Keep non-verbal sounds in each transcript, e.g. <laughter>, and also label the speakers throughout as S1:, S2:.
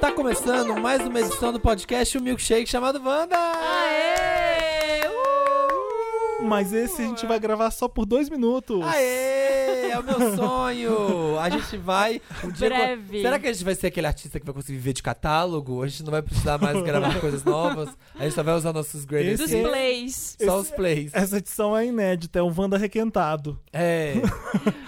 S1: Tá começando mais uma edição do podcast O Milkshake chamado Wanda!
S2: Aê! Uh!
S3: Mas esse a gente vai gravar só por dois minutos.
S1: Aê! É o meu
S3: <laughs>
S1: sonho! A gente vai. Um dia
S2: Breve.
S1: Será que a gente vai ser aquele artista que vai conseguir viver de catálogo? A gente não vai precisar mais
S2: <laughs>
S1: gravar coisas novas? A gente só vai usar nossos greatest
S2: Dos
S3: Esse-
S1: hits,
S2: plays.
S1: só os plays.
S3: Essa edição é inédita, é um Wanda requentado.
S1: É.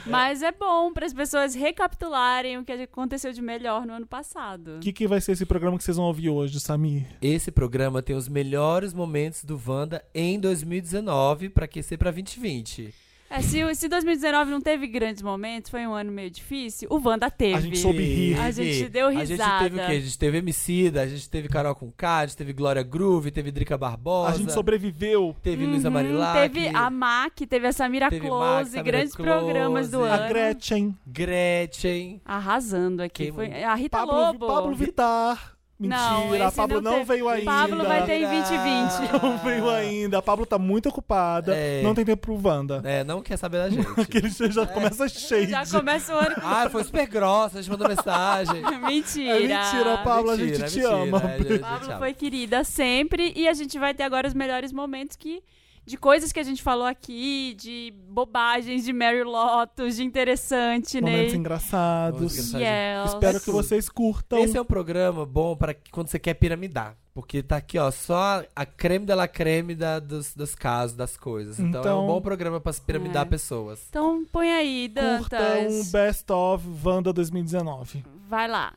S2: Mas é bom para as pessoas recapitularem o que aconteceu de melhor no ano passado.
S3: O que, que vai ser esse programa que vocês vão ouvir hoje, Samir?
S1: Esse programa tem os melhores momentos do Wanda em 2019 pra aquecer pra 2020.
S2: É, se, o- se 2019 não teve grandes momentos, foi um ano meio difícil, o Wanda teve.
S3: A gente soube rir.
S2: A gente deu
S1: A gente teve o
S2: risada.
S1: quê? A gente teve Emicida, a gente teve Carol com a gente teve Glória Groove, teve Drica Barbosa.
S3: A gente sobreviveu.
S1: Teve Luísa
S2: Uhum,
S1: Marilac.
S2: Teve a Mac, teve a Samira
S1: Teve Mac,
S2: Close,
S1: Samira
S2: grandes
S1: Close,
S2: programas do
S1: a
S3: A
S2: ano.
S3: Gretchen,
S1: Gretchen.
S2: Arrasando aqui.
S1: Quem-
S2: Foi, a Rita
S3: Pablo,
S2: Lobo.
S3: Pablo Vittar.
S2: Não,
S3: <laughs> Mentira, a
S2: esse
S3: Pablo
S2: não
S3: não,
S2: teve.
S3: veio ainda.
S2: Pablo vai ter em 2020.
S3: Não veio ainda. A Pablo tá muito ocupada.
S1: É.
S3: Não tem tempo pro Wanda.
S1: É, não quer saber
S3: <laughs>
S1: da
S3: Que
S1: gente. É.
S3: ele já começa cheio.
S2: <laughs> Já começa o ano.
S1: ah, foi super grossa, a gente mandou mensagem.
S2: <laughs> mentira.
S3: É mentira, Pablo, a gente
S1: Mentira,
S3: te
S1: mentira,
S3: ama.
S1: é, gente,
S2: Pablo
S1: tchau.
S2: foi querida sempre e a gente vai ter agora os melhores momentos que de coisas que a gente falou aqui, de bobagens de Mary Lotus, de interessante, né?
S3: Momentos engraçados.
S1: Momentos engraçados.
S2: Fiel.
S3: Espero que vocês curtam.
S1: Esse é um programa bom para que- quando você quer piramidar. Porque tá aqui, ó, só a creme de la creme da, dos, dos casos, das coisas. Então, é um
S3: Então-
S1: bom programa para piramidar
S2: É.
S1: pessoas.
S2: Então põe aí,
S3: Curta um
S2: Dantas.
S3: Best of Wanda 2019.
S2: Vai lá.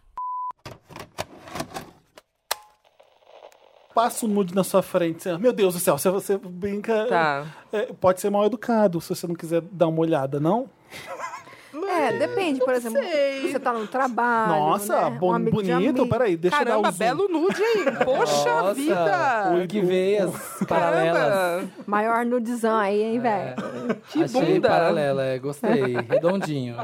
S3: Passa o nude na sua frente. você- Meu Deus do céu, se você brinca.
S4: Tá.
S3: é, pode ser mal educado se você não quiser dar uma olhada, não?
S5: É, depende, por exemplo, você tá no trabalho.
S3: Nossa,
S5: né?
S3: bon-
S5: Um amigo de
S3: bonito.
S5: amigo.
S3: Peraí, deixa eu dar
S4: Caramba,
S3: um zoom.
S4: belo nude
S1: <laughs>
S4: aí. Poxa
S1: Nossa,
S4: vida.
S1: Que veio as paralelas.
S4: Caramba.
S5: Maior nudizão aí,
S3: É.
S5: hein, velho?
S4: Que
S1: Achei
S4: bunda.
S1: paralela, é, gostei.
S4: <laughs>
S1: Redondinho.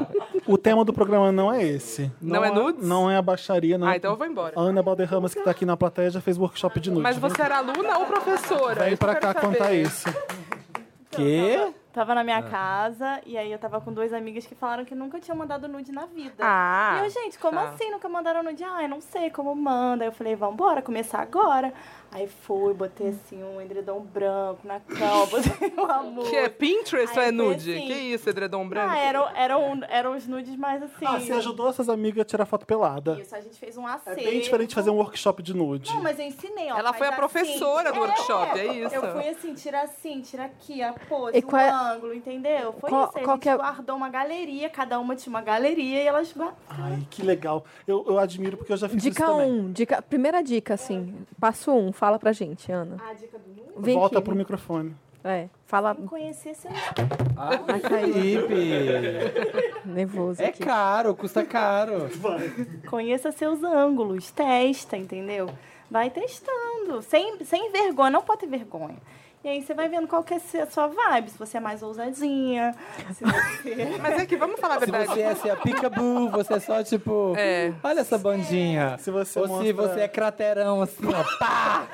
S3: O tema do programa não é esse.
S4: Não é nudes?
S3: Não é a baixaria, não.
S4: Ah, então eu vou embora.
S3: Ana Balderramas, que tá aqui na plateia, já fez workshop de nude. né?
S4: Mas você era aluna ou professora?
S3: Vem
S4: Isso eu
S3: pra
S4: quero
S3: cá
S4: saber.
S3: contar isso. É.
S1: Que?
S6: Tava na minha casa e aí eu tava com duas amigas que falaram que nunca tinham mandado nude na vida.
S4: Ah.
S6: E eu, gente, como
S4: tá.
S6: assim nunca mandaram nude? Ah, eu não sei como manda. Aí eu falei, vambora, começar agora. Aí fui, botei assim um edredom branco na cama, <laughs> botei um amor.
S4: Que é Pinterest ou
S6: Ai, foi
S4: é nude?
S6: assim.
S4: Que isso, edredom branco?
S6: Ah, eram, eram, eram os nudes mais assim.
S3: Ah, você ajudou essas amigas a tirar foto pelada.
S6: Isso, a gente fez um acerto.
S3: É bem diferente fazer um workshop de nude.
S6: Não, mas eu ensinei, ó.
S4: Ela
S6: faz
S4: foi a
S6: assim.
S4: professora do workshop, é isso?
S6: Eu fui assim, tira assim, tira aqui, a pose,
S5: E qual é-
S6: o ângulo, entendeu? Foi
S5: Qual-
S6: isso. Aí a
S5: qual
S6: gente
S5: que é-
S6: guardou uma galeria, cada uma tinha uma galeria e elas guardaram.
S3: Ai, que legal. Eu, eu admiro porque eu já fiz isso
S5: Dica
S3: também.
S5: 1, dica, primeira dica, assim, passo 1, um, fala pra gente, Ana.
S2: Ah,
S6: A dica do mundo?
S5: Vem
S3: Volta
S5: aqui.
S3: pro microfone.
S5: É, fala,
S6: Conhecer seu
S5: ai, caiu,
S1: Ah,
S6: assim.
S1: Felipe,
S5: nervoso
S1: é
S5: aqui.
S1: caro, custa caro.
S6: <laughs> Conheça seus ângulos, testa, entendeu? Vai testando, sem, sem vergonha, não pode ter vergonha. E aí você vai vendo qual que é a sua vibe, se você é mais ousadinha, se você...
S4: Mas é que, vamos falar a
S1: Se
S4: verdade.
S1: você é assim, a picabu, você é só tipo.
S4: É.
S1: Olha essa bandinha.
S3: Se você
S1: Ou se
S3: mostra-
S1: você é craterão, assim, ó, pá!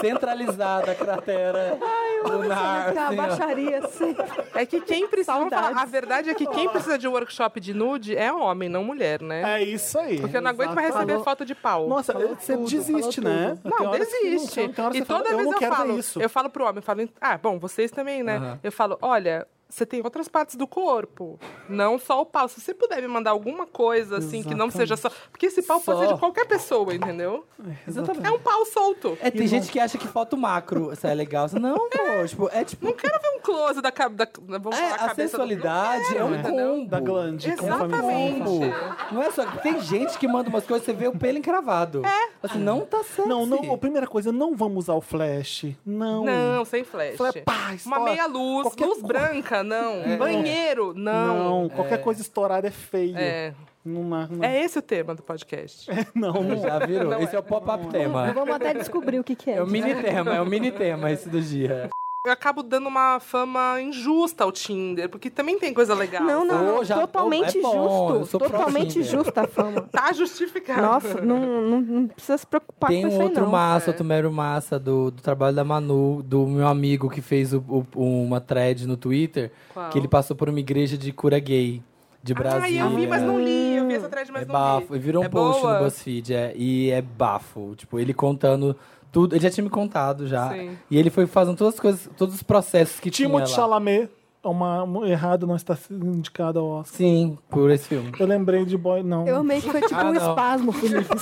S1: Centralizada a cratera. lunar,
S5: Tá,
S1: assim, ó.
S5: baixaria sempre.
S4: Ah, É que quem precisa... vamos
S5: Saudades.
S4: falar, a verdade é que quem precisa de workshop de nude é homem, não mulher, né?
S3: É isso aí.
S4: Porque eu não aguento mais receber
S5: Falou.
S4: foto de pau.
S3: Nossa, você desiste, né? Tem
S4: Não,
S3: horas que
S4: desiste.
S3: não- tem horas
S4: e
S3: que você fala,
S4: toda
S3: eu
S4: vez
S3: não
S4: eu,
S3: quero
S4: falo,
S3: ver isso.
S4: eu falo pro homem, eu falo, ah, bom, vocês também, né?
S1: Aham.
S4: Eu falo, olha, você tem outras partes do corpo, não só o pau. Se você puder me mandar alguma coisa assim que não seja só, porque esse pau pode
S1: Só.
S4: ser de qualquer pessoa, entendeu?
S1: Exatamente.
S4: É um pau solto.
S1: É, tem gente que acha que foto macro, isso é legal. Isso Não, pô, tipo, é tipo.
S4: Não quero ver um close da, ca- da, da vamos
S1: É,
S4: falar,
S1: a
S4: cabeça do-
S1: sensualidade é um combo.
S3: Da glande.
S4: Exatamente.
S3: conforme
S1: Combo.
S3: fala.
S1: Não é só que tem gente que manda umas coisas, você vê o pelo encravado. É. Assim, não tá certo.
S3: Não, não, a primeira coisa, não vamos usar o flash. Não.
S4: Não, sem flash.
S3: Flash, pá,
S4: Uma
S3: estoura.
S4: meia luz,
S3: Qualquer
S4: luz
S3: cor.
S4: branca, não. Banheiro, não.
S3: Não, qualquer coisa estourada é feia.
S4: É.
S3: Não, há- não,
S4: é esse o tema do
S3: <laughs>
S4: podcast.
S3: não, não.
S1: Já virou?
S4: Não
S1: Esse é o pop-up
S5: Não
S1: tema.
S5: vamos até descobrir o que que é.
S1: É o
S4: Né?
S1: mini tema, é o mini tema esse do dia.
S4: eu acabo dando uma fama injusta ao Tinder, porque também tem coisa legal.
S5: Não, não, não,
S1: Ô, já-
S5: totalmente
S1: ô, é bom, eu
S5: justo,
S1: sou
S5: totalmente
S1: pró-Tinder.
S5: justa a
S7: <laughs>
S5: fama.
S4: Tá justificado.
S5: Nossa, não, não, não precisa se preocupar
S1: Tem
S5: com
S1: um
S5: isso aí,
S1: outro
S5: não.
S1: massa, outro mero massa do, do trabalho da Manu, do meu amigo que fez o- o- uma thread no Twitter,
S4: Qual?
S1: que ele passou por uma igreja de cura gay de Brasília.
S4: Ah, eu vi, mas não li. Eu vi
S7: cabeça atrás de mais
S1: é
S7: um
S1: bafo.
S7: vídeo.
S1: E virou um
S7: É
S1: post
S7: boa?
S1: no BuzzFeed, é, e é bafo. Tipo, ele contando tudo. Ele já tinha me contado já.
S7: Sim.
S1: E ele foi fazendo todas as coisas, todos os processos que
S3: Timothée
S1: tinha lá.
S3: Chalamet, é uma, uma- errado, não está sendo indicado ao Oscar.
S1: Sim, por esse filme.
S3: Eu lembrei de Boy, não.
S8: Eu amei que foi tipo
S1: Ah,
S8: um
S1: não.
S8: espasmo, Felipe.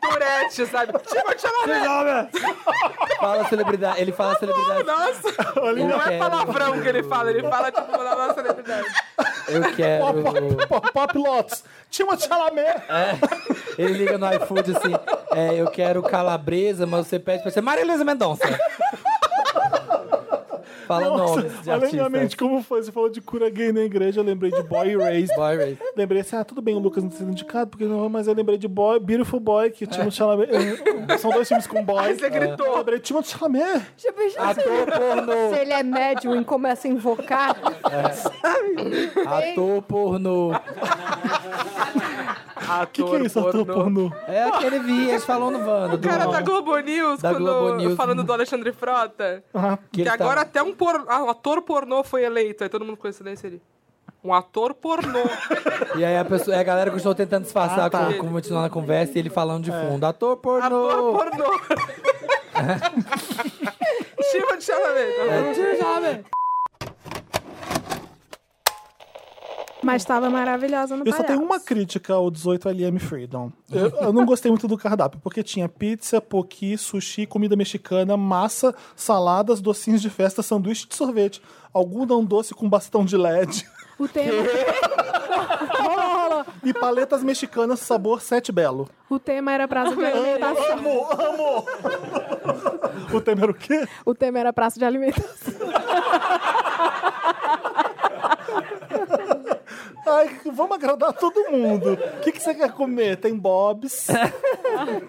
S7: Tourette, sabe? Tipo, tira
S1: <laughs> Fala celebridade. Ele fala celebridade.
S7: nossa.
S1: <laughs> Olha,
S7: Não
S1: eu
S7: é
S1: quero.
S7: palavrão que ele fala, ele fala tipo da nossa celebridade.
S3: <laughs>
S1: Eu quero.
S3: Pop, pop Lotus, Timothée Chalamet.
S1: É. Ele liga no iFood assim: é, eu quero calabresa, mas você pede pra ser Marilisa Mendonça. Fala nomes de
S3: Além da mente,
S1: artistas.
S3: como foi? Você falou de cura gay na igreja, eu lembrei de
S1: <laughs>
S3: Boy Raised.
S1: Boy Race.
S3: Lembrei assim, ah, tudo bem, o Lucas não tá sendo indicado, porque não, mas eu lembrei de Boy, Beautiful Boy, que o
S1: É.
S3: Timothée Chalamet... São dois filmes
S1: <laughs>
S3: com Boy.
S7: Aí você gritou.
S3: Eu lembrei de Timothée Chalamet.
S8: Já pensou se-
S1: Ator pornô. É.
S8: se ele é médium e começa a invocar?
S1: Ator pornô.
S3: O que, que é isso, ator pornô?
S1: É aquele vi, eles falam no Wanda.
S7: O
S4: tá
S7: cara da Globo News,
S1: Da
S7: quando,
S1: Globo News.
S7: falando do Alexandre Frota,
S3: Ah,
S7: que,
S1: ele tá-
S7: agora até um, por- ah, um ator pornô foi eleito. Aí todo mundo conhece desse ali. Um ator pornô.
S1: E aí a, pessoa, é a galera continuou tentando disfarçar,
S3: Ah, tá. É.
S1: com- com- continuando a conversa, e ele falando de fundo. Ator pornô.
S7: ator
S4: <laughs>
S7: pornô. Chiva de
S1: É.
S9: É
S7: chamamento.
S10: Mas tava maravilhosa no
S3: Eu só tenho um. uma crítica ao 18LM Freedom. Eu, eu não gostei muito do cardápio, porque tinha pizza, poqui, sushi, comida mexicana, massa, saladas, docinhos de festa, sanduíche de sorvete, algodão doce com bastão de LED
S10: O tema,
S3: <laughs> e paletas mexicanas sabor sete belo.
S10: o tema era praça de alimentação.
S3: O tema era o quê?
S10: O tema era praça de alimentação.
S3: Ai, vamos agradar todo mundo. O que, que você quer comer? Tem bobs,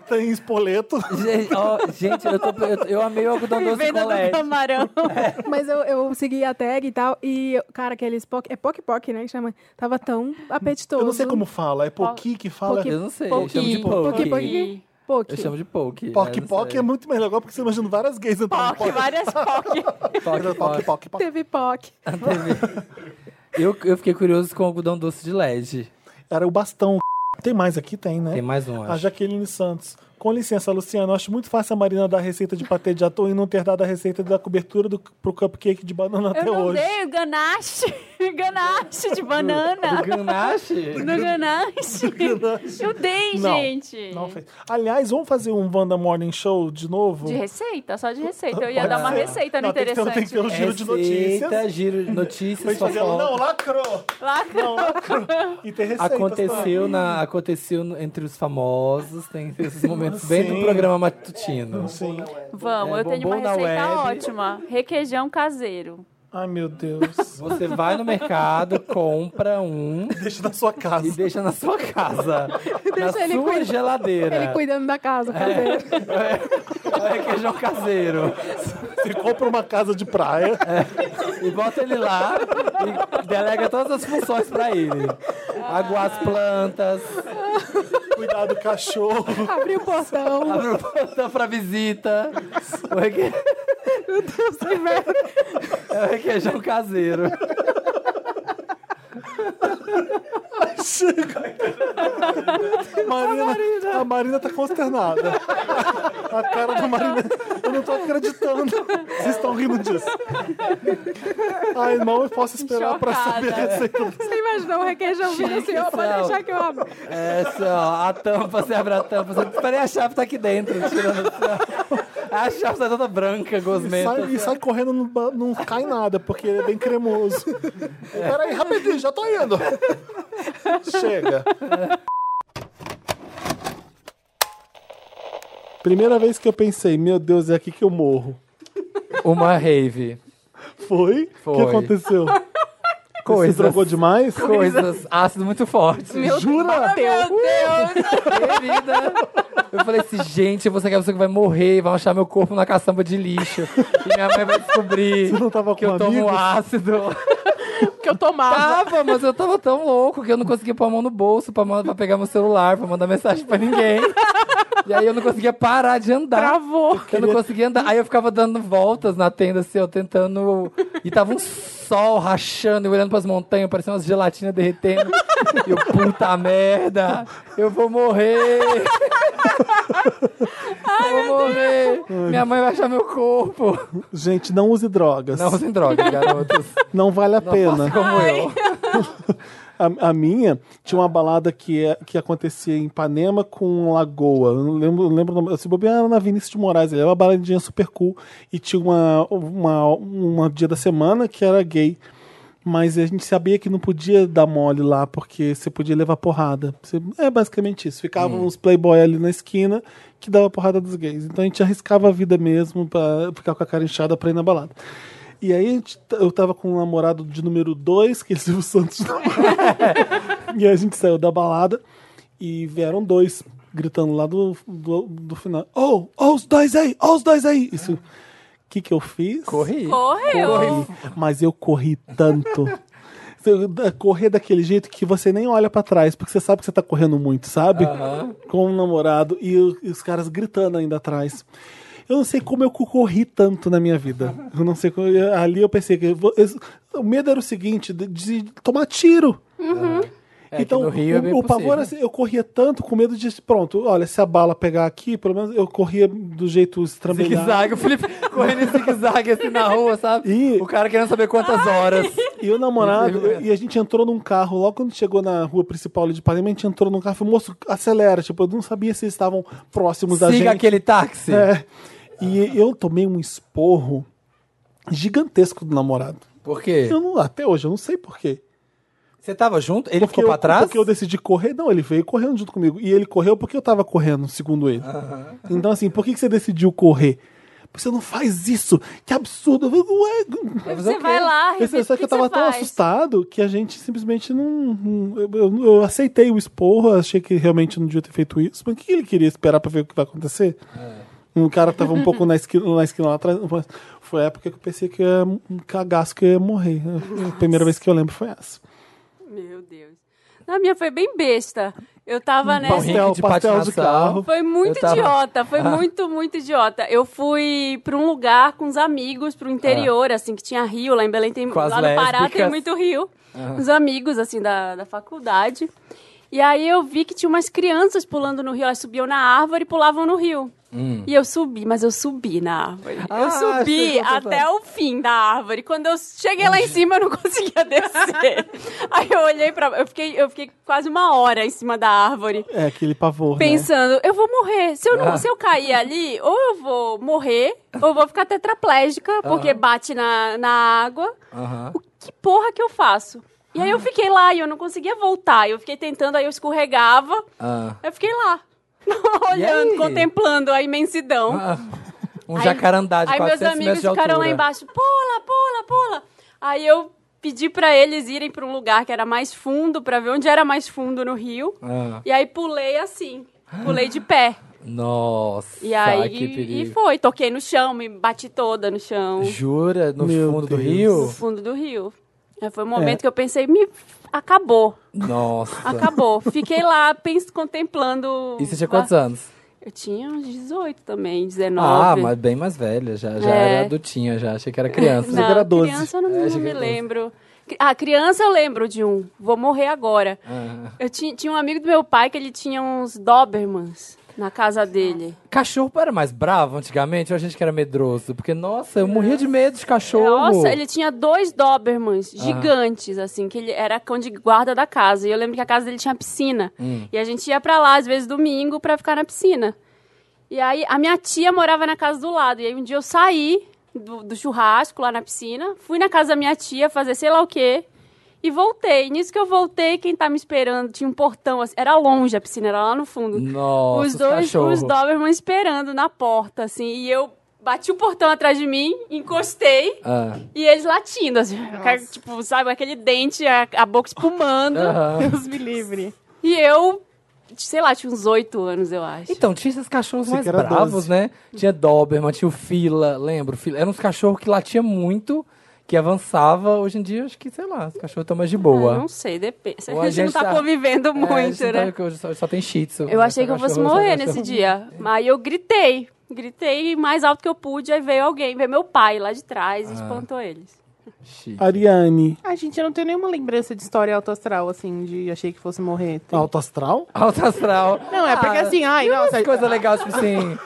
S3: tem espoleto.
S1: Gente, ó, gente, eu, tô- eu, eu amei o algodão doce
S2: Vivendo
S1: com
S2: do
S1: LED.
S2: camarão.
S10: <laughs> Mas eu, eu segui a tag e tal. E, cara, aqueles POC. É POC-POC, né? Que chama. Tava tão apetitoso.
S3: Eu não sei como fala, é poqui que fala.
S10: Poqui.
S1: Eu não sei, eu
S10: Poqui.
S1: chamo de
S10: Poqui,
S1: poke.
S10: poqui. Poc.
S1: Eu chamo de poke.
S3: Poc poc é muito mais legal porque você imagina várias gays entrando.
S2: POC, várias POC.
S1: poke.
S3: Poc, poc, poc.
S10: Teve POC.
S1: Eu, eu fiquei curioso com o algodão doce de LED.
S3: Era o bastão. Tem mais aqui? Tem, né?
S1: Tem mais um,
S3: A
S1: acho.
S3: Jaqueline Santos. Com licença, Luciano, acho muito fácil a Marina dar a receita de patê de atum e não ter dado a receita da cobertura do, pro cupcake de banana
S2: Eu
S3: até
S2: não
S3: hoje.
S2: dei o ganache. <laughs> Ganache
S3: <laughs>
S2: de
S1: Do
S2: banana. <laughs>
S1: ganache?
S2: No ganache. Eu dei,
S3: Não,
S2: gente.
S3: Não fez. Aliás, vamos fazer um Wanda Morning Show de novo?
S2: De receita, só de receita. Eu ia dar uma
S3: ser.
S2: receita no
S3: Não, tem que ter-
S2: interessante.
S3: Tem que ter um giro de
S1: Receita,
S3: notícias.
S1: giro de
S3: Pra
S1: notícias,
S3: gente fazer,
S1: fofoca.
S3: não, lacrou!
S2: Lacra-
S3: Não,
S1: <laughs>
S3: lacrou! E ter receitas
S1: Aconteceu, na, aconteceu no- entre os famosos,
S3: <laughs>
S1: tem esses momentos bem do
S3: Sim.
S1: programa matutino.
S3: também. Sim.
S2: Vamos,
S1: É,
S2: eu tenho uma
S1: bombom na
S2: receita
S1: web.
S2: ótima. Requeijão caseiro.
S3: Ai, meu Deus.
S1: Você vai no mercado, compra um
S3: Deixa na sua casa.
S1: e deixa na sua casa. na
S10: <laughs> Deixa ele
S1: sua
S10: cuidar.
S1: geladeira.
S10: Ele cuidando da casa, caseiro.
S3: tá
S1: É requeijão caseiro.
S3: Você compra uma casa de praia.
S1: É. E bota ele lá e delega todas as funções pra ele. Aguar as plantas,
S3: Cuidar do cachorro.
S10: Abriu o portão.
S1: abre o portão pra visita. O reque- É o requeijão caseiro.
S3: Marina, a, Marina. tá consternada. A cara da Marina. Eu não tô acreditando. Vocês estão rindo disso. Ai, não, eu posso esperar pra
S2: Chocada.
S3: saber a receita.
S10: Você imaginou o requeijão vindo assim, ó, pode
S1: céu.
S10: deixar que eu abro.
S1: É, assim, ó, a tampa, você abre a tampa. Você... Peraí, a chave tá aqui dentro. Tirando... A chave tá toda branca,
S3: E
S1: gosmenta.
S3: sai, e sai correndo, não, ba- não cai nada, porque ele é bem cremoso. Peraí, rapidinho, <laughs> já tô indo.
S11: <laughs>
S3: Chega. Primeira vez que eu pensei, meu Deus, é aqui que eu morro.
S1: Uma rave.
S3: Foi? O que
S1: Foi.
S3: aconteceu?
S1: Coisas.
S3: Você drogou demais?
S1: Coisas, ácido muito forte.
S3: Jura?
S1: bebida. Eu falei assim, gente, você é a pessoa que vai morrer, vai achar meu corpo na caçamba de lixo. E minha mãe vai descobrir
S3: Você não <laughs> tava
S1: que
S3: com
S1: eu tomo
S3: amigos?
S1: ácido.
S10: <laughs> Que eu tomava.
S1: Tava, mas eu tava tão louco que eu não conseguia pôr a mão no bolso pra, man- pra pegar meu celular, pra mandar mensagem pra ninguém.
S5: E aí eu não conseguia parar de andar.
S2: Travou.
S5: Eu não conseguia andar. Aí eu ficava dando voltas na tenda, assim, eu tentando. E tava um sol rachando, eu olhando pras montanhas, parecendo umas gelatinas derretendo. E eu, puta merda, eu vou morrer. eu vou morrer. Minha mãe vai achar meu corpo.
S3: Gente, não use drogas.
S5: Não
S3: Não,
S5: usem drogas, garotos.
S3: vale a
S5: Não façam
S3: pena.
S5: como eu.
S3: <laughs> A, a minha tinha uma balada que, é- que acontecia em Ipanema com Lagoa. Eu não lembro, não lembro o nome. Se bobear era na Vinícius de Moraes, ele era uma baladinha super cool. E tinha uma, uma, uma dia da semana que era gay. Mas a gente sabia que não podia dar mole lá, porque você podia levar porrada. Você- é basicamente isso. Ficavam uns playboy ali na esquina que dava porrada dos gays. Então a gente arriscava a vida mesmo pra ficar com a cara inchada pra ir na balada. E aí a gente- eu tava com um namorado de número 2, que ele Silvio Santos não <laughs> e a gente saiu da balada e vieram dois gritando lá do, do, do final. Oh, ó os dois aí, ó os dois aí. Isso. O que que eu fiz?
S5: Corri.
S2: Correu.
S3: Mas eu corri tanto. <laughs> Eu- da- Correr daquele jeito que você nem olha pra trás, porque você sabe que você tá correndo muito, sabe? Com um namorado e, o- e os caras gritando ainda atrás. Eu não sei como eu corri tanto na minha vida. Eu não sei como. eu- Ali eu pensei que. eu vou- eu- o medo era o seguinte: de, de tomar tiro.
S5: É,
S3: então,
S5: aqui no Rio é
S3: o,
S5: bem
S3: o pavor,
S5: possível.
S3: assim, eu corria tanto com medo de. Pronto, olha, se a bala pegar aqui, pelo menos eu corria do jeito estrambelhado.
S5: Zigue-zague, o Felipe correndo em zigue-zague assim na rua, sabe?
S3: E-
S5: O cara querendo saber quantas horas.
S3: E o namorado,
S5: Incrível.
S3: e a gente entrou num carro, logo quando chegou na rua principal ali de Panema, a gente entrou num carro e falou, moço, acelera, tipo, eu não sabia se eles estavam próximos da gente.
S5: Siga aquele táxi.
S3: É. E eu tomei um esporro gigantesco do namorado.
S5: Por quê?
S3: Eu não, até hoje, eu não sei porquê.
S5: Você tava junto? Ele ficou pra trás?
S3: Porque eu decidi correr. Não, ele veio correndo junto comigo. E ele correu porque eu tava correndo, segundo ele.
S5: Ah.
S3: Então, assim, por que, que você decidiu correr? Você não faz isso! Que absurdo! Ué,
S2: Você vai lá,
S3: Esse-
S2: Ribeiro,
S3: só
S2: o
S3: que eu tava
S2: você
S3: tão
S2: faz?
S3: assustado que a gente simplesmente não. não- Eu, eu- eu aceitei o esporro, achei que realmente não devia ter feito isso, mas o que ele queria esperar pra ver o que vai acontecer? Um cara tava um pouco na esquina, na esquina lá atrás. mas Foi a época que eu pensei que eu ia, um cagaço que eu ia morrer. A primeira vez que eu lembro foi essa.
S2: Meu Deus. A minha foi bem besta. Eu tava nessa.
S5: Bom, ringue Um de patinação.
S2: Foi muito
S5: Eu tava- Ah.
S2: idiota, foi muito, muito idiota. Eu fui pra um lugar com os amigos, pro interior, assim, que tinha rio, lá em Belém tem.
S5: Ah. Com as
S2: Lá no Pará tem
S5: lésbicas. Ah.
S2: muito rio. Os amigos, assim, da, da faculdade. E aí eu vi que tinha umas crianças pulando no rio, elas subiam na árvore e pulavam no rio.
S3: Hum.
S2: E eu subi, mas eu subi na árvore.
S5: Ah,
S2: eu subi
S5: sei o que você
S2: até o fim da árvore. Quando eu cheguei lá em cima, eu não conseguia <laughs> descer. Aí eu olhei pra. Eu fiquei, eu fiquei quase uma hora em cima da árvore
S3: É, <laughs> aquele pavor. né?
S2: pensando, eu vou morrer. Se eu,
S5: Ah.
S2: não, se eu cair ali, ou eu vou morrer, ou eu vou ficar tetraplégica,
S5: Ah.
S2: porque bate na, na água.
S5: Aham.
S2: O que porra que eu faço? E aí eu fiquei lá e eu não conseguia voltar. Eu fiquei tentando, aí eu escorregava.
S5: Ah.
S2: Eu fiquei lá,
S5: E
S2: olhando,
S5: aí?
S2: contemplando a imensidão.
S5: Ah, um jacarandá de
S2: Aí meus
S5: 400
S2: amigos
S5: metros de altura.
S2: ficaram lá embaixo, pula, pula, pula. Aí eu pedi pra eles irem pra um lugar que era mais fundo, pra ver onde era mais fundo no rio.
S5: Ah,
S2: E aí pulei assim, pulei de pé.
S5: nossa,
S2: E aí
S5: Tá, que
S2: e
S5: perigo.
S2: foi, toquei no chão, me bati toda no chão,
S5: Jura? No
S3: Meu
S5: fundo do
S3: Deus.
S2: no
S5: rio?
S2: fundo do rio. Aí foi um
S5: É.
S2: momento que eu pensei, me acabou,
S5: Nossa. <laughs>
S2: acabou. Fiquei lá pens... contemplando.
S5: E você tinha quantos anos?
S2: Eu tinha uns 18 também, 19.
S5: Ah, mas bem mais velha, já, já
S2: É.
S5: era adultinha, já. Achei que era criança.
S3: que era 12.
S2: criança eu não,
S5: É,
S2: não
S5: achei que
S2: me
S5: era 12.
S2: lembro. Cri- Ah, criança eu lembro de um. Vou morrer agora.
S5: Ah.
S2: Eu ti- tinha um amigo do meu pai que ele tinha uns Dobermans na casa dele.
S5: Cachorro era mais bravo antigamente ou a gente que era medroso? Porque, nossa, eu morria de medo de cachorro.
S2: Nossa, ele tinha dois Dobermans
S5: Ah.
S2: gigantes, assim, que ele era cão de guarda da casa. E eu lembro que a casa dele tinha piscina.
S5: Hum.
S2: E a gente ia pra lá, às vezes, domingo, pra ficar na piscina. E aí, a minha tia morava na casa do lado. E aí, um dia eu saí do, do churrasco lá na piscina, fui na casa da minha tia fazer sei lá o quê. E voltei. Nisso que eu voltei, quem tá me esperando tinha um portão, assim, era longe a piscina, era lá no fundo
S5: Nossa,
S2: os dois,
S5: cachorro.
S2: os Doberman esperando na porta, assim, e eu bati o portão atrás de mim, encostei,
S5: Ah.
S2: e eles latindo, assim, tipo, sabe, aquele dente, a, a boca espumando,
S5: Aham.
S2: <laughs>
S8: Deus me livre.
S2: e eu, sei lá, tinha uns oito anos, eu acho.
S5: Então, tinha esses cachorros
S3: Pensei
S5: mais
S3: que era
S5: bravos,
S3: 12.
S5: né? Tinha Doberman, tinha o Fila, lembro. Fila. Eram uns cachorros que latiam muito, que avançava. Hoje em dia, acho que, sei lá, os cachorros estão mais de
S2: Ah,
S5: boa.
S2: não sei, depende.
S5: Ou
S2: a gente não tá, convivendo
S5: É, a gente
S2: muito,
S5: não tá-
S2: né?
S5: hoje só, só tem shih tzu.
S2: Eu
S5: né,
S2: achei que
S5: só
S2: eu fosse
S5: cachorro, só
S2: morrer nesse
S5: cachorro.
S2: dia. Mas eu gritei. Gritei mais alto que eu pude, aí veio alguém, veio meu pai lá de
S5: Ah.
S2: trás e espantou eles.
S5: Chique.
S3: Ariane.
S12: A gente eu não tem nenhuma lembrança de história autoastral, assim, de achei que fosse morrer.
S5: <laughs>
S12: Tem-
S3: Alto astral?
S5: Alto astral.
S12: Não, é porque assim, ai,
S5: e umas
S12: nossa.
S5: coisa legal, tipo assim,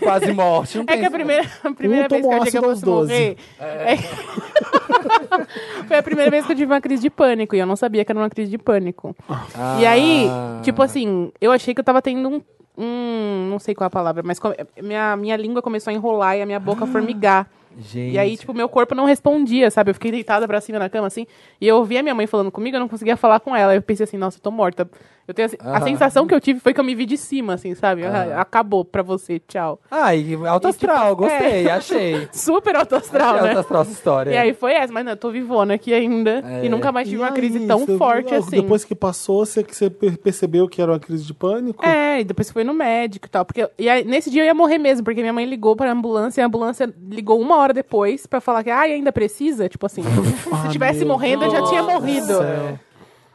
S5: quase morte. Não
S12: É
S5: tem
S12: que a
S5: isso,
S12: primeira, a primeira vez que eu achei que eu
S3: ácido aos
S12: fosse morrer. é <laughs> que- Foi a primeira vez que eu tive uma crise de pânico e eu não sabia que era uma crise de pânico.
S5: Ah.
S12: E aí, tipo assim, eu achei que eu tava tendo um. um- não sei qual é a palavra, mas come- minha, minha língua começou a enrolar e a minha boca
S5: Ah.
S12: a formigar.
S5: Gente.
S12: E aí, tipo, meu corpo não respondia, sabe? Eu fiquei deitada pra cima na cama, assim, e eu ouvia minha mãe falando comigo, eu não conseguia falar com ela. Eu pensei assim, nossa, eu tô morta. Eu tenho assim, a, a
S5: Aham.
S12: sensação que eu tive foi que eu me vi de cima, assim, sabe? Ah,
S5: Aham.
S12: Acabou pra você, tchau.
S5: Ai, Ah, alto
S12: E, tipo,
S5: astral, gostei,
S2: <laughs>
S12: é.
S5: achei.
S12: <laughs> Super autoastral,
S5: Achei
S12: né?
S5: alto astral essa história.
S12: E aí foi essa, mas não, eu tô vivona aqui ainda.
S5: É.
S12: E nunca mais
S3: E
S12: tive uma
S3: aí,
S12: crise tão
S3: você-
S12: forte
S3: ah,
S12: assim.
S3: Depois que passou, você, que você per- percebeu que era uma crise de pânico?
S12: É, e depois foi no médico e tal. Porque, e aí, nesse dia eu ia morrer mesmo, porque minha mãe ligou pra ambulância e a ambulância ligou uma hora depois pra falar que, ai, ainda precisa? Tipo assim,
S13: Ah,
S12: se tivesse morrendo, eu já tinha morrido.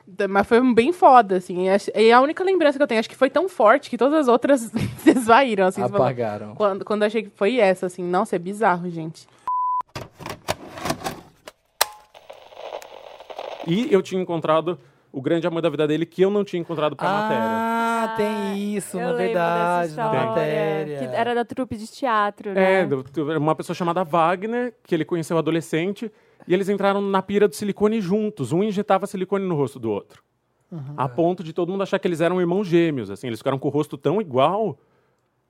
S12: Da- Mas foi bem foda, assim. E ach- E a única lembrança que eu tenho, acho que foi tão forte que todas as outras <laughs> desvaíram, assim. você fala,
S5: Apagaram.
S12: Quando, quando eu achei que foi essa, assim, nossa, é bizarro, gente.
S14: E eu tinha encontrado o grande amor da vida dele que eu não tinha encontrado pra matéria.
S5: Ah, tem isso,
S2: eu
S5: na
S2: lembro
S5: verdade,
S2: dessa
S5: na
S2: história,
S5: matéria.
S2: Que era da trupe de teatro, né?
S14: É, do- tu- era uma pessoa chamada Wagner, que ele conheceu adolescente, e eles entraram na pira do silicone juntos. Um injetava silicone no rosto do outro.
S3: Uhum.
S14: A ponto de todo mundo achar que eles eram irmãos gêmeos, assim. Eles ficaram com o rosto tão igual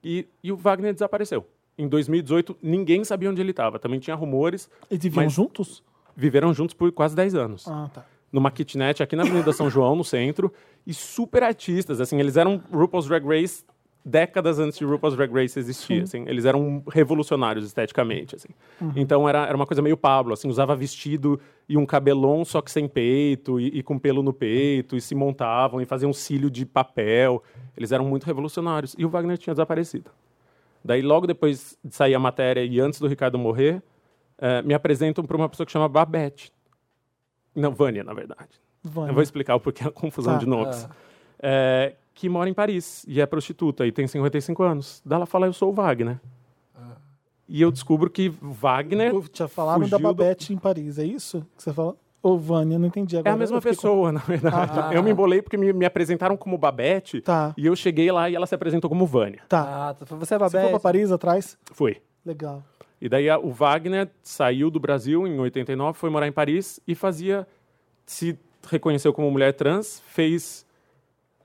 S14: e, e o Wagner desapareceu. Em 2018, ninguém sabia onde ele estava. Também tinha rumores.
S3: E viviam
S14: mas
S3: juntos?
S14: Viveram juntos por quase 10 anos.
S3: Ah, tá.
S14: numa kitnet aqui na Avenida São João, no centro, e super artistas, assim, eles eram RuPaul's Drag Race décadas antes de RuPaul's Drag Race existir, assim, eles eram revolucionários esteticamente, assim. Então era, era uma coisa meio Pablo, assim, usava vestido e um cabelão só que sem peito e, e com pelo no peito e se montavam e faziam um cílio de papel. Eles eram muito revolucionários e o Wagner tinha desaparecido. Daí logo depois de sair a matéria e antes do Ricardo morrer, eh, me apresentam para uma pessoa que chama Babette. Não, Vânia, na verdade. Eu vou explicar o porquê a confusão
S3: Tá.
S14: de nomes. É, que mora em Paris e é prostituta e tem 55 anos. Daí ela fala, eu sou o Wagner. E eu descubro que Wagner
S3: Eu tinha falado da
S14: fugiu do-
S3: Babette em Paris, é isso que você fala? Ô, Vânia, não entendi
S14: é
S3: agora.
S14: a mesma
S3: eu fiquei com-
S14: pessoa, na verdade.
S3: Ah, tá.
S14: Eu me embolei porque me, me apresentaram como Babette
S3: Tá,
S14: e eu cheguei lá e ela se apresentou como Vânia.
S3: tá.
S5: Ah, tu- você é
S3: Você foi pra
S5: babete.
S3: Paris atrás?
S14: Foi.
S3: Legal.
S14: E daí a- o Wagner saiu do Brasil em 89, foi morar em Paris e fazia. Se reconheceu como mulher trans, fez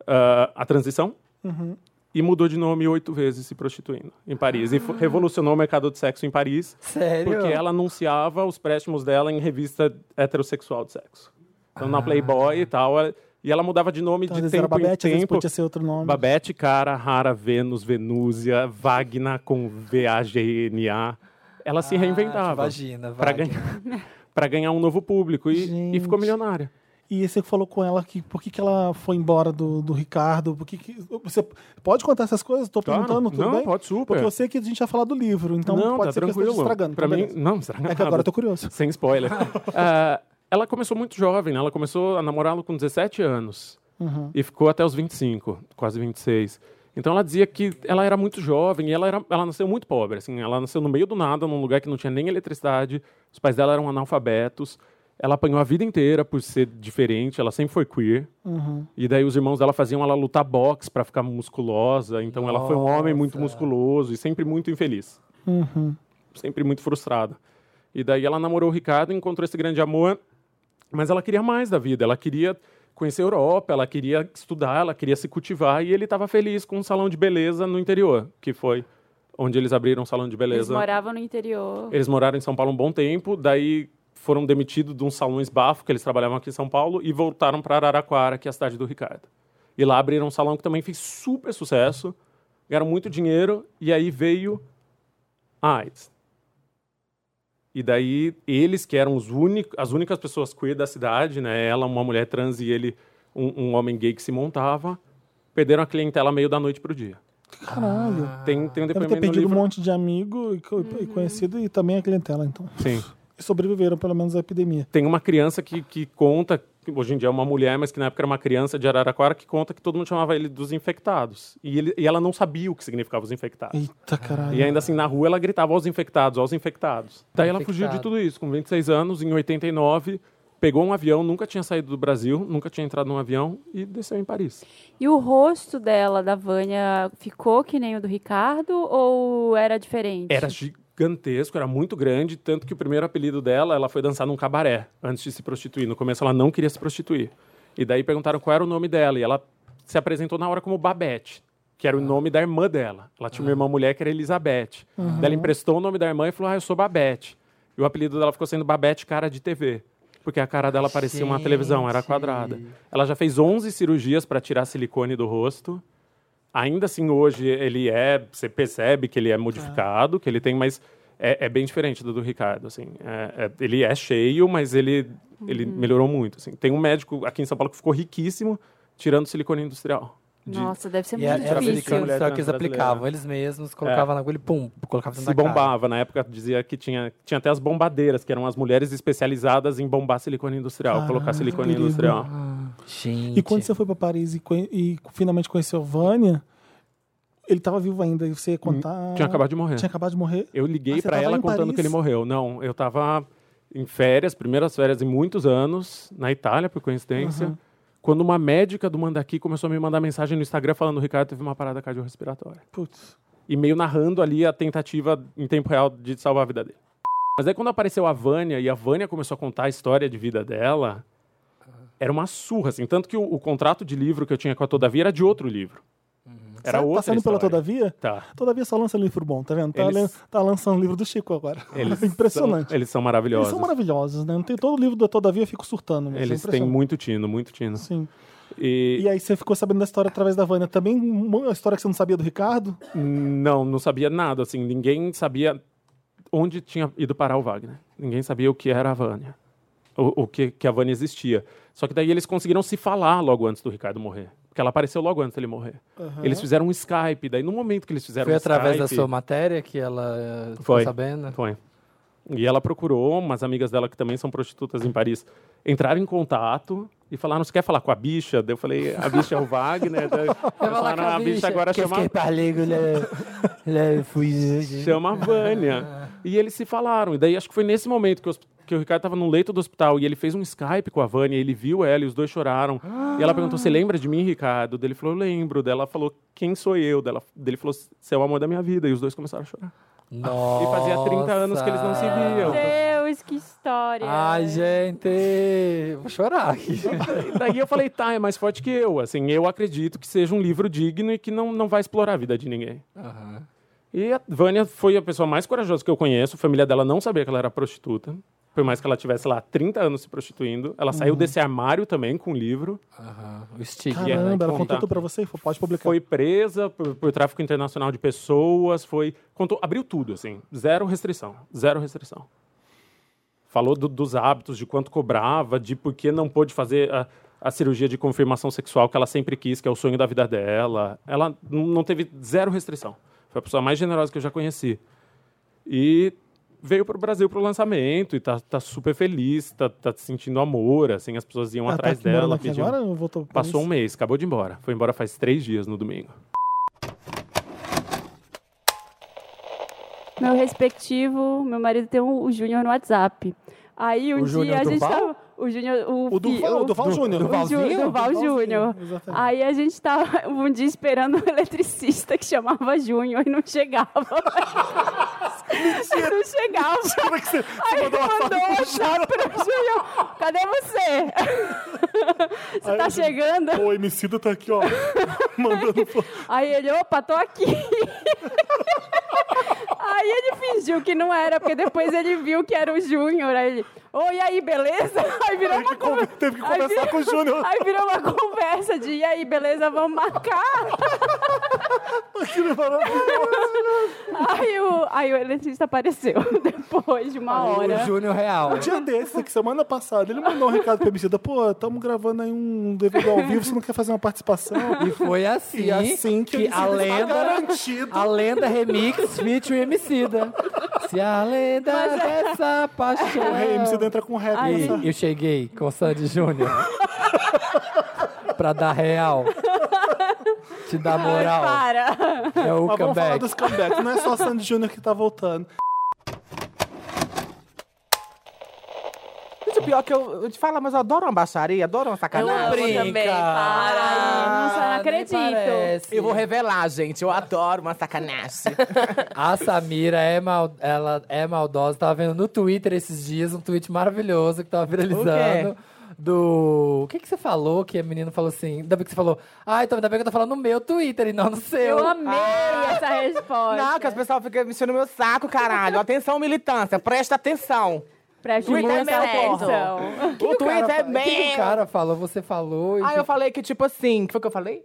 S14: ah, a transição
S3: Uhum.
S14: e mudou de nome oito vezes se prostituindo em Paris. E fo-
S3: Ah.
S14: revolucionou o mercado de sexo em Paris
S5: Sério?
S14: porque ela anunciava os préstimos dela em revista heterossexual de sexo. Então na Playboy e tal. ela- E ela mudava de nome
S3: Ah. Então, às
S14: de
S3: vezes era
S14: tempo
S3: Babette, às
S14: em
S3: vezes
S14: tempo.
S3: podia ser outro nome.
S14: Babette, Cara, Rara, Vênus, Venúzia, Wagner com V-A-G-N-A. Ela se reinventava
S5: Imagina,
S14: para ganhar, pra ganhar um novo público e, e ficou é
S3: Gente.
S14: milionária.
S3: E você falou com ela que por que, que ela foi embora do, do Ricardo? Por que que- você pode contar essas coisas? Tô
S14: Claro.
S3: perguntando, tudo
S14: não,
S3: bem?
S14: pode super.
S3: Porque eu sei que a gente já falar do livro, então
S14: não,
S3: pode
S14: tá
S3: ser que eu
S14: tranquilo.
S3: esteja estragando.
S14: Pra
S3: então
S14: mim,
S3: beleza.
S14: não, estragando.
S3: É que agora eu tô curioso.
S14: Sem
S3: <laughs>
S14: spoiler. Ah, ela começou muito jovem, né? Ela começou a namorá-lo com 17 anos.
S3: Uhum.
S14: E ficou até os 25, quase 26. Então ela dizia que ela era muito jovem e ela, era, ela nasceu muito pobre. Assim, ela nasceu no meio do nada, num lugar que não tinha nem eletricidade. Os pais dela eram analfabetos. Ela apanhou a vida inteira por ser diferente. Ela sempre foi queer.
S3: Uhum.
S14: E daí os irmãos dela faziam ela lutar boxe para ficar musculosa. Então ela foi um homem muito musculoso e sempre muito infeliz sempre muito frustrada. E daí ela namorou o Ricardo, encontrou esse grande amor, mas ela queria mais da vida, ela queria conhecer a Europa, ela queria estudar, ela queria se cultivar, e ele estava feliz com um salão de beleza no interior, que foi onde eles abriram um salão de
S2: Eles
S14: beleza.
S2: moravam no interior.
S14: Eles moraram em São Paulo um bom tempo, daí foram demitidos de um salão esbafo, que eles trabalhavam aqui em São Paulo, e voltaram para Araraquara, que é a cidade do Ricardo. E lá abriram um salão que também fez super sucesso, ganharam muito dinheiro, e aí veio a AIDS. E daí, eles que eram os únic- as únicas pessoas queer da cidade, né? Ela, uma mulher trans, e ele, um, um homem gay que se montava, perderam a clientela meio da noite para o dia.
S3: Caralho.
S14: Tem, tem um
S3: Deve
S14: depoimento
S3: ter
S14: no
S3: perdido um
S14: livro. Hum.
S3: monte de amigo e, co- e conhecido e também a clientela, então.
S14: Sim.
S3: E sobreviveram, pelo menos, à epidemia.
S14: Tem uma criança que, que conta, que hoje em dia é uma mulher, mas que na época era uma criança de Araraquara, que conta que todo mundo chamava ele dos infectados. E, ele, e ela não sabia o que significava os infectados.
S3: Eita, caralho.
S14: E ainda assim, na rua ela gritava aos infectados, aos infectados. Daí ela fugiu de
S3: Infectado.
S14: tudo isso. Com 26 anos, em 89, pegou um avião, nunca tinha saído do Brasil, nunca tinha entrado num avião e desceu em Paris.
S2: E o rosto dela, da Vânia, ficou que nem o do Ricardo ou era diferente?
S14: Era gigantesco, era muito grande, tanto que o primeiro apelido dela, ela foi dançar num cabaré antes de se prostituir. No começo ela não queria se prostituir. E daí perguntaram qual era o nome dela, e ela se apresentou na hora como Babette, que era o nome da irmã dela. Ela tinha uma irmã mulher que era Elizabeth.
S4: Uhum.
S14: Daí ela emprestou o nome da irmã e falou: "Ah, eu sou Babette". E o apelido dela ficou sendo Babette cara de TV. Porque a cara dela parecia uma televisão, era quadrada. Ela já fez 11 cirurgias para tirar silicone do rosto. Ainda assim, hoje ele é. Você percebe que ele é modificado, que ele tem, mas é, é bem diferente do do Ricardo. Assim, É- é- ele é cheio, mas ele ele melhorou muito. Assim. Tem um médico aqui em São Paulo que ficou riquíssimo tirando silicone industrial. De-
S2: Nossa, deve ser
S14: E é-
S2: muito
S14: era- era
S2: difícil.
S14: americano.
S1: Só que eles
S14: Brasileira.
S1: aplicavam, eles mesmos, colocavam
S14: É.
S1: na agulha e pum, colocava
S14: se
S1: dentro da cara.
S14: bombava. Na época dizia que tinha, tinha até as bombadeiras, que eram as mulheres especializadas em bombar silicone industrial,
S1: Ah,
S14: colocar
S3: Caralho,
S14: silicone
S3: perigo.
S14: industrial.
S1: Gente.
S3: E quando você foi pra Paris e, conhe- e finalmente conheceu Vânia, ele tava vivo ainda e você ia contar.
S14: Hum, Tinha acabado de morrer.
S3: Tinha acabado de morrer.
S14: Eu liguei
S3: Ah, você
S14: pra
S3: tava
S14: ela
S3: em
S14: contando
S3: Paris?
S14: que ele morreu. Não, eu tava em férias, primeiras férias em muitos anos, na Itália, por coincidência.
S3: Uhum.
S14: Quando uma médica do Mandaqui começou a me mandar mensagem no Instagram falando Ricardo teve uma parada cardiorrespiratória.
S3: Putz.
S14: E meio narrando ali a tentativa em tempo real de salvar a vida dele. Mas aí quando apareceu a Vânia e a Vânia começou a contar a história de vida dela, era uma surra, assim. Tanto que o, o contrato de livro que eu tinha com a Todavia era de outro livro. Era outra
S3: Sabe, Uhum. tá Passando
S14: história.
S3: pela Todavia?
S14: Tá.
S3: É Todavia só lança livro bom, tá vendo? Tá,
S14: Eles-
S3: lan- tá lançando livro do Chico agora.
S14: <laughs>
S3: <laughs>
S14: Eles
S3: Impressionante.
S14: são- eles são
S3: Eles
S14: maravilhosos.
S3: são maravilhosos, né? Não tem todo livro da Todavia, eu fico surtando. mesmo. É
S14: Eles têm
S3: impressionante.
S14: muito tino, muito tino.
S3: Sim.
S14: E,
S3: E aí você ficou sabendo da história através da Vânia. Também uma história que você não sabia do Ricardo?
S14: não, não sabia nada, assim, ninguém sabia onde tinha ido parar o Wagner. Ninguém sabia o que era a Vânia. O, o que, que a Vânia existia. Só que daí eles conseguiram se falar logo antes do Ricardo morrer. Porque ela apareceu logo antes dele morrer.
S1: Aham.
S14: Eles fizeram um Skype, daí no momento que eles fizeram
S1: Foi
S14: um
S1: através da
S14: Skype-
S1: sua matéria que ela eh, ficou
S14: Foi.
S1: sabendo?
S14: Foi. E ela procurou umas amigas dela que também são prostitutas em Paris. Entraram em contato e falaram: Você quer falar com a bicha? Daí eu falei: A bicha é o
S1: né?
S14: Wagner.
S1: Então, <laughs>
S14: Daí falaram:
S1: "Ah,
S14: A bicha agora chama
S3: né?
S14: chama a
S1: <laughs>
S14: Vânia. E eles se falaram. E daí acho que foi nesse momento que, o hosp- que o Ricardo estava no leito do hospital e ele fez um Skype com a Vânia, ele viu ela e os dois choraram. E ela perguntou: Você lembra de mim, Ricardo? Daí Ele falou: Lembro. Daí Ela falou: Quem sou eu? Daí ela- daí Ele falou: Você é o amor da minha vida. E os dois começaram a chorar.
S1: Nossa.
S14: E fazia 30 anos que eles não se viam.
S2: Deus, que história.
S14: Ah,
S1: Ai, gente, vou chorar aqui.
S14: E daí É. eu falei, tá, é mais forte que eu. Assim, eu acredito que seja um livro digno e que não, não vai explorar a vida de ninguém. E a Vânia foi a pessoa mais corajosa que eu conheço. A família dela não sabia que ela era prostituta. Por mais que ela tivesse lá 30 anos se prostituindo. Ela saiu
S3: Uhum.
S14: desse armário também com o livro.
S1: O estigma. né?
S3: Caramba, ela
S14: é? Contar.
S3: contou tudo pra você e falou, pode publicar.
S14: Foi presa por, por tráfico internacional de pessoas. Foi. Contou, abriu tudo, assim. Zero restrição. Zero restrição. Falou do- dos hábitos, de quanto cobrava, de por que não pôde fazer a, a cirurgia de confirmação sexual que ela sempre quis, que é o sonho da vida dela. Ela n- não teve zero restrição. Foi a pessoa mais generosa que eu já conheci. E veio para o Brasil para o lançamento e tá, tá super feliz, tá, tá sentindo amor, assim, as pessoas iam
S3: Ah, tá
S14: atrás
S3: aqui, morando
S14: dela.
S3: aqui
S14: pediam-
S3: agora ou voltou pra
S14: Passou
S3: Paris?
S14: um mês, acabou de ir embora. Foi embora faz três dias no domingo.
S2: Meu respectivo, meu marido tem um, o o Júnior no WhatsApp. Aí um
S4: O Júnior
S2: dia a gente
S4: Duval?
S2: tava. O Júnior. O,
S4: O
S2: fi-
S4: Duval- Duval
S2: o-
S4: Júnior.
S2: o
S4: Duvalzinho?
S2: Ju- Duval
S4: Duvalzinho,
S2: Júnior.
S4: exatamente.
S2: Aí a gente tava <laughs> um dia esperando um eletricista que chamava Júnior e não
S4: <laughs>
S2: chegava. Aí não chegava. Aí
S4: mandou
S2: mandou um
S4: uma foto pro
S2: WhatsApp pro Júnior. Cadê você? Você tá chegando?
S3: O homicida tá aqui, ó. mandando foto.
S2: Aí ele, opa, tô aqui. aí ele fingiu que não era, porque depois ele viu que era o Júnior. Aí ele, ô, e aí, beleza? Aí virou uma conversa. Teve que
S4: conversar com o Júnior.
S2: <laughs> Aí virou uma conversa de, e aí, beleza, vamos marcar. aí, o, aí o eletricista apareceu <laughs> depois de uma hora.
S3: Um dia desse, que semana passada, ele mandou um recado pro Emicida. Pô, estamos gravando aí um DVD ao vivo, você não quer fazer uma
S15: <laughs>
S3: participação?
S1: E foi assim,
S3: E assim que,
S1: que,
S3: o
S1: a
S3: Emicida está
S1: lenda.
S3: garantido.
S1: A lenda remix feat o Emicida. Se a lenda
S16: Mas é-
S1: dessa paixão.
S16: O rei MC
S3: entra com rap.
S16: Ai,
S1: E
S16: eu não-
S1: <laughs> eu cheguei com o Sandy Júnior pra dar real. Te dar moral. É o
S3: Mas vamos falar
S1: comeback.
S3: dos comebacks. Não é só Sandy Júnior que tá voltando.
S17: Gente, o pior é que eu, eu te falo, mas eu adoro uma baixaria, adoro uma sacanagem.
S1: Não brinca.
S17: para.
S1: Ah, nem parece.
S17: Eu vou revelar, gente. Eu adoro uma
S1: <laughs>
S17: sacanagem.
S1: A Samira é, mal, ela é maldosa. Tava vendo no Twitter esses dias um tweet maravilhoso que tava viralizando.
S17: O
S1: Do. O que, que você falou? Que a menina falou assim. Ainda bem que você falou. Ah, então ainda bem que eu tô falando no meu Twitter e não no seu.
S17: Eu amei
S1: essa resposta.
S17: Não, que as pessoas ficam me enchendo o meu saco, caralho. Atenção, militância, presta atenção. é
S2: Preste
S1: muita atenção.
S17: O Twitter é meu.
S1: O cara falou, você falou. e
S17: Ah, eu
S1: fica-
S17: falei que, tipo assim, o que foi que eu falei?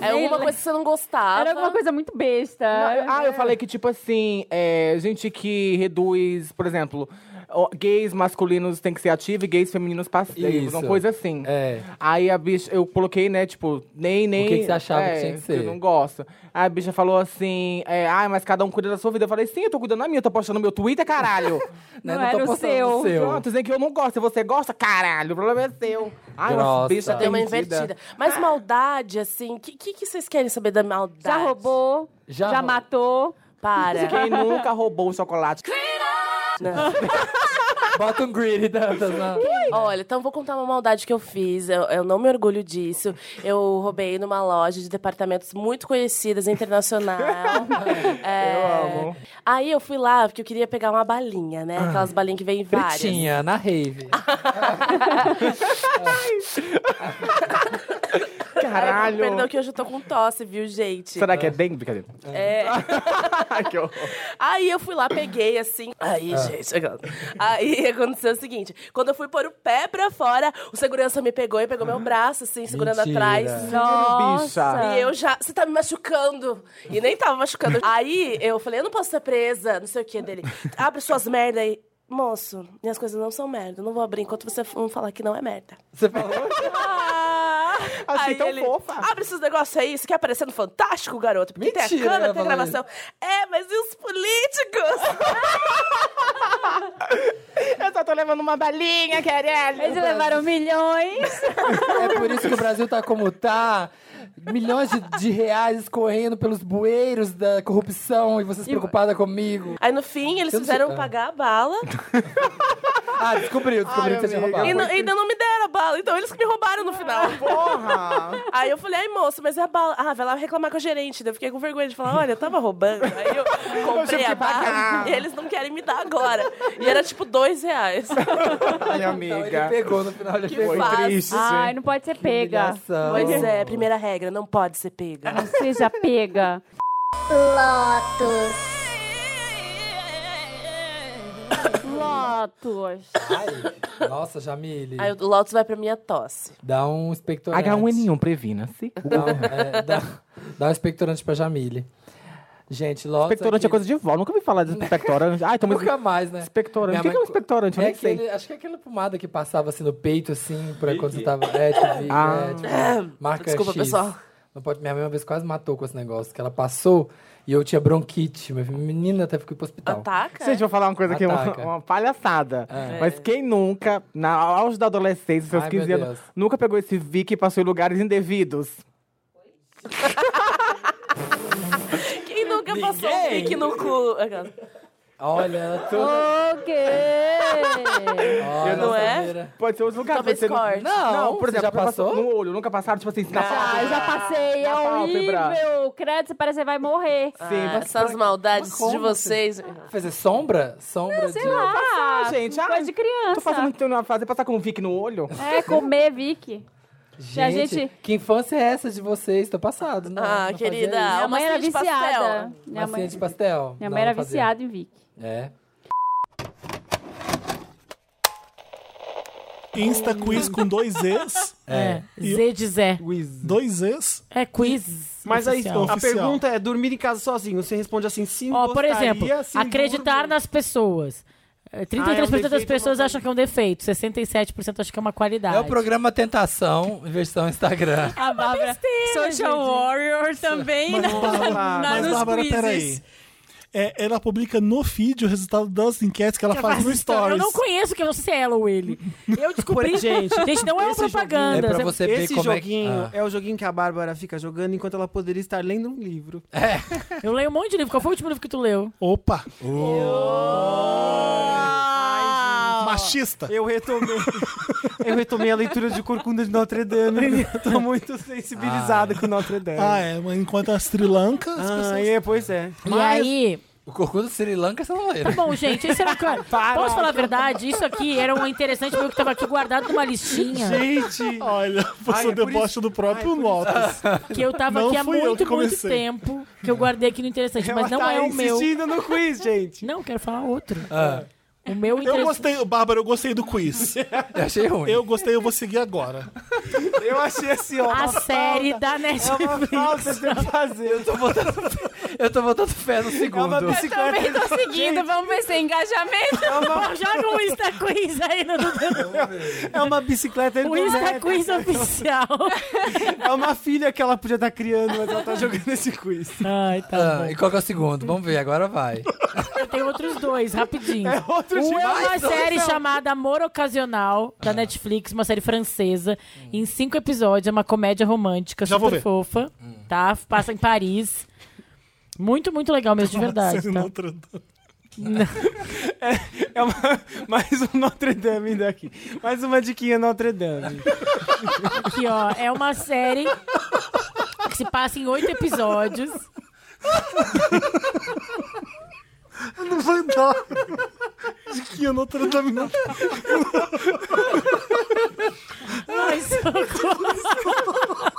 S2: É alguma coisa que você não gostava. Era alguma coisa muito besta.
S17: Não, eu- ah, eu falei que, tipo assim, é, gente que reduz, por exemplo, ó, gays masculinos tem que ser ativo e gays femininos passivos,
S1: Isso.
S17: uma coisa assim.
S1: É.
S17: Aí a bicha, eu coloquei, né, tipo, nem, nem.
S1: que que você achava
S17: é,
S1: que tinha que ser?
S17: Eu não gosto. Aí a bicha falou assim, é, ai, mas cada um cuida da sua vida. Eu falei, sim, eu tô cuidando da minha, eu tô postando no meu Twitter, caralho.
S1: <laughs> Né, Não não tô era o postando seu. no seu.
S17: Pronto, dizem que eu não gosto. Se você gosta, caralho, o problema é seu. Ai, uma
S1: Grossa.
S17: bicha
S11: Deu uma
S17: perdida.
S11: invertida. Mas maldade, assim, o que, que, que vocês querem saber da maldade? Já roubou,
S17: já já rou-
S11: matou. Para.
S17: Quem nunca roubou um chocolate?
S1: Bota um greedy Dantas lá.
S11: Olha, então vou contar uma maldade que eu fiz. Eu, eu não me orgulho disso. Eu roubei numa loja de departamentos muito
S17: <laughs>
S11: conhecidas, internacional.
S17: É,
S11: Eu amo. Aí eu fui lá porque eu queria pegar uma balinha, né? Aquelas balinhas que vem em várias. <laughs>
S1: Pretinha, na rave.
S17: Caralho.
S11: Perdão que hoje eu tô com tosse, viu, gente?
S17: Será que é
S11: <laughs>
S17: dengue? Brincadeira.
S11: É.
S17: que horror.
S11: Aí eu fui lá, peguei assim. Aí,
S17: Ah.
S11: gente, agora- aí <laughs> aconteceu o seguinte: quando eu fui pôr o pé pra fora, o segurança me pegou e pegou meu braço, assim, segurando
S17: Mentira.
S11: atrás.
S17: Nossa. bicha.
S11: E eu já. Você tá me machucando. E nem tava machucando. aí eu falei: eu não posso ser presa, não sei o que dele. Abre suas merda aí. Moço, minhas coisas não são merda. Eu não vou abrir enquanto você não falar que não é merda.
S1: Você
S11: falou? Ah, Achei tão fofa. Abre esses negócios aí, isso quer aparecer no Fantástico, garoto. Porque tem a
S1: Mentira,
S11: câmera,
S1: ela
S11: tem a
S1: falou
S11: gravação. É, mas e os políticos? <laughs>
S17: Eu só tô levando uma balinha, querendo.
S6: Eles levaram milhões.
S1: <laughs> É por isso que o Brasil tá como tá. Milhões de, de reais escorrendo pelos bueiros da corrupção e vocês preocupadas comigo.
S11: Aí no fim, eles
S1: Eu não sei-
S11: fizeram
S1: Ah.
S11: pagar a bala.
S1: Ah, descobriu, descobriu que você tinha roubado.
S11: E não- ainda não me deram a bala, então eles que me roubaram no final.
S17: Ah, porra!
S11: Aí eu falei, ai moço, mas é a bala. Ah, vai lá reclamar com a gerente. Daí eu fiquei com vergonha de falar, olha, eu tava roubando.
S17: <laughs>
S11: Aí eu comprei
S17: tive que
S11: a bala
S17: pagar.
S11: e eles não querem me dar agora. E era tipo dois reais.
S17: <laughs> Minha amiga.
S1: Ele pegou no final, ele
S11: Que
S1: pegou.
S11: fácil. Ai, não pode ser pega.
S1: humilhação.
S11: Pois é, primeira regra, não pode ser pega. Não
S2: seja
S11: pega.
S2: Lotus. Lotus.
S1: Nossa, Jamile.
S11: Aí o Lotus vai pra minha tosse.
S1: Dá um expectorante.
S17: H1N1, previna-se.
S1: Dá, um, é, dá, dá um expectorante pra Jamile. Gente, Lotus.
S17: Expectorante é
S1: aquele-
S17: coisa de vó, nunca ouvi falar
S1: <laughs>
S17: de expectorante. Ai, então
S1: Nunca mais, né?
S17: Expectorante.
S1: Minha
S17: O que que é um
S1: mãe-
S17: expectorante? Eu
S1: É
S17: nem sei.
S1: aquele, acho que é aquela pomada que passava assim no peito, assim, pra quando você tava. É, tipo, vi-
S17: Ah.
S1: é, tipo, marca
S11: Desculpa,
S1: X.
S11: pessoal.
S1: Não pode, minha mãe uma vez quase matou com esse negócio, que ela passou e eu tinha bronquite. Minha menina até ficou pro
S2: Ah,
S1: hospital.
S2: tá.
S11: Ataca?
S17: Gente, vou falar uma coisa aqui, uma,
S1: Ataca.
S17: uma palhaçada.
S1: É.
S17: Mas quem nunca, na auge da adolescência, seus
S1: Ai,
S17: 15
S1: meu
S17: anos,
S1: Deus.
S17: nunca pegou esse Vic e passou em lugares indevidos?
S11: Quem nunca passou um pique no cu? Aquela-
S1: Olha, tô...
S2: Ok.
S17: Eu
S11: não é?
S17: Pode ser outro lugar.
S11: Talvez
S17: pode ser no-
S11: corte.
S17: Não,
S11: Não,
S17: por
S11: você
S17: exemplo,
S11: já
S17: nunca No olho, nunca passaram, tipo assim, na
S2: Ah, eu já passei, é
S17: pálpebra.
S2: horrível. Credo, você parece que vai morrer.
S11: Ah, essas maldades de vocês.
S1: <laughs> Fazer sombra? Sombra
S2: sei
S1: de.
S2: lá.
S17: Ah,
S2: Ah,
S17: gente,
S2: coisa
S17: ah,
S2: de criança.
S17: Tô passando muito na fase, passar com um Vic no olho.
S2: É, comer, Vicky. Se a
S1: Gente,
S2: gente-
S1: que infância é essa de vocês? Tô passado. Não,
S11: Ah,
S1: não fazia isso.
S11: querida, uma
S2: Minha mãe era
S11: massinha de
S2: viciada.
S11: pastel.
S2: Minha
S1: Massinha
S2: mãe-
S1: de pastel?
S2: Minha
S1: Não,
S2: mãe era
S1: não fazia.
S2: viciada em Vicky.
S1: É.
S3: Insta quiz com dois Zs.
S15: É.
S3: E-
S15: Z de Zé.
S3: Dois Zs.
S15: É quiz.
S3: Mas aí,
S15: oficial.
S3: a
S15: Oficial.
S3: pergunta
S18: é dormir em casa sozinho. Você responde assim, sim,
S15: Ó, por
S18: gostaria,
S15: exemplo,
S18: sim,
S15: acreditar nas pessoas.
S19: Ah, é um
S15: Eh, 33% das
S18: defeito,
S15: pessoas acham que é um defeito, 67% acham que é uma qualidade.
S1: É o programa Tentação, versão Instagram.
S15: A Bárbara, Social Warrior também
S3: Mas,
S15: na,
S11: né?
S3: Bárbara,
S15: na,
S3: mas,
S15: é nos
S3: Bárbara
S15: quizzes.
S3: peraí. é, ela publica no feed o resultado das enquetes que ela
S15: Já
S3: faz no Stories.
S15: Eu não conheço que você é ela ou ele. Eu descobri.
S19: <laughs> Por-
S15: gente, <laughs> gente, não é uma
S19: esse joguinho-
S15: propaganda.
S19: esse joguinho é, o joguinho que a Bárbara fica jogando enquanto ela poderia estar lendo um livro.
S15: <laughs> Eu leio um monte de livro. Qual foi o último livro que tu leu?
S3: Opa!
S19: Machista!
S1: <laughs>
S19: Eu retomei. eu retomei a leitura de Corcunda de Notre Dame. Eu <laughs> tô muito sensibilizada com Notre Dame.
S3: Ah, é, mas enquanto a Sri Lanka. as
S19: Ah,
S3: pessoas-
S19: é, pois é.
S15: E aí.
S1: O Corcunda do Sri Lanka é você não lê.
S15: Tá
S1: <laughs>
S15: bom, gente, esse era o cara. Posso falar a verdade? Isso aqui era um interessante porque eu tava aqui guardado numa listinha.
S19: Gente!
S3: Olha, você
S15: Ai, é por
S3: deboche do próprio Lotus.
S15: Que eu tava
S3: Não
S15: aqui há
S3: fui eu que
S15: muito, muito
S3: comecei.
S15: tempo. Que eu guardei aqui no interessante,
S3: Ela
S15: mas não
S3: tá
S15: é o meu.
S3: insistindo
S1: um
S19: no quiz, gente.
S15: Não, quero falar outro.
S3: Ah.
S15: O meu
S3: Eu
S15: interessante.
S3: gostei, Bárbara, eu gostei do
S19: <laughs>
S3: quiz.
S1: Eu achei ruim.
S3: Eu gostei, eu vou seguir agora.
S19: Eu achei assim, ó.
S15: A série da Netflix.
S19: Falta de fazer. Eu tô
S1: botando Eu tô botando fé no segundo.
S19: Eu
S2: Também tô seguindo, vamos ver se é engajamento.
S15: Bom, Joga um Insta Quiz aí no
S19: É uma bicicleta
S15: O Insta
S19: ergométrica.
S15: Quiz oficial.
S19: É uma filha que ela podia estar criando, mas ela tá jogando esse quiz.
S15: Ai,
S1: tá E qual que é o segundo? Vamos ver, agora vai.
S15: Eu tenho outros dois, rapidinho.
S19: É outro
S15: um é
S19: demais,
S15: uma
S19: dois
S15: série
S19: não.
S15: chamada Amor Ocasional,
S3: Ah.
S15: da Netflix, uma série francesa, em cinco episódios, é uma comédia romântica
S3: Já vou
S15: super
S3: ver.
S15: fofa, tá? Passa em Paris. Muito, muito legal mesmo, de verdade.
S3: Série
S15: tá?
S3: Notre Dame.
S19: É uma, mais um Notre Dame daqui. Mais uma diquinha Notre Dame.
S15: Aqui, ó, é uma série que se passa em oito episódios.
S3: Não vai dar. De que eu não tô dando nada.
S15: Ai, socorro. Ai, socorro.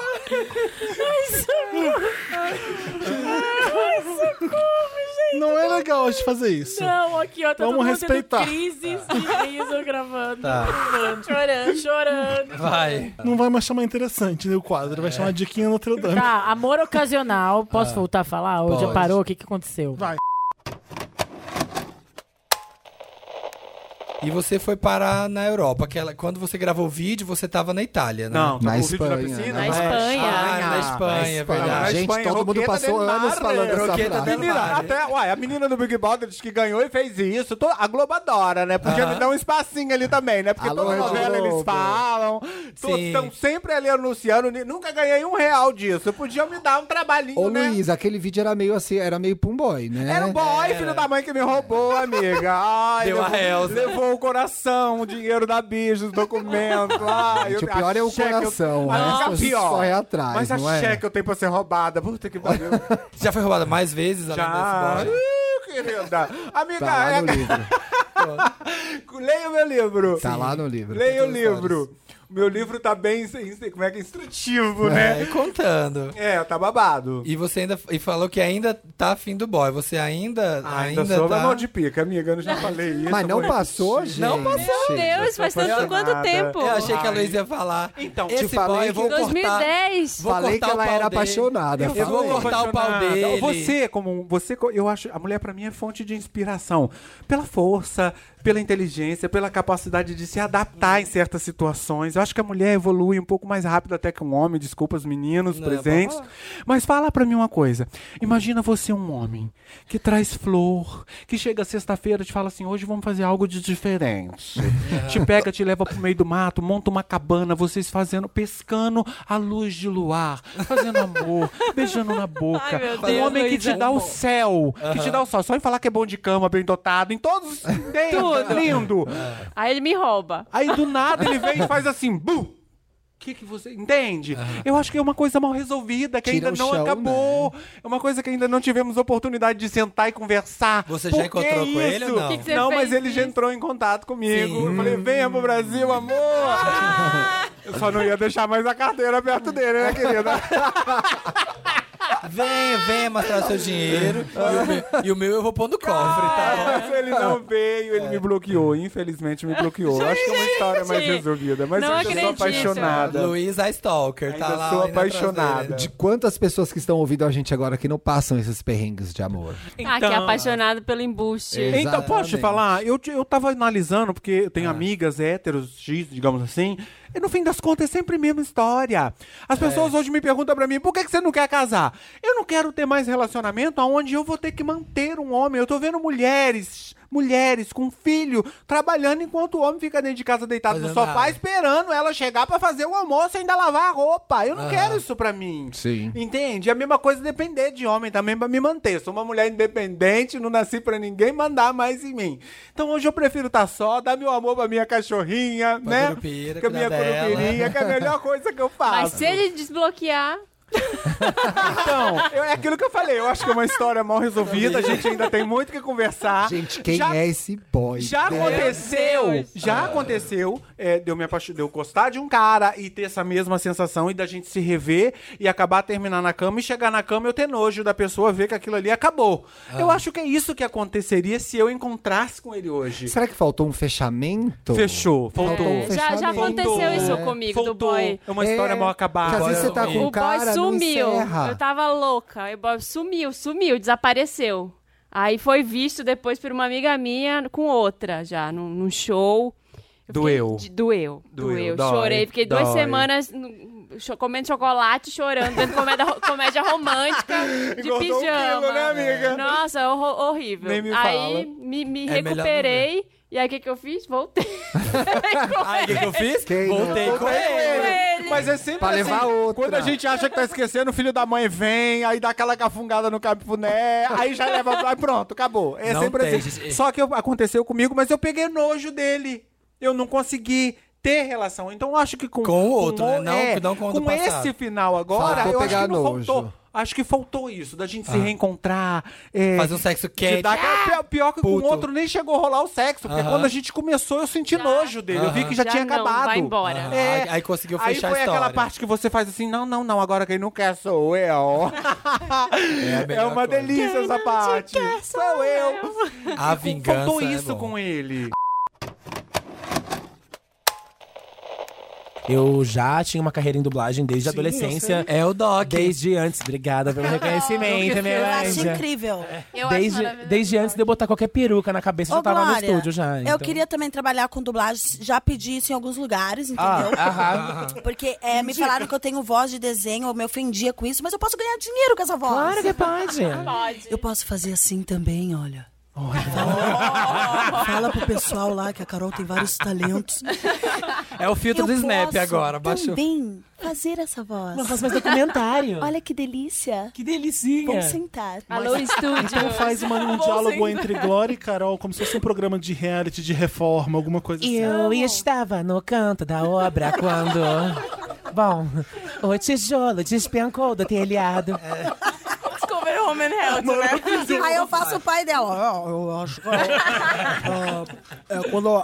S15: Ai, socorro, gente.
S3: Não é legal a gente fazer isso.
S15: Não, aqui, ó, tá
S3: Vamos
S15: todo mundo
S3: respeitar.
S15: tendo crises de riso gravando.
S3: Tá.
S15: gravando, Chorando, chorando.
S1: Vai.
S3: Não vai mais chamar interessante, né? O quadro. Vai
S20: É.
S3: chamar Diquinha Notre Dame.
S15: Tá, amor ocasional. Posso voltar a falar? Ou já
S3: Ah. pode.
S15: parou? O que, que aconteceu?
S3: Vai.
S1: E você foi parar na Europa. Aquela, quando você gravou o vídeo, você tava na Itália, né?
S21: Não,
S1: na
S21: tava o vídeo na Espanha, piscina.
S1: Ah,
S21: né?
S1: Na Espanha. na Espanha, é verdade.
S21: Gente, todo mundo passou anos falando essa
S1: Roqueta é
S21: frase.
S1: del
S21: Menina,
S1: Mare.
S21: até, uai, a menina do Big Brother diz que ganhou e fez isso. To- A Globo adora, né? Podia
S1: Aham.
S21: me dar um espacinho ali também, né? Porque
S1: Alô,
S21: toda novela eles
S1: Globo.
S21: falam.
S1: Sim.
S21: Estão sempre ali anunciando. ni- Nunca ganhei um real disso. Podia me dar um trabalhinho,
S9: Ô
S21: né?
S9: Luiz, aquele vídeo era meio assim, era meio pra um boy, né?
S21: Era um boy, filho da mãe, que me roubou, amiga. Ai,
S9: Deu a
S21: levou,
S9: Elsa.
S21: levou o coração, o dinheiro da bicha, os documentos. Ai,
S9: Gente,
S21: Ah, eu-
S9: o pior é o
S21: a cheque Eu,
S9: coração, né?
S21: Mas
S9: As
S21: a
S9: pessoas
S21: pior.
S9: correm atrás,
S21: Mas a
S9: não é?
S21: cheque eu tenho pra ser roubada. Puta que pariu.
S1: Já foi roubada mais vezes além
S21: Já.
S1: desse boy?
S21: Ih, querida. Amiga,
S1: Tá lá
S21: é...
S1: no
S21: <laughs> leia o meu livro.
S9: Tá lá no livro.
S21: Leia o livro. O meu livro tá bem, ins- como é que é, instrutivo,
S1: É,
S21: né?
S1: contando.
S21: É, tá babado.
S1: E você ainda e falou que ainda tá afim do boy. Você ainda
S21: Ainda,
S1: ainda
S21: sou
S1: tá...
S21: tá... mão de pica, amiga. Eu não já falei isso.
S1: Mas não
S21: vou
S1: passou,
S21: repetir.
S1: gente.
S2: Meu Deus, faz tanto quanto
S21: apaixonada.
S2: tempo?
S1: Eu achei que a Luísa ia falar. Então, esse
S9: te falei
S1: boy,
S9: que-
S1: eu vou cortar...
S2: 2010.
S1: Vou
S9: Falei
S1: cortar
S9: que
S1: o
S9: ela
S1: pau
S9: era
S1: dele.
S9: apaixonada,
S1: Eu vou
S9: falei.
S1: cortar o pau
S21: apaixonada.
S1: dele.
S21: Você, como um- você, co- eu acho, a mulher pra mim é fonte de inspiração pela força, pela inteligência, pela capacidade de se adaptar em certas situações. Eu acho que a mulher evolui um pouco mais rápido até que um homem. Desculpa os meninos
S1: Não,
S21: presentes,
S1: pode
S21: mas fala pra mim uma coisa. Imagina você um homem que traz flor, que chega sexta-feira e te fala assim: hoje vamos fazer algo
S2: <laughs>
S21: de diferente. te pega, te leva pro meio do mato, monta uma cabana, vocês fazendo, pescando à luz de luar, fazendo amor,
S2: <laughs>
S21: beijando na boca.
S2: Ai, meu
S21: um
S2: Deus,
S21: homem que te
S2: Luísa.
S21: dá o céu, que te
S2: Aham.
S21: dá o sol. Só em falar que é bom de cama, bem dotado, em todos
S2: <laughs>
S21: os Tudo. lindo.
S2: Aí ele me rouba.
S21: Aí do nada ele vem e faz assim, bum! O que, que você entende? Eu acho que é uma coisa mal resolvida, que
S9: Tira
S21: ainda
S9: o
S21: não
S9: chão,
S1: né?
S21: acabou. É uma coisa que ainda não tivemos oportunidade de sentar e conversar.
S1: Você
S21: Por
S1: já
S21: que
S1: encontrou com ele
S21: isso?
S1: ou não? Que que você
S21: não,
S1: fez
S21: mas ele já entrou em contato comigo. Eu falei, venha pro Brasil, amor!
S1: Ah!
S21: Eu só não ia deixar mais a carteira perto dele, né, querida?
S1: Venha, venha mostrar seu dinheiro.
S21: Ah.
S1: E o meu- e o meu eu vou pôr no cofre, tá? É.
S21: Mas ele não veio, ele me bloqueou. Infelizmente me bloqueou. Acho que é uma história mais
S1: Gente,
S21: resolvida. Mas eu
S1: não
S21: ainda sou
S1: acredito.
S21: apaixonada.
S1: Luísa Stalker, tá
S21: Ainda
S1: lá.
S21: sou
S1: ainda atrás dele.
S21: apaixonada.
S9: De quantas pessoas que estão ouvindo a gente agora que não passam esses perrengues de amor?
S2: Ah, que é apaixonado pelo embuste.
S13: Ah.
S21: Então, posso te falar? Eu, te- eu tava analisando, porque eu tenho amigas héteros, X, digamos assim, E no fim das contas é sempre a mesma história. As
S13: É.
S21: pessoas hoje me perguntam pra mim, por que, que você não quer casar? Eu não quero ter mais relacionamento onde eu vou ter que manter um homem. Eu tô vendo mulheres, mulheres com filho, trabalhando enquanto o homem fica dentro de casa deitado no
S13: Fazendo
S21: sofá,
S13: nada.
S21: esperando ela chegar pra fazer o almoço e ainda lavar a roupa. Eu não
S13: Aham.
S21: quero isso pra mim.
S13: Sim.
S21: Entende? É a mesma coisa depender de homem também pra me manter. Sou uma mulher independente, não nasci pra ninguém mandar mais em mim. Então hoje eu prefiro estar só, dar meu amor pra minha cachorrinha, né?
S1: curupira,
S21: com a minha
S1: cuidar dela.
S21: curupirinha, que é a melhor coisa que eu faço.
S2: Mas se ele desbloquear.
S21: Então, eu- é aquilo que eu falei. Eu acho que é uma história mal resolvida. A gente ainda tem muito o que conversar. Gente,
S13: Quem é esse boy? Ah.
S21: Ah, já aconteceu, já aconteceu é, de, eu me apaixon... de eu gostar de um cara e ter essa mesma sensação e da gente se rever e acabar terminar na cama e chegar na cama e eu ter nojo da pessoa ver que aquilo ali acabou.
S13: Ah.
S21: Eu acho que é isso que aconteceria se eu encontrasse com ele hoje.
S13: Será que faltou um fechamento?
S21: Fechou, faltou.
S13: É,
S2: Já, já aconteceu isso comigo do boy.
S21: É uma história mal acabada.
S13: Porque às vezes você tá com
S2: O boy
S13: cara, não
S2: sumiu.
S13: encerra.
S2: Eu tava louca. Aí O boy sumiu, sumiu, desapareceu. Aí foi visto depois por uma amiga minha com outra já, num, num show.
S21: Doeu.
S2: De- Doeu.
S21: Doeu,
S2: Doeu.
S21: dói,
S2: Chorei. Fiquei duas
S21: dói.
S2: semanas no- cho- comendo chocolate, chorando, dentro de comédia, ro- comédia
S21: <laughs>
S2: romântica de
S21: Engordou um quilo,
S2: pijama.
S21: né, amiga?
S2: Nossa, horro- horrível.
S21: Nem me fala.
S2: Aí me, me
S21: É melhor não
S2: recuperei. E aí o que, que eu fiz?
S21: <laughs>
S2: Voltei.
S21: Aí o que, que eu fiz? Voltei
S13: não?
S21: com
S13: Voltei
S21: ele.
S13: com
S2: ele.
S21: Mas é sempre
S13: Pra
S21: assim.
S13: levar outra.
S21: Quando a gente acha que tá esquecendo, o filho da mãe vem, aí dá aquela cafungada no capuné, aí já leva pra... Pronto, acabou. É
S1: Não
S21: sempre
S1: tem,
S21: assim.
S1: gente.
S21: Só que eu- aconteceu comigo, mas eu peguei nojo dele. Eu não consegui ter relação. Então eu acho que com...
S1: Com o outro, né? Não-
S21: é,
S1: não com o do
S21: com
S1: passado.
S21: esse final agora,
S13: Faltou
S21: eu acho
S13: pegar
S21: que não
S13: nojo.
S21: faltou. Acho que faltou isso, da gente se
S1: Ah.
S21: reencontrar. é,
S1: Fazer um sexo quente.
S21: pior, pior que com
S1: Puto.
S21: o outro nem chegou a rolar o sexo, porque
S1: Aham.
S21: quando a gente começou eu senti nojo dele. Eu vi que já,
S2: Já
S21: tinha
S2: não,
S21: acabado.
S2: vai embora.
S1: Ah,
S21: É.
S1: aí- Aí conseguiu
S21: Aí
S1: fechar
S21: foi
S1: a história.
S21: aquela parte que você faz assim, não, não, não, agora quem não quer sou eu. É, uma delícia essa parte. sou eu.
S1: A
S21: E com-
S1: vingança
S21: Faltou
S1: é
S21: isso
S1: bom.
S21: com ele.
S20: Eu já tinha uma carreira em dublagem desde a
S22: Sim,
S20: adolescência.
S22: eu
S1: É o Doc.
S20: Desde antes. Obrigada pelo É reconhecimento, meu
S22: Eu Ah, acho
S20: anjo.
S22: incrível.
S20: Desde, desde antes de eu botar qualquer peruca na cabeça, eu já
S22: Ô,
S20: tava no
S22: Glória,
S20: estúdio já. então.
S22: Eu queria também trabalhar com dublagem, já pedi isso em alguns lugares, entendeu?
S20: Ah, <laughs> aham.
S22: Porque é, me
S20: Indica.
S22: falaram que eu tenho voz de desenho, eu me ofendia com isso, mas eu posso ganhar dinheiro com essa voz.
S20: Claro que
S21: <laughs>
S20: pode.
S22: Eu posso fazer assim também, olha. Fala, fala pro pessoal lá que a Carol tem vários talentos.
S1: É o filtro
S22: eu
S1: do Snap
S22: posso
S1: agora, baixou.
S22: também fazer essa voz.
S20: Uma voz mais documentário.
S22: <laughs> Olha que delícia.
S20: Que delicinha.
S22: Vamos sentar.
S3: Então faz uma- um diálogo entre Glória e Carol, como se fosse um programa de reality, de reforma, alguma coisa assim.
S20: Eu estava no canto da obra quando.
S3: <laughs>
S20: Bom, o tijolo despencou do telhado.
S3: É.
S22: Discover Home and Health, né? Aí eu faço o pai dela. Eu, acho que.
S19: É
S17: quando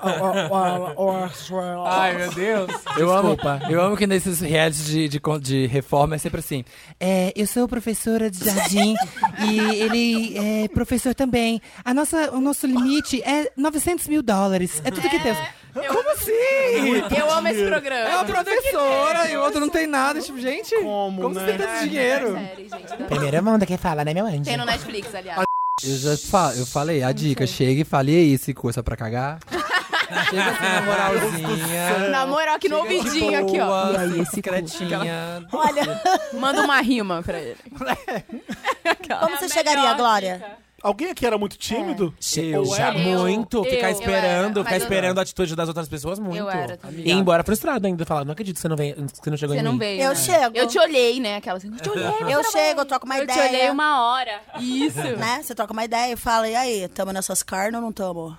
S1: Ai, meu Deus. Eu amo, eu amo que nesses realities de, de, con- de reforma é sempre assim.
S23: É, eu sou professora de jardim e ele é professor também. A nossa, o nosso limite é 900 mil dólares. É tudo que temos.
S1: Como assim?
S23: Eu amo esse programa.
S1: É uma professora
S23: é?
S1: e o outro não tem nada. Tipo, gente, como, né? como você tem tanto dinheiro?
S20: Primeira mão daqui fala, né, meu anjo?
S23: Né? Tem no Netflix, aliás.
S1: Eu já fa- eu falei, a dica, chega e fale e aí, se coça pra cagar. chega assim, na moralzinha.
S23: Na moral, aqui no
S1: Chega de
S23: ouvidinho, aqui, ó.
S1: boa,
S23: Tipo, E aí, esse
S1: discretinha. <laughs>
S22: Olha.
S23: Manda uma rima pra ele.
S1: É.
S23: É
S22: Como você chegaria, Glória?
S3: Alguém aqui era muito tímido?
S20: Eu
S3: Ou
S20: É. já
S3: era?
S20: muito. Ficar
S3: Eu
S20: esperando,
S3: era,
S20: ficar
S3: mas eu-
S20: esperando a atitude das outras pessoas, muito.
S23: era também.
S20: e ir embora frustrado ainda, falar, não acredito que você não, veio, que você não chegou
S23: Você
S20: em
S23: não
S20: mim.
S23: veio.
S22: Eu
S23: né?
S22: chego.
S23: Eu te olhei, né? Aquela assim, eu te olhei.
S22: Eu chego, eu troco uma
S2: Eu
S22: ideia.
S2: te olhei uma hora. Isso.
S22: Né? Você troca uma ideia e fala, e aí, tamo nessas carnes ou não tamo?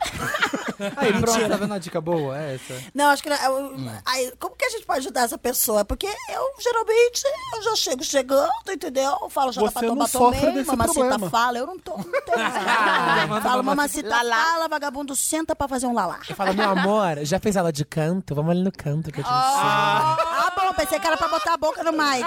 S1: Aí, pronto, tá vendo uma dica boa? É essa.
S22: Não, acho que. não. Eu- aí, como que a gente pode ajudar essa pessoa? Porque eu, geralmente, eu já chego chegando, entendeu? Eu falo, já dá pra
S3: Você
S22: tomar,
S3: não sofre
S22: tomei,
S3: desse
S22: mamacita
S3: problema. Ah,
S22: fala, eu não tô.
S3: <laughs>
S22: Não tenho nada. falo, mamacita fala, vagabundo senta pra fazer um lalá.
S20: Eu falo,
S22: <laughs>
S20: meu amor, já fez aula de canto? Vamos ali no canto que eu te ensino.
S22: Ah, bom, pensei que era pra botar a boca
S3: <laughs>
S22: no mic.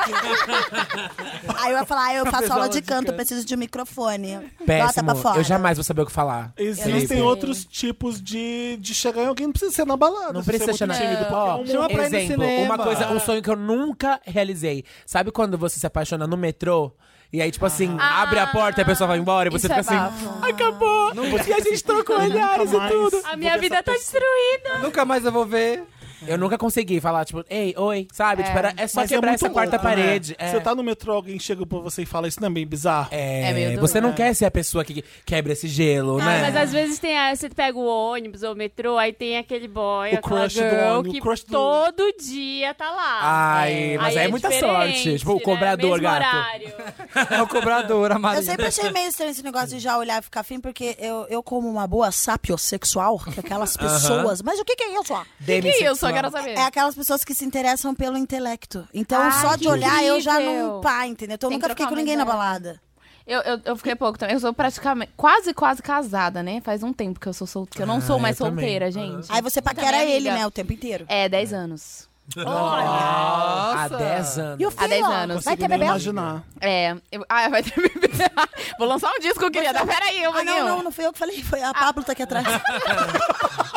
S22: Aí eu ia falar, ah, eu faço aula de
S3: é.
S22: canto, preciso de um microfone. Bota pra
S20: Péssimo,
S22: fora.
S20: eu jamais vou saber o que falar.
S3: Existem
S20: Felipe.
S3: outros tipos de, de chegar em alguém, não precisa ser na balada.
S20: Não
S3: se
S20: precisa
S3: você é
S20: chamar.
S3: muito tímido, porque é
S20: Ó,
S3: um
S20: chama pra
S3: mundo-
S20: exemplo, uma coisa, um sonho que eu nunca realizei. Sabe quando você se apaixona no metrô? E aí, tipo assim, abre a porta e a pessoa vai embora e você
S23: Isso
S20: fica
S23: é
S20: assim.
S23: bafo.
S1: tá
S20: Acabou! e a gente trocou olhares e tudo.
S2: A minha vida tá destruída.
S1: Nunca mais eu vou ver.
S20: Eu nunca consegui falar, tipo, ei, oi, sabe? Tipo, era, é só quebrar essa quarta parede. É.
S3: Você tá no metrô, alguém chega pra você e fala, isso não é meio bizarro?
S20: É, você não quer ser a pessoa que quebra esse gelo,
S2: Ah,
S20: né?
S2: mas às vezes tem a- você pega o ônibus ou o metrô, aí tem aquele boy,
S20: O
S2: aquela
S20: crush do
S2: girl
S20: ônibus,
S2: que
S20: o crush do-
S2: todo dia tá lá.
S20: Ai, mas
S2: Aí
S20: aí é,
S2: é
S20: muita
S2: diferente,
S20: sorte. Tipo, o
S2: né?
S20: cobrador,
S2: Mesmo
S20: gato.
S2: horário.
S20: é o cobrador, a
S22: Eu
S20: Marina.
S22: sempre achei meio estranho esse negócio de já olhar e ficar afim, porque eu, eu como uma boa sapiosexual, que aquelas
S20: Aham.
S22: pessoas... Mas o que que é isso, ó?
S23: Demissexual. isso? Eu quero saber.
S22: É aquelas pessoas que se interessam pelo intelecto. Então,
S23: Ai,
S22: só de
S23: que
S22: olhar, eu já
S23: incrível.
S22: não pá, entendeu? Então, eu
S23: Tem
S22: nunca fiquei
S23: que trocar
S22: com
S23: uma
S22: ninguém na
S23: ideia.
S22: balada.
S23: Eu, eu, eu fiquei pouco também. Eu sou praticamente quase, quase casada, né? Faz um tempo que eu sou solteira. Que eu não
S22: Ah,
S23: sou mais
S22: eu também.
S23: solteira, gente.
S22: Aí você paquera
S23: Também,
S22: ele,
S23: amiga.
S22: né, o tempo inteiro.
S23: É, 10 anos.
S20: Nossa. Há 10 anos.
S23: E o Há 10 anos.
S3: Consigo nem imaginar.
S23: É. eu- ah, vai ter bebê. <laughs> Vou lançar um Ah. disco, querida. Peraí, eu
S22: Ah, não, não, não fui eu que falei, foi a Pablo tá aqui atrás.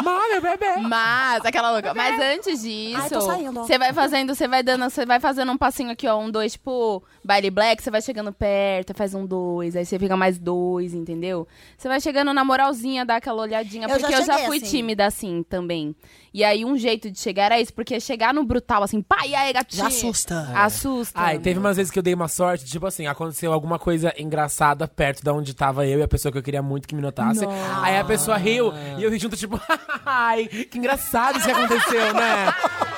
S23: Mano, bebê. Mas, aquela louca. Mas antes
S22: Ai, tô
S23: disso,
S22: saindo, ó.
S23: você vai fazendo, você vai dando, você vai fazendo um passinho aqui, ó, um dois, tipo, baile black, você vai chegando perto, faz um dois, aí você fica mais dois, entendeu? Você vai chegando na moralzinha, dá aquela olhadinha,
S22: Eu já
S23: porque eu já
S22: cheguei
S23: fui
S22: assim.
S23: tímida assim também. E aí um jeito de chegar era isso, porque chegar no brutal assim, pai, e aí, gatinho.
S22: Já assusta.
S23: Assusta.
S22: Então,
S20: Ai, Ah, teve
S22: né?
S20: umas vezes que eu dei uma sorte, tipo assim, aconteceu alguma coisa engraçada perto de onde tava eu e a pessoa que eu queria muito que me notasse.
S23: Nossa.
S20: Aí a pessoa riu e eu ri junto, tipo, <laughs> ai, que engraçado isso que aconteceu, né?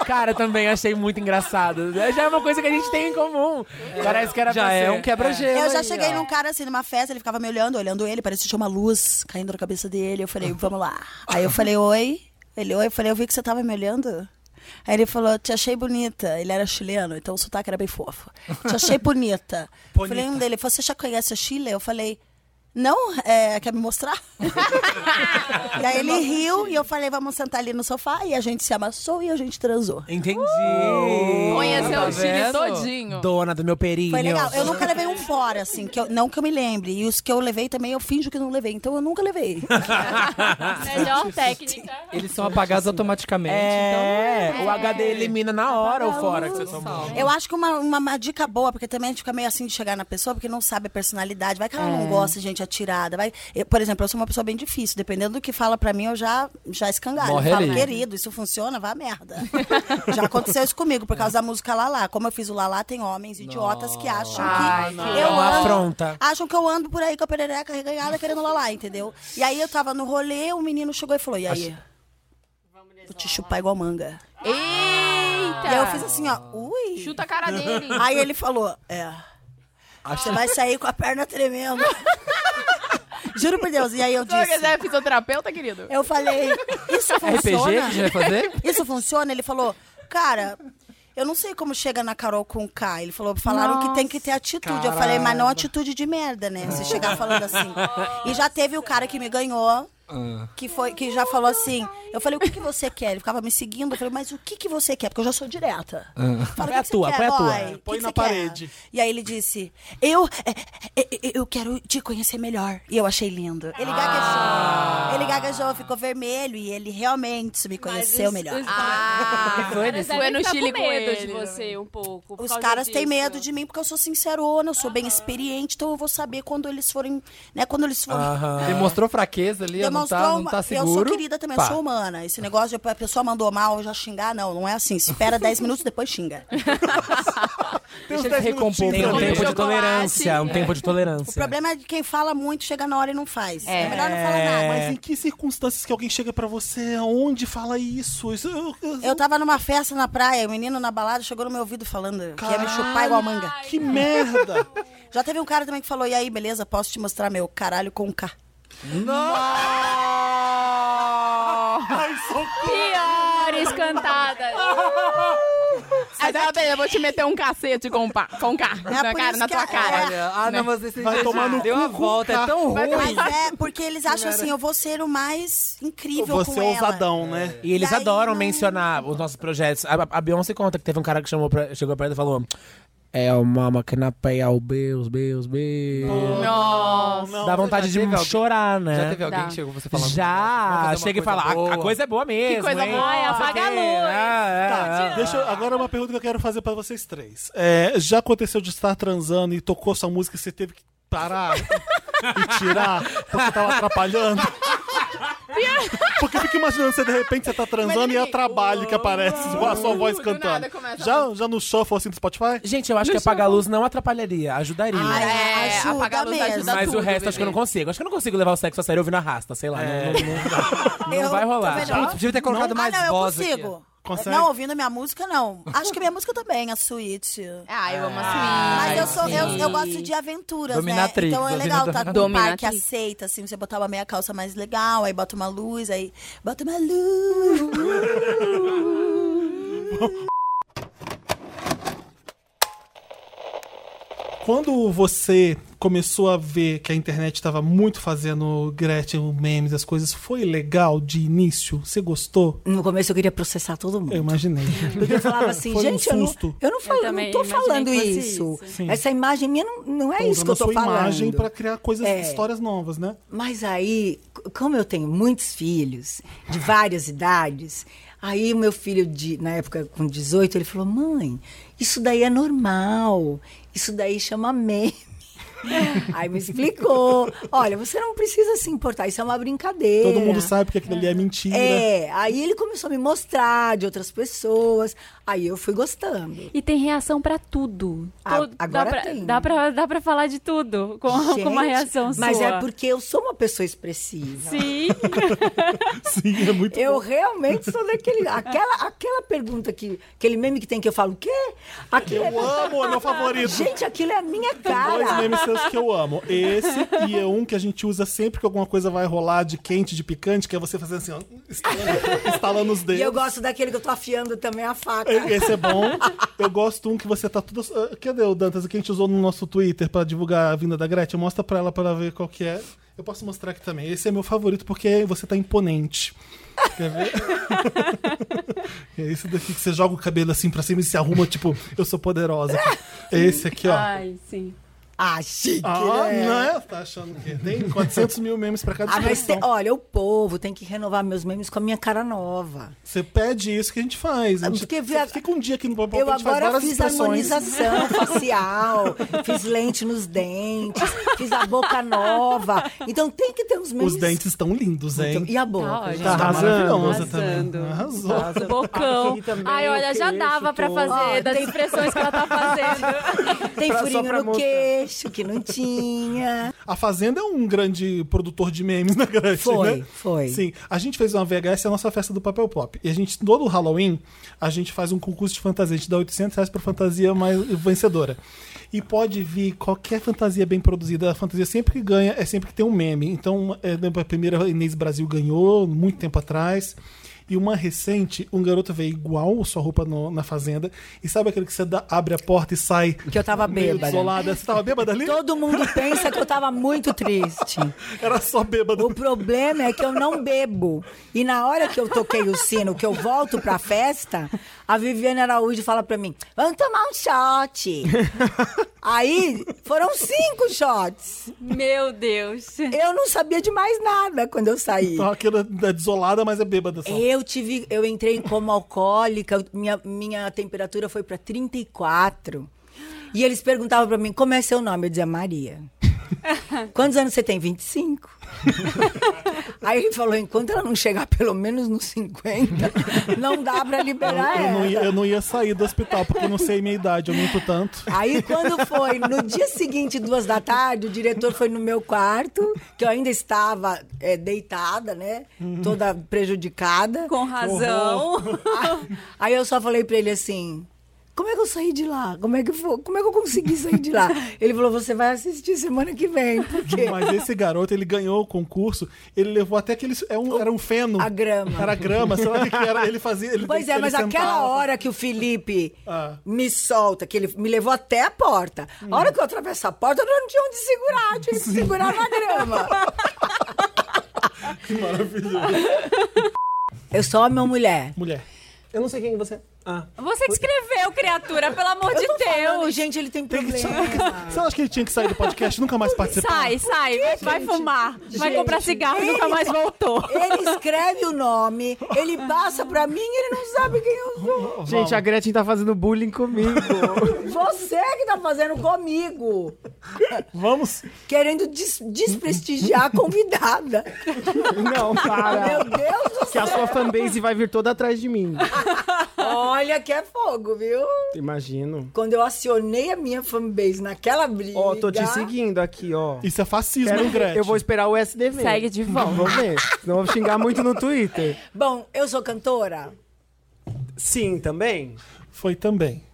S20: Cara, eu também achei muito engraçado. Já é uma coisa que a gente tem em comum. Parece que era
S1: Já
S20: pra
S1: é
S20: ser.
S1: um quebra-gelo
S22: Eu já
S1: aí,
S22: cheguei
S1: ó.
S22: num cara assim numa festa, ele ficava me olhando, olhando ele, parecia que tinha uma luz caindo na cabeça dele. Eu falei, vamos lá. Aí eu falei, oi. Ele, oi, eu falei, eu vi que você tava me olhando. Aí ele falou, te achei bonita. Ele era chileno, então o sotaque era bem fofo. Te achei bonita. Eu Falei um dele, você já conhece o Chile? Eu falei, não, é, quer me mostrar? e
S1: <laughs>
S22: aí ele riu e eu falei, vamos sentar ali no sofá. E a gente se amassou e a gente transou.
S20: Entendi.
S23: Conheceu
S20: Tá
S23: o Chile
S20: vendo?
S23: todinho.
S20: Dona do meu perinho.
S22: Foi legal. Eu nunca levei um fora, assim, que eu- não que eu me lembre. E os que eu levei também, eu finjo que não levei. Então eu
S20: <laughs>
S22: nunca levei.
S2: Melhor técnica.
S1: Eles são apagados automaticamente.
S20: É,
S1: então...
S20: o HD elimina na hora o fora que você tomou.
S22: Eu acho que uma, uma, uma dica boa, porque também a gente fica meio assim de chegar na pessoa, porque não sabe a personalidade. Vai que ela não
S23: É.
S22: gosta, gente, atirada. Vai... Eu, por exemplo, eu sou uma pessoa bem difícil. Dependendo do que fala pra mim, eu já, já escangalho.
S23: Morre
S22: eu falo,
S23: ali.
S22: querido, isso funciona? Vá à merda. <laughs> já aconteceu isso comigo, por causa da música Lalá. Como eu fiz o Lalá, tem homens idiotas que acham
S20: Ai,
S22: que
S20: não.
S22: eu
S20: É uma
S22: ando-
S20: afronta.
S22: Acham que eu ando por aí com a perereca reganhada querendo Lalá, entendeu? E aí eu tava no rolê, o menino chegou e falou, e aí? Vou te chupar igual manga.
S23: Eita!
S22: E aí eu fiz assim, ó, ui.
S23: Chuta a cara dele.
S22: <laughs> Aí ele falou, é. Você vai sair com a perna
S23: <laughs>
S22: tremendo. Juro por Deus. E aí eu
S23: Se você
S22: disse.
S23: quiser é fisioterapeuta, querido.
S22: Eu falei,
S23: <laughs>
S22: isso
S23: RPG que
S22: funciona?
S23: a gente vai fazer?
S22: <laughs> Isso funciona? Ele falou, cara, eu não sei como chega na Carol com K. Ele falou, falaram que tem que ter atitude. Eu falei, mas não atitude de merda, né? Você chegar falando assim. E já teve o cara que me ganhou, que, foi, que já falou assim. Eu falei, o que, que você quer? Ele ficava me seguindo. Eu falei, mas o que, que você quer? Porque eu já sou direta. Fala,
S20: Ah. Põe a
S22: "O que que você
S20: tua,
S22: quer,
S20: põe a tua.
S22: boy? O que
S20: Põe
S22: que
S20: na
S22: você quer?"
S20: parede.
S22: E aí ele disse, eu, é, é, é, eu quero te conhecer melhor. E eu achei lindo. Ele
S2: Ah.
S22: gaguejou. Ele gaguejou, ficou vermelho e ele realmente me conheceu
S2: os-
S22: melhor.
S2: os- Ah,
S22: Foi
S2: Eles
S22: nisso.
S2: devem
S22: Foi no
S2: ficar
S22: Chile
S2: com
S22: com
S2: medo de
S22: ele, né?
S2: você um pouco. por
S22: Os
S2: causa
S22: caras têm
S2: disso.
S22: medo de mim porque eu sou sincerona, eu sou bem experiente, então eu vou saber quando eles forem, né, quando eles forem <laughs>
S1: Aham. Ele mostrou fraqueza ali, ó, não tá, não
S22: uma-
S1: tá seguro.
S22: Eu sou querida também,
S1: Pá.
S22: eu sou humana. Esse negócio de a pessoa mandou mal, eu já xingar, não, não é assim. Espera 10 minutos, depois xinga.
S20: Deixa ele recompor. Tem um tempo
S1: minutinhos.
S20: de
S1: Chocolate.
S20: tolerância, um tempo de
S22: O
S20: tolerância.
S22: problema é de quem fala muito, chega na hora e não faz. É, melhor não falar nada.
S3: Mas em que circunstâncias que alguém chega pra você? Onde fala isso? Isso- eu- eu-
S22: Eu tava numa festa na praia, o menino na balada chegou no meu ouvido falando que ia me chupar igual manga.
S3: Que merda!
S22: <laughs> Já teve um cara também que falou, e aí, beleza, posso te mostrar meu caralho com um K.
S23: Piores cantadas. Aí tava bem, eu vou te meter um cacete com, pa, com K na,
S22: por
S23: cara,
S22: isso
S23: na
S22: que
S23: tua
S22: é-
S23: cara.
S22: Olha,
S1: ah, não, mas esse jeito deu
S22: cu
S1: a
S22: com
S1: volta,
S22: K.
S1: é tão
S22: Vai tomar-
S1: ruim.
S22: Mas é, porque eles acham assim, eu vou ser o mais incrível
S3: é
S22: com ela.
S20: né? E eles adoram mencionar os nossos projetos. A, a- a Beyoncé conta que teve um cara que chamou pra- chegou perto e falou: É o mama que na peia o Beus, Beus, Beus.
S23: Nossa.
S20: Dá vontade de chorar, né?
S1: Já teve alguém
S20: Dá.
S1: que chegou pra você falar
S20: Já,
S1: "Vamos fazer uma
S20: chega e
S1: coisa
S20: fala, "A- a,
S1: boa."
S20: coisa é boa mesmo.
S1: coisa
S20: hein?
S1: boa,
S20: Não sei
S1: apaga
S20: o
S1: a
S20: quê."
S1: luz.
S20: É, é,
S3: Tá,
S20: é.
S3: deixa eu- agora uma pergunta que eu quero fazer pra vocês três. É, já aconteceu de estar transando e tocou sua música e
S1: <laughs>
S3: você teve que parar e tirar porque tava atrapalhando? Porque eu fico imaginando você, de repente, você tá transando e é trabalho que aparece a sua voz cantando. Já, já no shuffle, assim, do Spotify?
S13: Gente, eu acho que apagar a luz não atrapalharia, ajudaria.
S23: Ah,
S22: é, ajuda apagar a luz mesmo. ajuda
S13: Mas o
S22: tudo, né?
S13: resto acho que eu não consigo. Acho que eu não consigo levar o sexo a sério ouvindo arrasta, sei lá. Não, não- não- não vai rolar.
S22: também não.
S13: Putz, podia ter colocado
S22: ah,
S13: mais
S22: não,
S13: voz
S22: eu
S13: aqui.
S22: consigo. Não, ouvindo minha música, não. Acho que minha música também, a suíte.
S24: Ah, eu amo a
S22: Mas eu,
S24: suíte.
S22: sou, eu,
S24: Sim.
S22: eu gosto de aventuras,
S24: Dominatrix,
S22: né? Então é
S24: ouvindo
S22: legal tá com um pai
S24: Dominatrix.
S22: que aceita, assim, você botar uma meia calça mais legal, aí bota uma luz, aí bota uma <laughs> luz.
S3: Quando você começou a ver que a internet tava muito fazendo Gretchen, memes, as coisas, foi legal de início? Você gostou?
S7: No começo eu queria processar todo mundo.
S3: Eu imaginei.
S7: Porque eu falava assim,
S3: Foi um
S7: gente, eu, não,
S3: susto.
S7: eu não falo,
S3: Eu também
S7: não tô
S3: imaginei
S7: falando
S3: que fosse
S7: isso.
S3: isso. Sim.
S7: Essa imagem minha não, não é
S3: Tá
S7: isso que eu
S3: usando
S7: tô
S3: a sua
S7: falando. É.
S3: imagem pra criar coisas, histórias novas, né?
S7: Mas aí, c- como eu tenho muitos filhos, de várias idades, aí o meu filho, de, na época com 18, ele falou, mãe, isso daí é normal, isso daí chama
S3: <laughs>
S7: meme. Aí me explicou. Olha, você não precisa se importar, isso é uma brincadeira.
S3: Todo mundo sabe que aquilo ali é mentira.
S7: É, aí ele começou a me mostrar de outras pessoas, aí eu fui gostando. Ah,
S23: E tem reação pra tudo.
S7: A-
S23: Todo-
S7: agora
S23: dá pra,
S7: tem.
S23: Dá pra, dá pra falar de tudo com, com uma
S7: Gente,
S23: reação
S7: Mas
S23: sua.
S7: é porque eu sou uma pessoa expressiva. <laughs>
S23: Sim.
S3: Sim, é muito
S7: Eu realmente sou daquele. Aquela, aquela pergunta que. Aquele meme que tem que eu falo, o quê?
S3: Eu amo, é meu favorito.
S7: Gente, aquilo é a minha
S3: Tem
S7: cara.
S3: dois memes seus que eu amo. Esse e é um que a gente usa sempre que alguma coisa vai rolar de quente, de picante, que é você fazendo assim, ó, estalando, estalando os dedos.
S7: <laughs> E eu gosto daquele que eu tô afiando também a faca.
S3: Esse é
S7: <laughs>
S3: bom. Eu gosto um que você tá tudo. Ah, Cadê o Dantas? O que a gente usou no nosso Twitter pra divulgar a vinda da Gretchen? Mostra pra ela pra ela ver qual que é. Eu posso mostrar aqui também. Esse é meu favorito porque você tá imponente. Quer ver? <laughs> é esse daqui que você joga o cabelo assim pra cima e se arruma, tipo, eu sou poderosa. É esse aqui, ó.
S23: Ai, sim.
S7: Ah, chique,
S3: Ah,
S7: né?
S3: né? Tá achando que tem 400 mil memes pra cada
S7: Ah, mas
S3: expressão.
S7: tem- olha, o povo tem que renovar meus memes com a minha cara nova.
S3: Você pede isso que a gente faz. A gente
S7: Porque
S3: você fica um dia aqui no Papo
S7: Eu
S3: a gente faz
S7: agora
S3: várias
S7: fiz
S3: expressões. <laughs>
S7: harmonização facial, fiz lente nos dentes, fiz a boca nova. Então tem que ter uns memes.
S3: Os dentes estão lindos, hein?
S7: E a boca,
S3: Tá,
S7: gente?
S3: tá
S7: Tá
S3: arrasando.
S7: maravilhosa
S3: Arrasando. Arrasou.
S23: Bocão. Ai, olha, já dava pra fazer
S7: Ó,
S23: das
S7: tem-
S23: expressões que ela tá fazendo.
S7: Tem
S3: Pra- só
S7: furinho
S3: pra
S7: no
S3: mostrar.
S7: queixo, que não tinha.
S3: A Fazenda é um grande produtor de memes na grande,
S7: Foi,
S3: né?
S7: foi.
S3: Sim. A gente fez uma VHS, é a nossa festa do papel pop. E a gente, todo Halloween, a gente faz um concurso de fantasia. A gente dá 800 reais pra fantasia mais vencedora. E pode vir qualquer fantasia bem produzida. A fantasia sempre que ganha é sempre que tem um meme. Então, é, lembra, a primeira Inês Brasil ganhou, muito tempo atrás. E uma recente, um garoto veio igual sua roupa no- na fazenda. E sabe aquele que você dá- abre a porta e sai.
S7: Que eu tava
S3: meio
S7: bêbada.
S3: Isolada. Você tava bêbada ali?
S7: Todo mundo pensa que eu tava muito triste.
S3: <laughs> Era só bêbado.
S7: O problema é que eu não bebo. E na hora que eu toquei o sino, que eu volto pra festa, a Viviane Araújo fala pra mim: vamos tomar um shot. Aí foram cinco shots.
S23: Meu Deus.
S7: Eu não sabia de mais nada quando eu saí.
S3: Então aquilo é desolada, mas é bêbada só.
S7: Eu tive, eu entrei como alcoólica, minha, minha temperatura foi pra 34. E eles perguntavam pra mim, como é seu nome? Eu
S23: <laughs>
S7: dizia, Maria. Quantos anos você tem? 25. Aí ele falou, enquanto ela não chegar pelo menos nos 50, não dá pra liberar
S3: Eu
S7: ela.
S3: não, ia, eu não ia sair do hospital, porque eu não sei minha idade, eu minto
S7: <laughs>
S3: tanto.
S7: Aí quando foi no dia seguinte, duas da tarde, o diretor foi no meu quarto, que eu ainda estava eh, deitada, né? Toda prejudicada. Com
S23: razão.
S7: Aí eu só falei pra ele assim. Como é que eu saí de lá? Como é que foi? Como é que eu consegui sair de lá? Ele falou: "Você vai assistir semana que vem". Porque
S3: Mas esse garoto, ele ganhou o concurso, ele levou até aquele. É um, era um feno. A
S7: grama.
S3: Era grama, sei lá o que que era. Ele fazia. Ele,
S7: pois é,
S3: ele
S7: mas aquela
S3: sentava. Ah.
S7: hora que o Felipe me solta, que ele me levou até a porta. A hora que eu atravesso a porta, eu não tinha onde segurar, eu tinha que segurar na grama.
S3: Que maravilhoso.
S7: Eu sou homem ou mulher?
S3: Mulher.
S19: Eu não sei quem você é.
S3: Ah.
S10: Você descreveu, criatura, pelo amor de Deus. gente,
S7: ele tem
S3: Você acha que ele tinha que sair do podcast e nunca mais participar?
S10: Sai, sai, vai, vai fumar, vai
S7: Gente,
S10: comprar cigarro,
S7: ele-
S10: nunca mais voltou.
S7: Ele escreve o nome, ele passa pra mim e ele não sabe quem eu sou.
S19: Gente, a Gretchen tá fazendo bullying comigo.
S3: <laughs>
S7: Você que tá fazendo comigo.
S3: Vamos.
S7: Querendo des- desprestigiar a convidada.
S19: Não, para.
S7: Meu Deus do
S19: que a
S7: céu.
S19: sua fanbase vai vir toda atrás de mim.
S7: Olha que é fogo, viu?
S19: Imagino.
S7: Quando eu acionei a minha fanbase naquela briga. Ó,
S19: Tô te seguindo aqui, ó.
S3: Isso é fascismo,
S7: hein, Gretchen?
S19: Eu vou esperar o SDV.
S7: Segue de volta.
S19: Vamos ver. Senão eu vou xingar muito no Twitter.
S7: Bom, eu sou cantora.
S19: Sim, também.
S3: Foi também.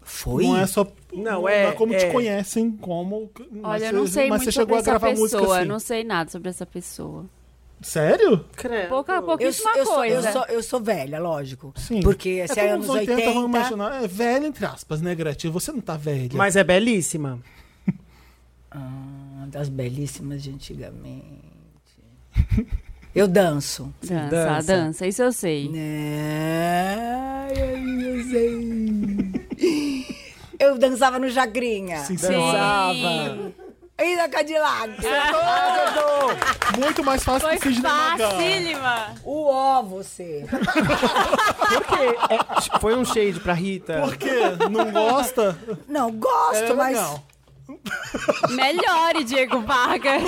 S7: Foi?
S3: Não é só.
S19: Não, é-
S3: Como te
S19: é.
S3: conhecem, como. mas
S23: Olha, eu
S3: você-
S23: não sei
S3: Mas
S23: muito
S3: você chegou
S23: sobre
S3: a gravar
S23: essa pessoa,
S3: música assim.
S23: eu não sei nada sobre essa pessoa.
S3: Sério?
S23: Pouca,
S7: Eu,
S23: pouquíssima
S7: eu, sou, eu,
S23: coisa.
S7: sou, eu sou velha, lógico.
S3: Sim.
S7: Porque se é
S3: todo
S7: anos
S3: mundo
S7: 80...
S3: vamos imaginar. É velha, entre aspas, né, Gretchen? Você não tá velha.
S19: Mas é belíssima.
S7: Ah, das belíssimas de antigamente. Eu danço.
S23: Dança, dança, isso eu sei.
S7: Né? Ai, eu sei. Eu dançava no Chacrinha.
S3: Sim, Sim. dançava.
S7: E na Cadillac.
S3: Muito mais fácil que o Sidney Magal.
S7: O ó, você.
S19: Por quê? É, foi um shade pra Rita.
S3: Por quê? Não gosta?
S19: <laughs>
S7: Não, gosto,
S19: É
S7: mas...
S19: legal.
S10: Melhore, Diego Vargas.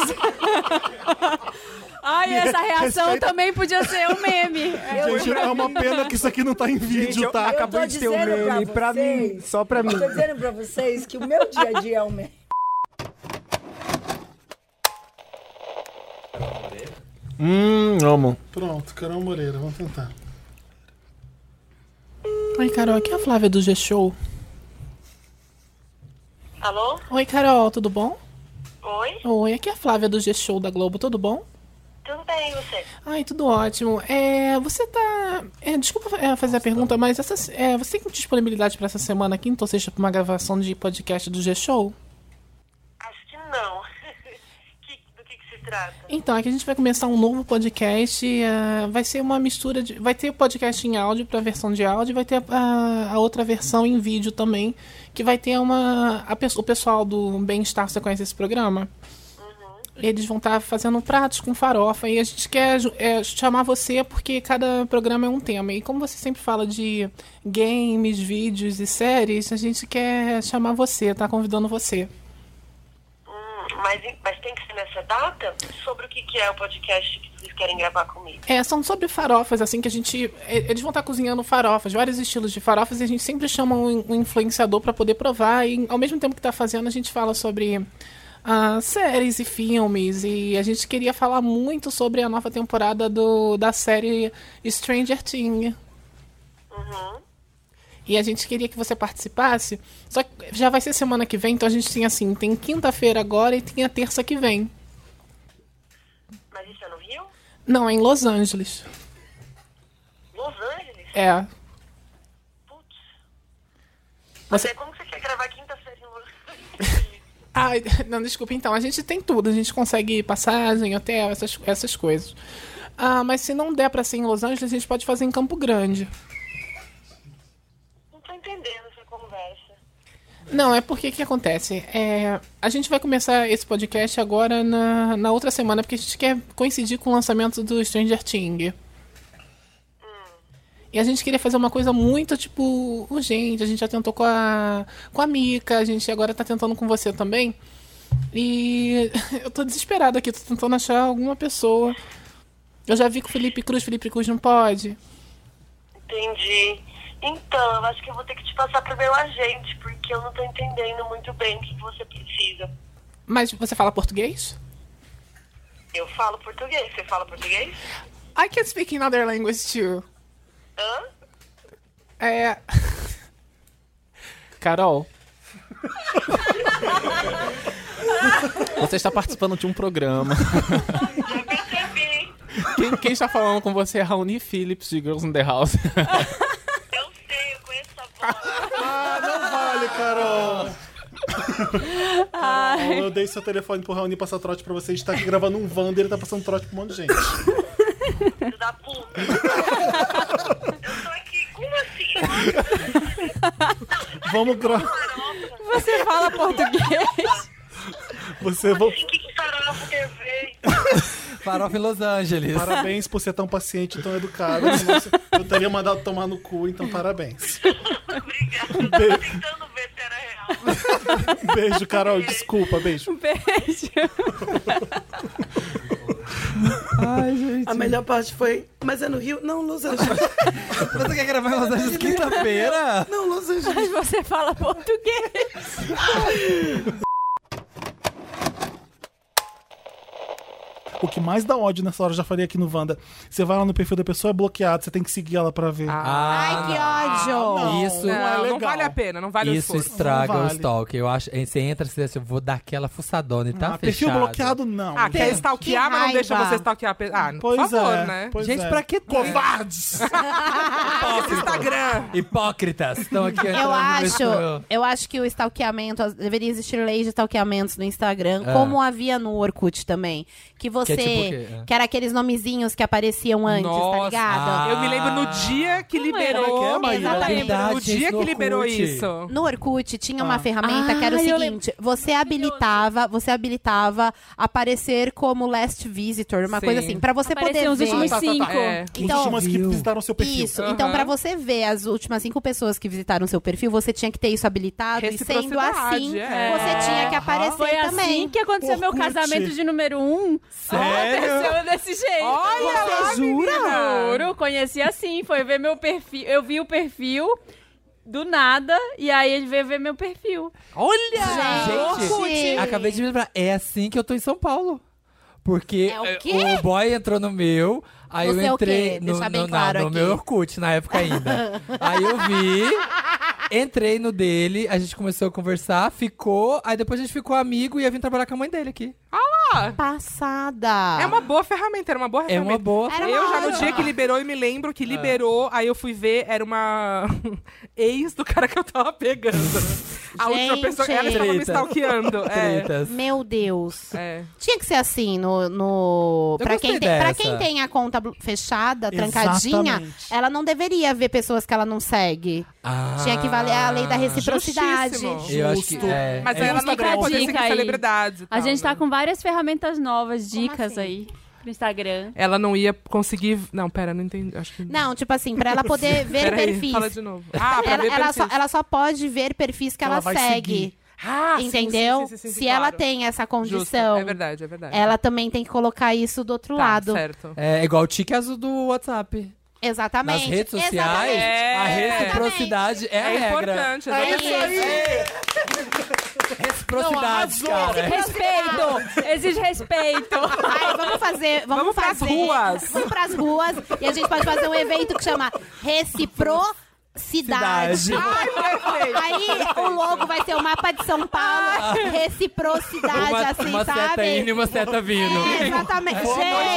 S10: <laughs> Ai, essa reação
S3: Respeita-
S10: também podia ser um meme.
S3: Gente, é uma pena que isso aqui não tá em vídeo,
S19: Gente, eu-
S3: tá?
S19: eu Acabei tô de ter um dizendo pra meme pra vocês- mim, só pra eu mim.
S7: Tô dizendo pra vocês que o meu dia a dia é um mês.
S19: Hum, amo.
S3: Pronto, Carol Moreira, vamos tentar.
S13: Oi, Carol, aqui é a Flávia do G-Show.
S25: Alô?
S13: Oi, Carol, tudo bom?
S25: Oi?
S13: Oi, aqui é a Flávia do G-Show da Globo, tudo bom?
S25: Tudo bem, e você?
S13: Ai, tudo ótimo. É, você tá. é, desculpa é, fazer a pergunta, mas essa, é, você tem disponibilidade pra essa semana, então quinta ou sexta, pra uma gravação de podcast do G-Show?
S25: Acho que não. Que- do que, que se trata?
S13: Então, aqui a gente vai começar um novo podcast. eh, vai ser uma mistura de. Vai ter o podcast em áudio para a versão de áudio, e vai ter a, a outra versão em vídeo também. Que vai ter uma. a pe- o pessoal do Bem-Estar, você conhece esse programa? Eles vão estar fazendo pratos com farofa e a gente quer ju- eh, chamar você porque cada programa é um tema. E como você sempre fala de games, vídeos e séries, a gente quer chamar você, tá convidando você.
S25: Hum, mas, mas tem que ser nessa data? Sobre o que, que é o podcast que vocês querem gravar comigo?
S13: É, são sobre farofas, assim, que a gente. é, Eles vão estar cozinhando farofas, vários estilos de farofas, e a gente sempre chama um, in- um influenciador para poder provar. E ao mesmo tempo que tá fazendo, a gente fala sobre ah, séries e filmes. E a gente queria falar muito sobre a nova temporada do, da série Stranger Things. E a gente queria que você participasse. Só que já vai ser semana que vem, então a gente tem assim, tem quinta-feira agora e tem a terça que vem.
S25: Mas isso é no Rio?
S13: Não, é em Los Angeles.
S25: Los Angeles?
S13: É.
S25: Mas
S13: Você-
S25: aí como que você quer gravar quinta-feira em Los
S13: <laughs>
S25: Angeles?
S13: Ah, não, desculpa, então, a gente tem tudo, a gente consegue passagem, hotel, essas, essas coisas. Ah, mas se não der pra ser em Los Angeles, a gente pode fazer em Campo Grande.
S25: Não tô entendendo essa conversa.
S13: Não, é porque o que acontece? É, a gente vai começar esse podcast agora na, na outra semana, porque a gente quer coincidir com o lançamento do Stranger Things. E a gente queria fazer uma coisa muito, tipo, urgente. A gente já tentou com a, com a Mika, a gente agora tá tentando com você também. E <laughs> eu tô desesperada aqui, tô tentando achar alguma pessoa. Eu já vi com o Felipe Cruz, Felipe Cruz não pode.
S25: Entendi. Então, eu acho que eu vou ter que te passar pro meu agente, porque eu não tô entendendo muito bem o que que você precisa.
S13: Mas você fala português?
S25: Eu falo português. Você fala português?
S13: I can speak another language too.
S25: Hã?
S13: É. <laughs> Carol,
S21: Você está participando de um programa.
S13: quem, quem está falando com você é a Raoni Phillips de Girls in the House.
S3: Ah, não vale, Carol!
S10: Ai.
S3: Então, Eu dei seu telefone pro Raoni passar trote pra você. A gente tá aqui gravando um Wanda e ele tá passando trote pra um monte de gente.
S25: Como assim?
S3: Vamos gravar.
S2: Você fala português?
S3: Você vo-
S1: Farofa em Los Angeles.
S3: Parabéns por ser tão paciente, tão educado. Você- Eu teria mandado tomar no cu, então parabéns. Obrigada. Beijo, Carol. Desculpa, beijo.
S2: Um
S20: <laughs>
S2: beijo.
S1: Ai, gente.
S12: A melhor parte foi, mas é no Rio? Não, Los Angeles.
S1: <laughs> Você quer gravar em Los Angeles quinta-feira?
S12: Não, Los Angeles.
S2: Mas você fala português.
S3: O que mais dá ódio nessa hora, eu já falei aqui no Wanda. Você vai lá no perfil da pessoa, é bloqueado, você tem que seguir ela pra ver.
S1: Ah,
S4: Ai, que
S1: não.
S4: ódio.
S1: Isso
S4: Não, não vale a pena, não vale o
S1: Isso
S4: esforço.
S1: estraga
S4: Não
S1: o
S4: vale.
S1: stalker. Eu acho, aí você entra e você diz assim, eu vou dar aquela fuçadona e tá
S3: Ah, perfil
S1: fechado.
S3: bloqueado, não.
S4: Ah, quer stalkear, mas não deixa você stalkear. a pe- Ah,
S3: Pois
S4: por favor,
S3: é,
S4: né?
S3: pois Gente, é. pra que ter? Covardes!
S4: Instagram.
S1: Hipócritas.
S20: Então,
S1: Estão aqui entrando
S24: Eu
S1: nesse-
S24: acho, eu acho que o stalkeamento, as- deveria existir leis de stalkeamentos no Instagram,
S1: É.
S24: como havia no Orkut também. Que você,
S1: Que
S24: que,
S1: é tipo o quê? É.
S24: era aqueles nomezinhos que apareciam antes, tá ligado?
S20: Ah.
S4: Eu me lembro no dia que liberou.
S24: Como é que é, Maíra?
S4: Exatamente,
S24: Verdade,
S4: no
S24: gente,
S4: dia
S24: no
S4: que liberou
S24: Orkut.
S4: isso.
S24: No Orkut tinha uma ferramenta
S2: Ah,
S24: que era o
S2: eu
S24: seguinte: você habilitava, você habilitava aparecer como last visitor, uma
S2: Sim.
S24: coisa assim, Pra você
S2: Apareciam
S24: poder
S2: os
S24: ver.
S2: últimos Tá, tá, tá. cinco. É.
S24: Então,
S2: Os últimos que
S3: visitaram seu perfil.
S24: Isso. Então,
S2: Aham.
S24: pra você ver as últimas cinco pessoas que visitaram seu perfil, você tinha que ter isso habilitado e sendo assim,
S2: é.
S24: você tinha que aparecer
S2: Foi assim
S24: também.
S2: que aconteceu meu Orkut. casamento de
S24: número um.
S2: Aconteceu desse jeito.
S24: Olha lá,
S2: Você
S24: menina.
S2: Juro, conheci assim. Foi ver meu perfil. Eu vi o perfil do nada e aí ele veio ver meu perfil.
S1: Olha! Gente,
S2: Orkut.
S1: acabei de me lembrar. É assim que eu tô em São Paulo. Porque
S2: É o
S1: eh,
S2: quê?
S1: o, boy entrou no meu, aí
S24: Você é
S1: eu
S24: o
S1: entrei
S24: quê?
S1: no,
S24: Deixar bem
S1: no-
S24: claro
S1: não, no
S24: aqui.
S1: meu Orkut, na época
S24: <laughs>
S8: É.
S1: ainda. aí eu vi, entrei no dele, a gente começou a conversar, ficou, aí depois a gente ficou amigo e eu vim trabalhar com a mãe dele aqui.
S4: Ah lá!
S24: Passada!
S4: É uma boa ferramenta, era uma boa
S1: É
S4: ferramenta.
S1: uma boa Ah.
S4: Eu já no dia que liberou, eu me lembro que liberou, aí eu fui ver, era uma <laughs> ex do cara que eu tava pegando. A última pessoa, ela estava me stalkeando. É.
S24: Meu Deus. Tinha que ser assim no. no...
S4: Eu
S24: Pra,
S4: gostei
S24: quem tem, pra
S4: dessa.
S24: quem tem a conta blu- fechada, trancadinha,
S1: Exatamente.
S24: ela não deveria ver pessoas que ela não segue.
S1: Ah.
S24: Tinha que valer a lei da reciprocidade.
S1: Eu acho que é.
S4: Mas
S1: é
S4: ela
S1: justo.
S4: não vai poder
S2: Dica
S4: seguir
S2: aí.
S4: celebridades. e
S2: A
S4: tal,
S2: gente
S4: né?
S2: tá com várias ferramentas novas, dicas
S24: assim?
S2: aí pro Instagram.
S4: Ela não ia conseguir. Não, pera, não entendi. Acho que.
S24: Não, tipo assim, pra ela
S2: <laughs>
S4: <laughs>
S24: poder ver
S4: Peraí,
S24: perfis.
S4: fala de novo. Ah, pra
S24: ela,
S4: ver
S24: ela só,
S4: perfis.
S24: ela só pode ver perfis que
S4: Ela
S24: ela,
S4: vai seguir.
S24: segue.
S4: Ah, sim,
S24: entendeu?
S4: sim, sim, sim, sim,
S24: Se
S4: claro.
S24: ela tem essa condição,
S4: Justo, É verdade, é verdade. Tá,
S24: ela também tem que colocar isso do outro lado.
S4: certo.
S1: É igual o tique azul do WhatsApp.
S24: Exatamente.
S1: Nas redes sociais,
S24: Tá Exatamente. É.
S1: a reciprocidade é, a
S4: É
S1: regra.
S4: importante,
S1: é
S4: exatamente.
S1: isso aí. Reciprocidade,
S2: Não,
S1: cara.
S2: Exige respeito! Exige respeito!
S24: Ai, vamos fazer. Vamos,
S2: Vamos pras
S24: fazer,
S2: ruas.
S24: Vamos pras ruas. E a gente pode fazer um evento que chama Reciprocidade.
S2: Cidade. Ai, perfeito.
S24: Aí o logo vai ser o mapa de São Paulo, reciprocidade,
S1: Uma,
S24: assim,
S1: uma
S24: sabe?
S1: seta indo e uma seta vindo.
S24: É, exatamente.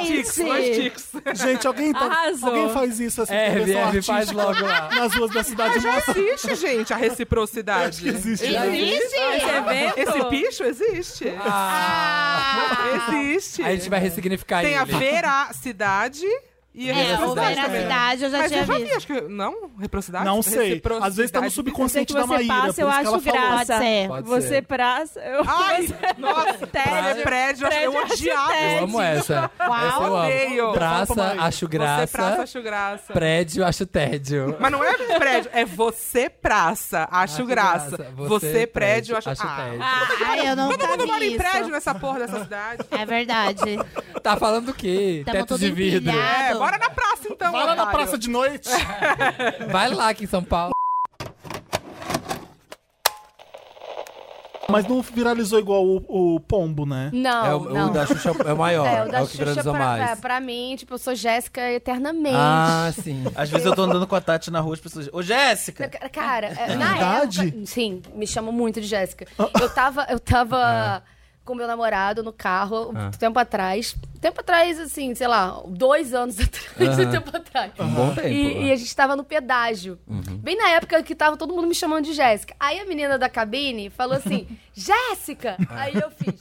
S24: Gente!
S3: Gente, alguém, tá-
S24: Arrasou.
S3: alguém faz isso, assim, essa
S1: É,
S3: intervenção
S1: Vivi, faz
S3: artística
S1: logo lá.
S3: nas ruas da cidade.
S4: Já existe, gente, a reciprocidade.
S3: existe,
S1: né?
S2: Existe? Esse evento?
S4: Esse bicho existe.
S1: Ah.
S24: Ah!
S4: Existe.
S1: A gente vai ressignificar
S4: Tem
S1: ele.
S4: a veracidade e a
S24: É,
S4: reciprocidade.
S24: o
S4: também.
S24: veracidade eu já
S4: Mas
S24: tinha
S4: eu já vi,
S24: visto.
S4: acho que... Não? Reciprocidade?
S3: Não sei. Às vezes tá no
S4: Reciprocidade.
S3: subconsciente
S2: você
S3: da Maíra.
S2: passa, eu
S3: por isso que
S2: acho
S3: ela falou.
S2: graça. é. você
S4: ser.
S2: praça. Eu,
S4: Ai,
S2: você...
S4: nossa,
S2: Tédio.
S4: prédio, prédio, eu
S2: é Prédio,
S4: odiava.
S2: tédio.
S1: Eu
S4: <laughs>
S1: amo essa. Essa eu
S4: Odeio.
S1: amo. Praça,
S4: Fala pra
S1: acho
S4: Você
S1: graça.
S4: praça, acho graça.
S1: Prédio, acho tédio.
S4: Mas não é prédio, é você praça, acho,
S1: Acho
S4: graça.
S1: graça.
S4: Você,
S1: Você
S4: prédio,
S1: prédio,
S4: acho,
S1: acho
S4: ah.
S1: tédio.
S24: Ai, eu não
S4: Todo mundo mora em prédio
S24: isso.
S4: um nessa porra dessa cidade.
S24: É verdade.
S1: Tá falando o quê?
S24: Tamo
S1: Teto
S24: todo
S1: de vidro.
S24: empilhado.
S4: É, bora na praça então.
S3: Vai lá na
S4: otário.
S3: praça de noite.
S1: Vai lá aqui em São Paulo.
S3: Mas não viralizou igual o, o pombo, né?
S26: Não, É, o- o não. da
S1: Xuxa é o maior,
S26: É, o da Xuxa pra, é, pra mim, tipo, eu sou Jéssica eternamente.
S20: Ah,
S26: Ah,
S1: sim.
S20: Às vezes eu tô andando com a Tati na rua, as pessoas. Ô, Jéssica!
S26: Ca- Cara, é,
S20: É
S26: na
S20: verdade? Ah.
S26: época... Sim, me chamam muito de Jéssica. Eu tava, eu tava com meu namorado no carro, um
S20: Ah.
S26: tempo atrás. Tempo atrás, assim, sei lá, dois anos <laughs> atrás,
S20: Aham.
S26: um tempo atrás.
S20: Um bom tempo,
S26: E,
S20: né?
S26: e a gente tava no pedágio.
S6: Uhum.
S26: Bem na época que tava todo mundo me chamando
S9: <laughs> É.
S26: de Jéssica. Aí a menina da cabine falou assim, Jéssica! Aí eu fiz...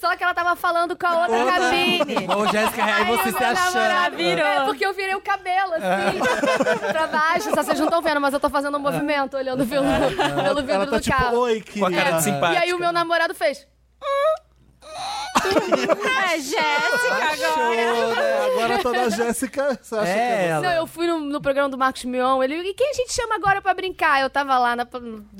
S26: Só que ela tava falando com a outra
S9: Outra.
S26: cabine.
S9: <laughs> Ô, Jéssica, aí você
S26: o
S9: se
S26: meu
S9: achando.
S26: namorado-
S9: Virou.
S26: É, porque eu virei o cabelo, assim, <laughs> pra baixo. Só vocês não estão vendo, mas eu tô fazendo
S9: É.
S26: um movimento, olhando <laughs> pelo, pelo vidro
S3: É, Ela tá
S26: do
S3: tipo,
S26: carro. É.
S3: oi, querida.
S9: Com a cara de
S26: E
S9: simpática.
S26: aí o meu namorado fez... <laughs> é, Jéssica
S3: Show, né? Agora
S26: <laughs>
S3: tá na Jéssica. Você acha que é
S26: Não, eu fui no, no programa do Marcos Mion, ele, e quem a gente chama agora pra brincar? Eu tava lá na-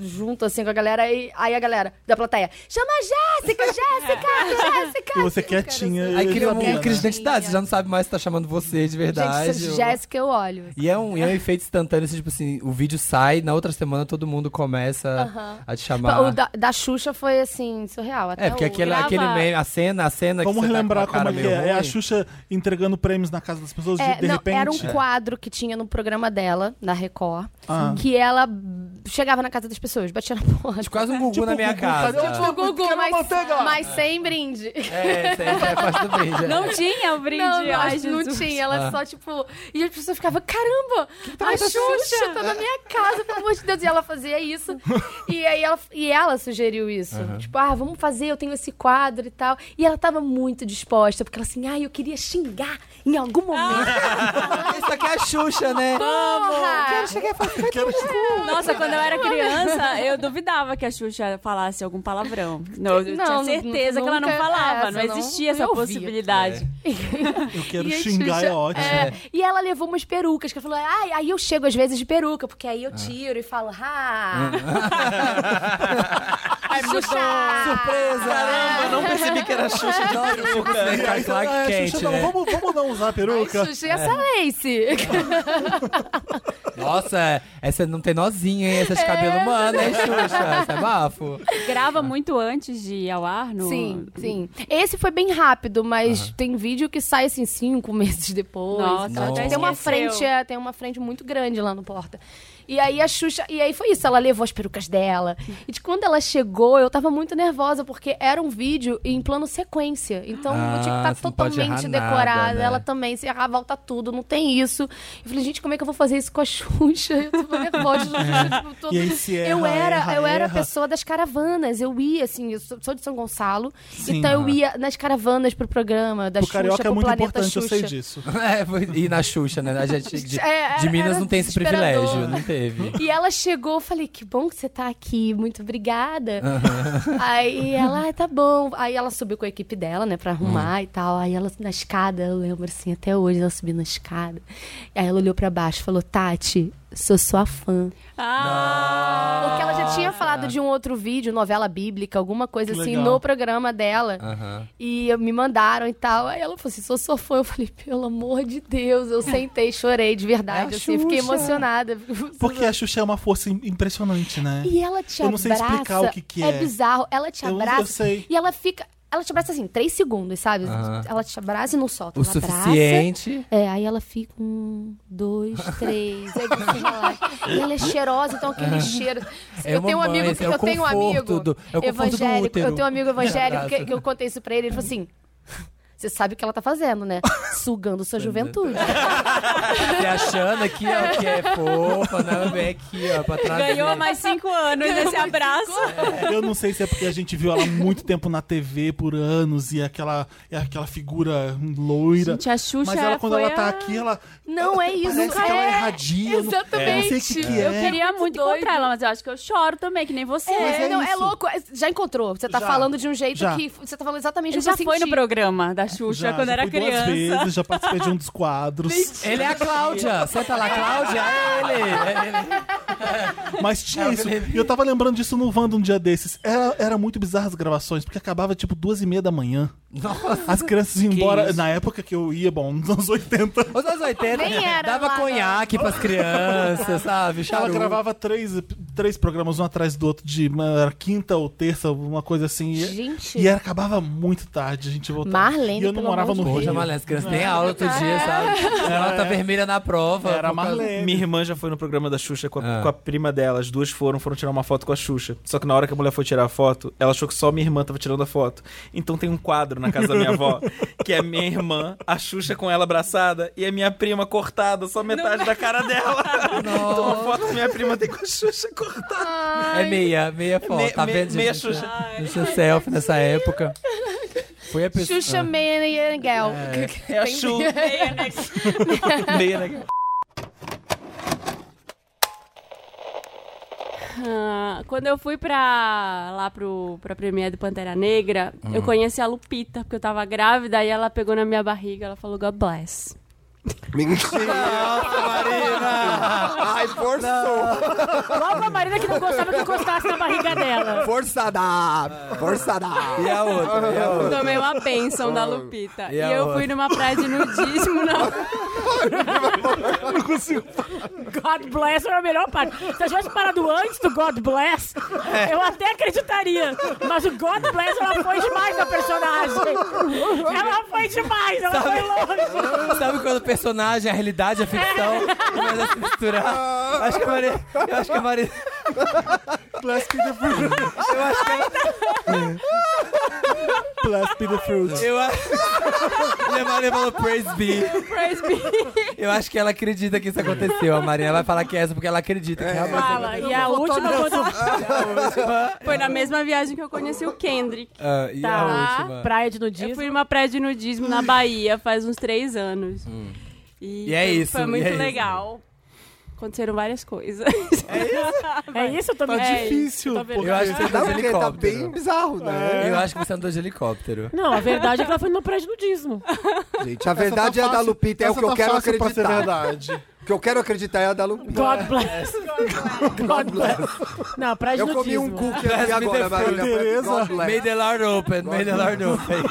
S26: junto, assim, com a galera, e aí a galera da plateia, chama a Jéssica,
S1: <laughs>
S26: Jéssica, Jéssica!
S1: E você quietinha. Aí cria uma é crise de identidade, você já não sabe mais se tá chamando você de verdade.
S26: Gente,
S1: ou-
S26: Jéssica, eu olho.
S1: E é, um, e é um efeito instantâneo, assim, tipo assim, o vídeo sai, na outra semana todo mundo começa
S26: Aham. Tipo,
S1: a te chamar.
S26: O da, da Xuxa foi assim, surreal. Até
S1: É, porque
S26: o-
S1: aquele,
S26: grava-
S1: aquele meme, a cena, a cena
S3: Vamos
S1: que você
S3: relembrar
S1: tá com a
S3: como
S1: cara
S3: é que
S1: meio
S3: é. É a
S1: ruim.
S3: Xuxa entregando prêmios na casa das pessoas de,
S26: É,
S3: de
S26: não,
S3: repente.
S26: Era um quadro que tinha no programa dela, na Record,
S3: Ah.
S26: que ela b- chegava na casa das pessoas, batia na porta.
S1: Quase um Gugu na minha casa.
S26: Tipo o Gugu, mas, mas sem brinde.
S1: É, sem- é, faz do
S26: <laughs>
S1: brinde, é.
S26: Não tinha o brinde. Não,
S15: ai,
S26: acho que não
S15: Jesus.
S26: tinha. Ela
S1: Ah.
S26: só, tipo... E as pessoas ficavam, caramba,
S15: tá
S26: a
S15: com essa
S26: Xuxa,
S15: Xuxa?
S26: tá na minha casa, pelo amor de Deus. E ela fazia isso. E aí ela, e ela sugeriu isso.
S15: Aham.
S26: Tipo, ah, vamos fazer, eu tenho esse quadro e tal. E ela tava muito disposta, porque ela assim, ah, eu queria xingar em algum momento.
S1: Isso aqui é a Xuxa, né?
S26: Porra!
S1: Quero chegar e falar, vai tomar no cu.
S2: Nossa, quando eu era criança, eu duvidava que a Xuxa falasse algum palavrão. Não, eu
S15: Não,
S2: tinha certeza
S15: nu-
S2: que ela não
S15: nunca-
S2: falava,
S15: essa
S2: não
S15: não-
S2: existia essa
S15: eu ouvia.
S2: possibilidade. <laughs>
S3: Eu quero
S26: E a
S3: xingar, é
S26: Xuxa-
S3: ótimo.
S26: é, E ela levou umas perucas, que ela falou, ai, aí eu chego às vezes de peruca, porque aí
S9: É.
S26: eu tiro e falo, ah,
S1: Surpresa!
S26: É.
S9: Caramba, eu não percebi que era a Xuxa
S3: <laughs>
S26: <laughs>
S9: de
S1: Nossa,
S9: peruca.
S1: Você tá com a
S3: Ah, é,
S1: quente,
S3: Xuxa, não,
S1: né?
S3: vamos, vamos não usar a peruca.
S26: Xuxa,
S1: É.
S26: e essa lace?
S9: É.
S1: Nossa, essa não tem nozinha, hein? Essa de cabelo
S2: É.
S1: humano, hein, Xuxa? Essa é bafo.
S2: Grava muito antes de ir ao ar? No...
S26: Sim, sim. Esse foi bem rápido, mas tem vídeo que sai assim cinco <laughs> meses depois.
S2: Nossa,
S26: Então,
S2: até
S26: tem uma
S2: esqueceu.
S26: frente, é, tem uma frente muito grande lá no porta. E aí a Xuxa, e aí foi isso, ela levou as perucas dela. E de quando ela chegou, eu tava muito nervosa porque era um vídeo em plano sequência. Então
S15: Ah,
S26: eu tinha que estar
S15: você não pode
S26: totalmente
S15: errar nada,
S26: decorada.
S15: né?
S26: Ela também se errar, volta tudo, não tem isso. Eu falei, gente, como é que eu vou fazer isso com a <laughs> Xuxa? Eu tava nervosa, tipo, todo-
S3: E aí se erra,
S26: eu era,
S3: erra,
S26: eu era a
S3: erra.
S26: pessoa das caravanas. Eu ia, assim, eu sou sou de São Gonçalo.
S1: Sim.
S26: então eu
S1: Aham.
S26: ia nas caravanas pro programa da
S1: O
S26: Xuxa, pro Planeta Xuxa.
S1: <laughs> É, foi- e na Xuxa, né? A gente de,
S26: <laughs> É,
S1: de
S26: era-
S1: Minas
S26: era
S1: não tem esse
S26: desesperador.
S1: privilégio, não
S26: <laughs>
S1: teve.
S26: E ela chegou, eu falei, que bom que você tá aqui, muito obrigada. Aí ela, ah, tá bom. Aí ela subiu com a equipe dela, né, pra arrumar e tal. Aí ela na escada, eu lembro assim, até hoje ela subiu na escada. Aí ela olhou pra baixo e falou, Tati, sou sua fã. Porque ela já tinha falado de um outro vídeo, novela bíblica, alguma coisa
S15: Que
S26: assim,
S15: legal.
S26: no programa dela.
S22: Ah.
S26: E me mandaram e tal. Aí ela falou assim: sou sua fã. Eu falei, pelo amor de Deus. Eu sentei, chorei de verdade.
S3: É a
S26: assim, fiquei
S3: Xuxa.
S26: emocionada.
S3: Porque a Xuxa é uma força im- impressionante, né?
S26: E ela te abraça.
S3: Eu não sei explicar o que, que é.
S26: É bizarro. Ela te
S3: Eu- eu
S26: abraça.
S3: sei.
S26: E ela fica. Ela te abraça assim, três segundos, sabe?
S1: Aham.
S26: Ela te abraça e não solta.
S1: O
S26: ela abraça.
S1: suficiente.
S26: É, aí ela fica um, dois, três. aí você
S1: <laughs>
S26: relaxa. E ela é cheirosa, então aquele cheiro.
S1: É
S26: eu tenho um
S1: uma
S26: amigo.
S1: mãe, é o
S26: eu tenho um amigo
S1: conforto do- é o conforto do
S26: evangélico.
S1: útero.
S26: eu tenho
S1: <laughs>
S26: um amigo evangélico que,
S1: Abraça.
S26: que eu contei isso pra ele. Ele falou assim. Você sabe o que ela tá fazendo, né? Sugando
S1: é
S26: sua
S1: <laughs>
S26: juventude.
S1: Se achando aqui, ó, que é fofa, né? Vem aqui, ó, pra trás.
S2: Ganhou mais cinco anos
S15: Ganhou
S2: nesse abraço.
S3: Eu não sei se é porque a gente viu ela muito tempo na TV por anos e aquela, e aquela figura loira.
S2: Gente, a Xuxa
S3: Mas ela, quando
S2: foi
S3: ela tá
S2: a-
S3: aqui, ela.
S26: Não, é isso.
S3: Parece que ela é radia. eu
S2: <laughs>
S3: não-
S2: Exatamente.
S3: Eu não sei o que, que
S2: Eu
S3: é.
S2: queria muito encontrar ela, mas eu acho que eu choro também, que nem você.
S26: É, não, é louco. é- Já encontrou. Você tá
S2: Já.
S26: falando de um jeito
S2: Já.
S26: que. Você tá falando exatamente
S2: Ele
S26: o que eu
S2: já foi
S26: senti.
S2: no programa da Xuxa
S3: Já,
S2: quando
S3: já
S2: era
S3: fui
S2: criança.
S3: Duas vezes, já participei de um dos quadros.
S1: Ele é a Cláudia. Senta lá, Cláudia. É ele. É
S3: <laughs>
S1: ele.
S3: Mas tinha
S1: É,
S3: isso.
S1: eu lembro.
S3: E eu tava lembrando disso no Wanda um dia desses. Era, era muito bizarro as gravações, porque acabava tipo duas e meia da manhã.
S1: Nossa.
S3: As crianças iam embora.
S1: isso.
S3: Na época que eu ia, bom, nos anos 80.
S1: Os anos 80
S3: Nem era
S1: dava
S3: lá,
S1: conhaque pras crianças, sabe?
S3: Ela
S1: Charuto.
S3: gravava três, três programas, um atrás do outro, de uma, era quinta ou terça, uma coisa assim. E-
S26: Gente.
S3: E era- acabava muito tarde, a gente voltava.
S26: Marlene,
S3: e eu não
S26: pelo
S3: morava
S26: amor
S3: no
S26: de
S3: Rio.
S26: Deus.
S1: Poxa, Marlene, as crianças
S3: É.
S1: têm aula outro dia, sabe? Ela tá vermelha na prova.
S9: Era
S1: por causa-
S9: Minha irmã já foi no programa da Xuxa com
S1: Ah.
S9: a, com a prima dela. As duas foram, foram tirar uma foto com a Xuxa. Só que na hora que a mulher foi tirar a foto, ela achou que só minha irmã tava tirando a foto. Então tem um quadro na casa da
S1: <laughs>
S9: minha avó, que é minha irmã, a Xuxa com ela abraçada e a minha prima cortada, só metade da cara dela. Então uma foto que minha prima tem com a Xuxa cortada.
S1: É meia, meia foto,
S9: Me-
S1: tá
S9: me-
S1: vendo?
S9: meia
S1: gente?
S9: Xuxa.
S1: No seu selfie nessa época. Foi a pessoa. Ah.
S14: Xuxa Meia e Angel.
S1: É. É a Xu.
S14: Meia
S23: <laughs>
S1: Meia Negel.
S2: <laughs> Ah, quando eu fui pra lá pro, pra Premiere do Pantera Negra,
S23: Hum.
S3: Ah.
S2: eu conheci a Lupita, porque eu tava grávida, e ela pegou na minha barriga, ela falou, God bless.
S6: Nossa,
S1: <laughs>
S6: Marina! Ai, forçou!
S2: Logo a Marina que não gostava que eu encostasse na barriga <laughs> dela.
S6: Forçada! Forçada!
S1: E a outra? E a outra?
S2: Tomei uma bênção da Lupita.
S1: E
S2: E,
S1: a
S2: eu
S1: outra?
S2: fui numa praia de
S3: <laughs>
S2: nudismo na
S6: Não consigo.
S2: God bless era a melhor parte. Se eu tivesse parado antes do God bless,
S6: É.
S2: eu até acreditaria. Mas o God bless, ela foi demais na personagem. Ela foi demais, ela foi longe.
S1: Sabe quando o personagem, a realidade, a ficção
S2: É.
S1: começa a se misturar? Acho que a Maria. Eu acho que a <laughs> Maria.
S6: Bless me the fruit. Eu acho que
S1: Bless be the fruit. Eu <laughs> acho. E a Maria falou praise be.
S2: Praise be.
S1: Eu acho que ela acredita que isso aconteceu. A Marina vai falar que é essa porque ela acredita que realmente.
S2: Fala. E a última
S1: Ah,
S2: quando... <laughs> foi na mesma viagem que eu conheci o Kendrick.
S1: Ah, e a última?
S2: praia de nudismo. Eu fui numa praia de nudismo na Bahia faz uns três anos. E,
S1: E é
S2: foi-
S1: isso,
S2: Foi
S1: e
S2: muito
S1: é isso.
S2: legal. Aconteceram várias coisas. <laughs> É isso?
S1: Tá difícil, Eu acho que você tá andou de helicóptero.
S9: Tá
S1: É.
S9: bizarro, né?
S1: Eu acho que você andou de helicóptero.
S11: Não, a tá verdade é que ela foi numa praia de nudismo.
S9: Gente, a verdade é a da Lupita, é o que
S11: tá
S9: eu quero acreditar.
S3: ser verdade.
S9: O que eu quero acreditar é a da Lupita.
S11: God bless.
S9: God bless.
S11: Não, praia de
S9: Eu comi
S11: nudismo.
S9: um cookie aqui agora, Marina. God bless.
S1: May the Lord open, may the Lord open.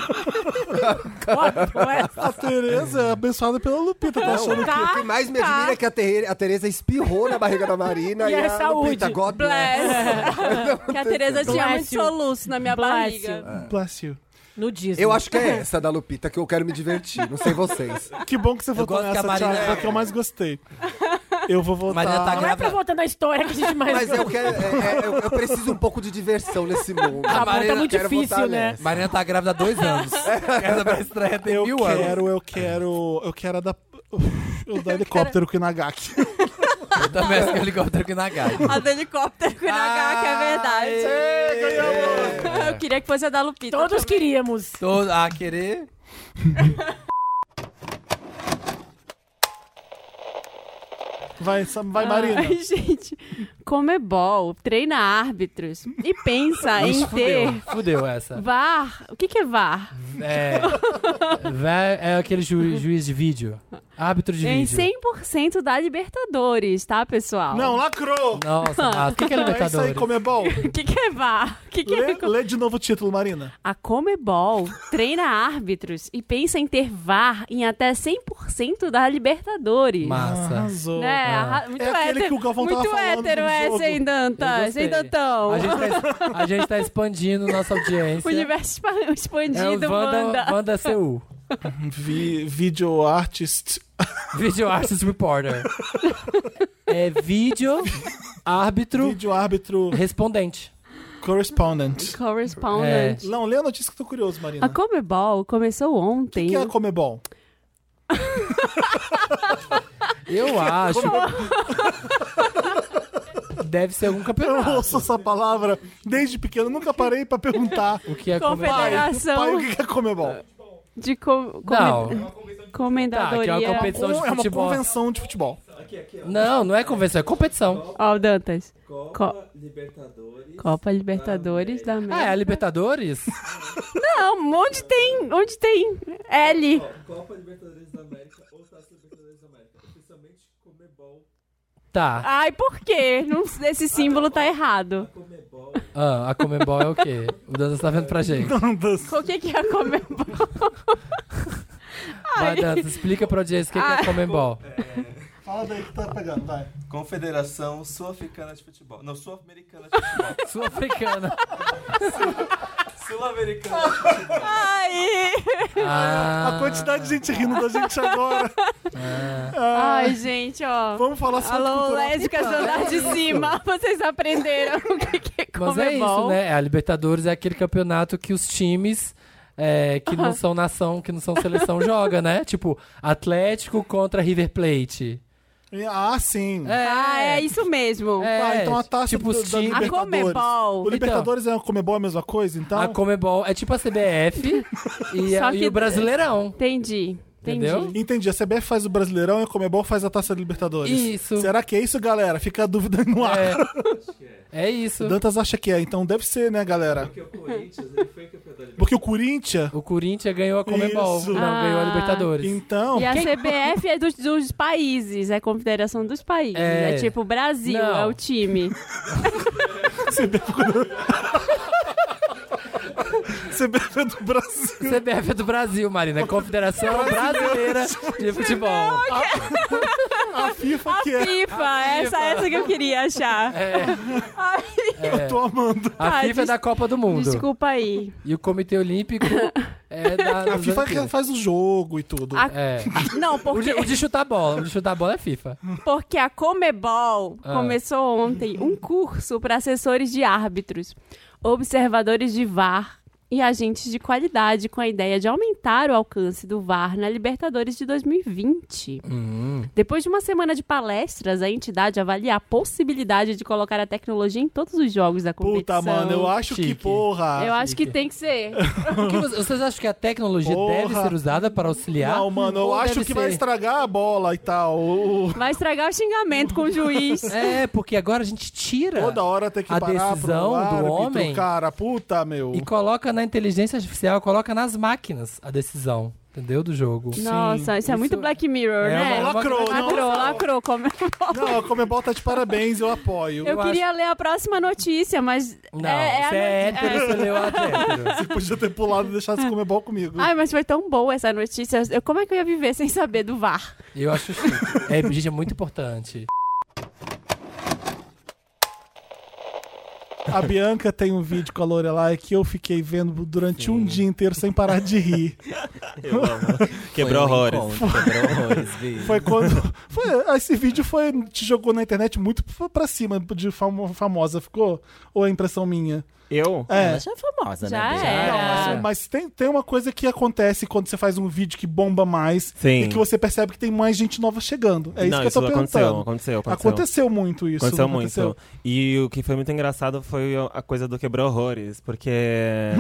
S3: A Tereza é abençoada pela Lupita, tá
S9: Não,
S3: achando que...
S9: o que mais me admira é que a, Terre- a Tereza espirrou na barriga da Marina e,
S3: E é
S9: a
S3: saúde.
S9: Lupita, God bless.
S2: Bless. que a Tereza tinha muito
S11: Bless you.
S2: soluço na minha
S11: Bless
S2: barriga.
S3: Bless you.
S11: Nudismo.
S9: Eu acho
S2: <laughs>
S9: que é
S11: <laughs>
S9: essa da Lupita que eu quero me divertir, não sei vocês.
S3: Que bom que você votou
S9: gosto que a
S3: nessa,
S9: Marina-
S3: Marina... Thiago, foi a que eu mais gostei. Eu vou votar...
S9: Marina tá
S11: Não é pra voltar na história que a gente mais...
S9: Mas eu, quero, é, é, eu, eu preciso um pouco de diversão nesse mundo.
S11: Tá bom, tá muito
S9: quero
S11: difícil,
S9: votar
S11: né?
S9: nessa.
S1: Marina tá grávida há dois
S9: <laughs>
S1: anos. Essa pra estreia tem
S3: eu
S1: mil anos.
S3: quero, eu quero, eu quero a da... <laughs> Eu da helicóptero com o Inagaki.
S1: Eu também acho tá que o helicóptero que na gata.
S2: A do helicóptero com ah, que é verdade. Eu queria que fosse a da Lupita.
S11: Todos queríamos.
S1: Todo, a Ah, querer.
S3: Vai, Sam- vai Marina.
S2: Ai, Ah, <laughs> gente. Comebol treina árbitros e pensa em
S6: Ixi,
S2: ter
S6: fudeu, Tá. fudeu essa.
S2: VAR. O que, que é VAR?
S6: É, vai, é aquele ju- juiz de vídeo. Árbitro de
S2: É Em
S6: vídeo.
S2: 100% da Libertadores, tá, pessoal?
S3: Não, lacrou!
S6: Nossa, Nath, o
S2: <laughs>
S6: que que é Libertadores?
S3: É isso aí, Comebol.
S2: O que, que é VAR? O Que que é...
S3: Lê, lê de novo o título, Marina.
S2: A Comebol treina árbitros e pensa em ter VAR em até 100% da Libertadores.
S6: Massa. Arrasou.
S2: Né?
S6: Ah.
S2: Arra- Muito
S6: É aquele
S2: hétero,
S6: que o Galvão
S2: muito
S6: tava falando
S2: hétero
S6: do jogo.
S2: essa, hein,
S6: Eu
S2: Dantas?
S6: gostei.
S2: Hein, Dantão?
S6: A gente, tá, es- a gente tá expandindo nossa audiência.
S2: <laughs> O universo <laughs> expa- expandido,
S6: É o Wanda-
S2: Wanda.
S6: Wanda CU.
S3: <laughs> Vi, video
S9: <laughs>
S3: artist.
S6: Video artist reporter. É vídeo árbitro.
S3: Vídeo árbitro.
S6: Respondente.
S3: Correspondent.
S2: Correspondent.
S3: Não, lê a notícia que eu tô curioso, Marina.
S6: né?
S2: A Comebol começou ontem.
S3: O que é a Comebol?
S2: <laughs>
S6: Eu acho. Deve ser algum campeonato.
S3: Eu ouço essa palavra desde pequeno, nunca parei pra perguntar.
S6: o que é
S2: Confederação.
S3: Pai, pai, o que é Comebol?
S2: De com...
S6: Não.
S2: Come... Comendadoria.
S6: Tá, que é uma competição de
S3: É uma
S6: futebol.
S3: convenção de futebol.
S6: Não, não é convenção, é competição.
S2: Ó, o Dantas. Copa Libertadores. Copa Libertadores da América.
S6: Ah, é a Libertadores?
S2: Não, onde tem? Onde tem? L.
S26: Copa Libertadores da América ou Taça Libertadores da América. Oficialmente Comebol.
S6: Tá.
S2: Ai, por quê? Não- esse símbolo tá errado.
S6: Ah, a Comembol é o quê? O Dantas tá vendo
S26: É.
S6: pra gente.
S2: O que, que é a Comebol?
S6: Vai, Dantas, explica pra audiência o que, que é a Comembol.
S3: Fala daí que tá pegando, vai.
S26: Confederação Sul-Africana de Futebol. Não, Sul-Americana de Futebol.
S6: Sul-Africana.
S26: Sul-Americana de Futebol.
S2: Ai.
S6: Ah.
S3: A quantidade de gente rindo da gente agora.
S2: Ai, gente, ó.
S3: Ah. Vamos falar sobre
S2: Alô,
S3: cultura
S2: lésbicas do
S3: africana.
S2: andar de
S3: É
S2: cima. <laughs> Vocês aprenderam o que, que é
S6: Mas é isso,
S2: Comebol.
S6: né? A Libertadores é aquele campeonato que os times é, que não são nação, que não são seleção, joga, né? Tipo, Atlético contra River Plate.
S3: Ah, sim.
S2: Ah, é isso mesmo.
S3: Ah, então a taça
S2: tipo
S3: do,
S2: os
S3: da
S2: times. A
S3: Libertadores.
S2: Comebol.
S3: O Libertadores é a Comebol a mesma coisa, então?
S1: A Comebol é tipo
S2: <laughs>
S1: a CBF e, a- e o Brasileirão.
S2: Entendi.
S1: Entendeu?
S3: Entendi. A CBF faz o Brasileirão e a Comebol faz a Taça da Libertadores. Isso. Será que é isso, galera? Fica a dúvida no ar. <laughs> É,
S1: isso.
S3: O Dantas acha que é, então deve ser, né, galera? Porque o Corinthians...
S1: O Corinthians ganhou a Comebol.
S3: Isso.
S1: Não, ganhou a
S3: Ah.
S1: Libertadores.
S3: Então...
S2: E a
S1: quem-
S2: CBF é dos, dos países, é a Confederação dos Países. É,
S1: É.
S2: tipo o Brasil,
S1: Não.
S2: é o time.
S3: CBF é do Brasil.
S1: CBF é do Brasil, Marina. Confederação Brasileira de Futebol.
S3: A FIFA <laughs> que é.
S2: FIFA, essa, essa que eu queria achar.
S1: É.
S3: Eu tô amando.
S1: A
S2: Ai,
S1: FIFA é
S2: Tá, des-
S1: da Copa do Mundo.
S2: Desculpa aí.
S1: E o Comitê Olímpico
S2: <laughs>
S1: é da.
S3: A FIFA que faz o jogo e tudo.
S2: A- <laughs>
S1: É.
S2: Não,
S1: O de,
S2: porque,
S1: o de chutar bola. O de chutar bola é FIFA.
S2: porque a Comebol
S1: Ah.
S2: começou ontem um curso para assessores de árbitros, observadores de VAR e agentes de qualidade com a ideia de aumentar o alcance do VAR na Libertadores de 2020.
S8: Hum.
S2: Depois de uma semana de palestras, a entidade avalia a possibilidade de colocar a tecnologia em todos os jogos da competição.
S3: Puta, Ah, mano, eu acho que, porra.
S2: Eu acho que tem que ser.
S1: O que vo- vocês acham que a tecnologia
S3: Porra.
S1: deve ser usada para auxiliar?
S3: Não, <laughs> mano, eu
S1: Ou
S3: acho
S1: deve
S3: que vai
S1: ser-
S3: estragar a bola e tal. O-
S2: Vai estragar o xingamento com o <laughs> juiz.
S1: <laughs> É, porque agora a gente tira
S3: Toda hora tem que
S1: a
S3: parar
S1: decisão
S3: pro árbitro,
S1: do homem
S3: cara, puta, meu.
S1: e coloca na inteligência artificial, coloca nas máquinas a decisão, entendeu? Do jogo.
S2: Nossa, isso, é muito Black Mirror,
S1: É
S2: né?
S1: uma-
S3: Lacrou, não,
S2: lacrou,
S3: não.
S2: lacrou. Como...
S3: Não, a Comebol tá de parabéns, eu apoio.
S2: Eu, queria ler a próxima notícia, mas.
S3: Não,
S2: é,
S3: você
S2: a
S3: é
S2: noti-
S3: hétero, você <laughs> leu a Você podia ter pulado e deixado esse Comebol comigo.
S2: Ai, mas foi tão boa essa notícia. Eu- como é que eu ia viver sem saber do VAR?
S1: Eu acho chique. É, gente, é muito importante.
S3: A Bianca tem um vídeo com a Lorelai que eu fiquei vendo durante um dia inteiro sem parar de
S8: <laughs>
S3: rir.
S25: Eu amo.
S8: Foi
S25: Quebrou
S8: um
S25: horrores.
S8: encontro, quebrou
S3: <laughs>
S8: horrores, vi.
S3: Foi quando. Foi, esse vídeo foi, te jogou na internet muito pra cima de famo- famosa, ficou? Ou é impressão minha?
S25: Eu?
S3: É.
S8: Ela já é famosa,
S25: Já
S8: né? Bia?
S25: era.
S3: Não, mas, mas tem, tem uma coisa que acontece quando você faz um vídeo que bomba mais
S8: Sim.
S3: e que você percebe que tem mais gente nova chegando. É isso
S8: Não,
S3: que eu tô
S8: isso aconteceu,
S3: perguntando.
S8: aconteceu, aconteceu.
S3: Aconteceu muito isso.
S8: Aconteceu
S3: não
S8: muito. E o que foi muito engraçado foi a coisa do quebrou horrores, porque
S3: <laughs>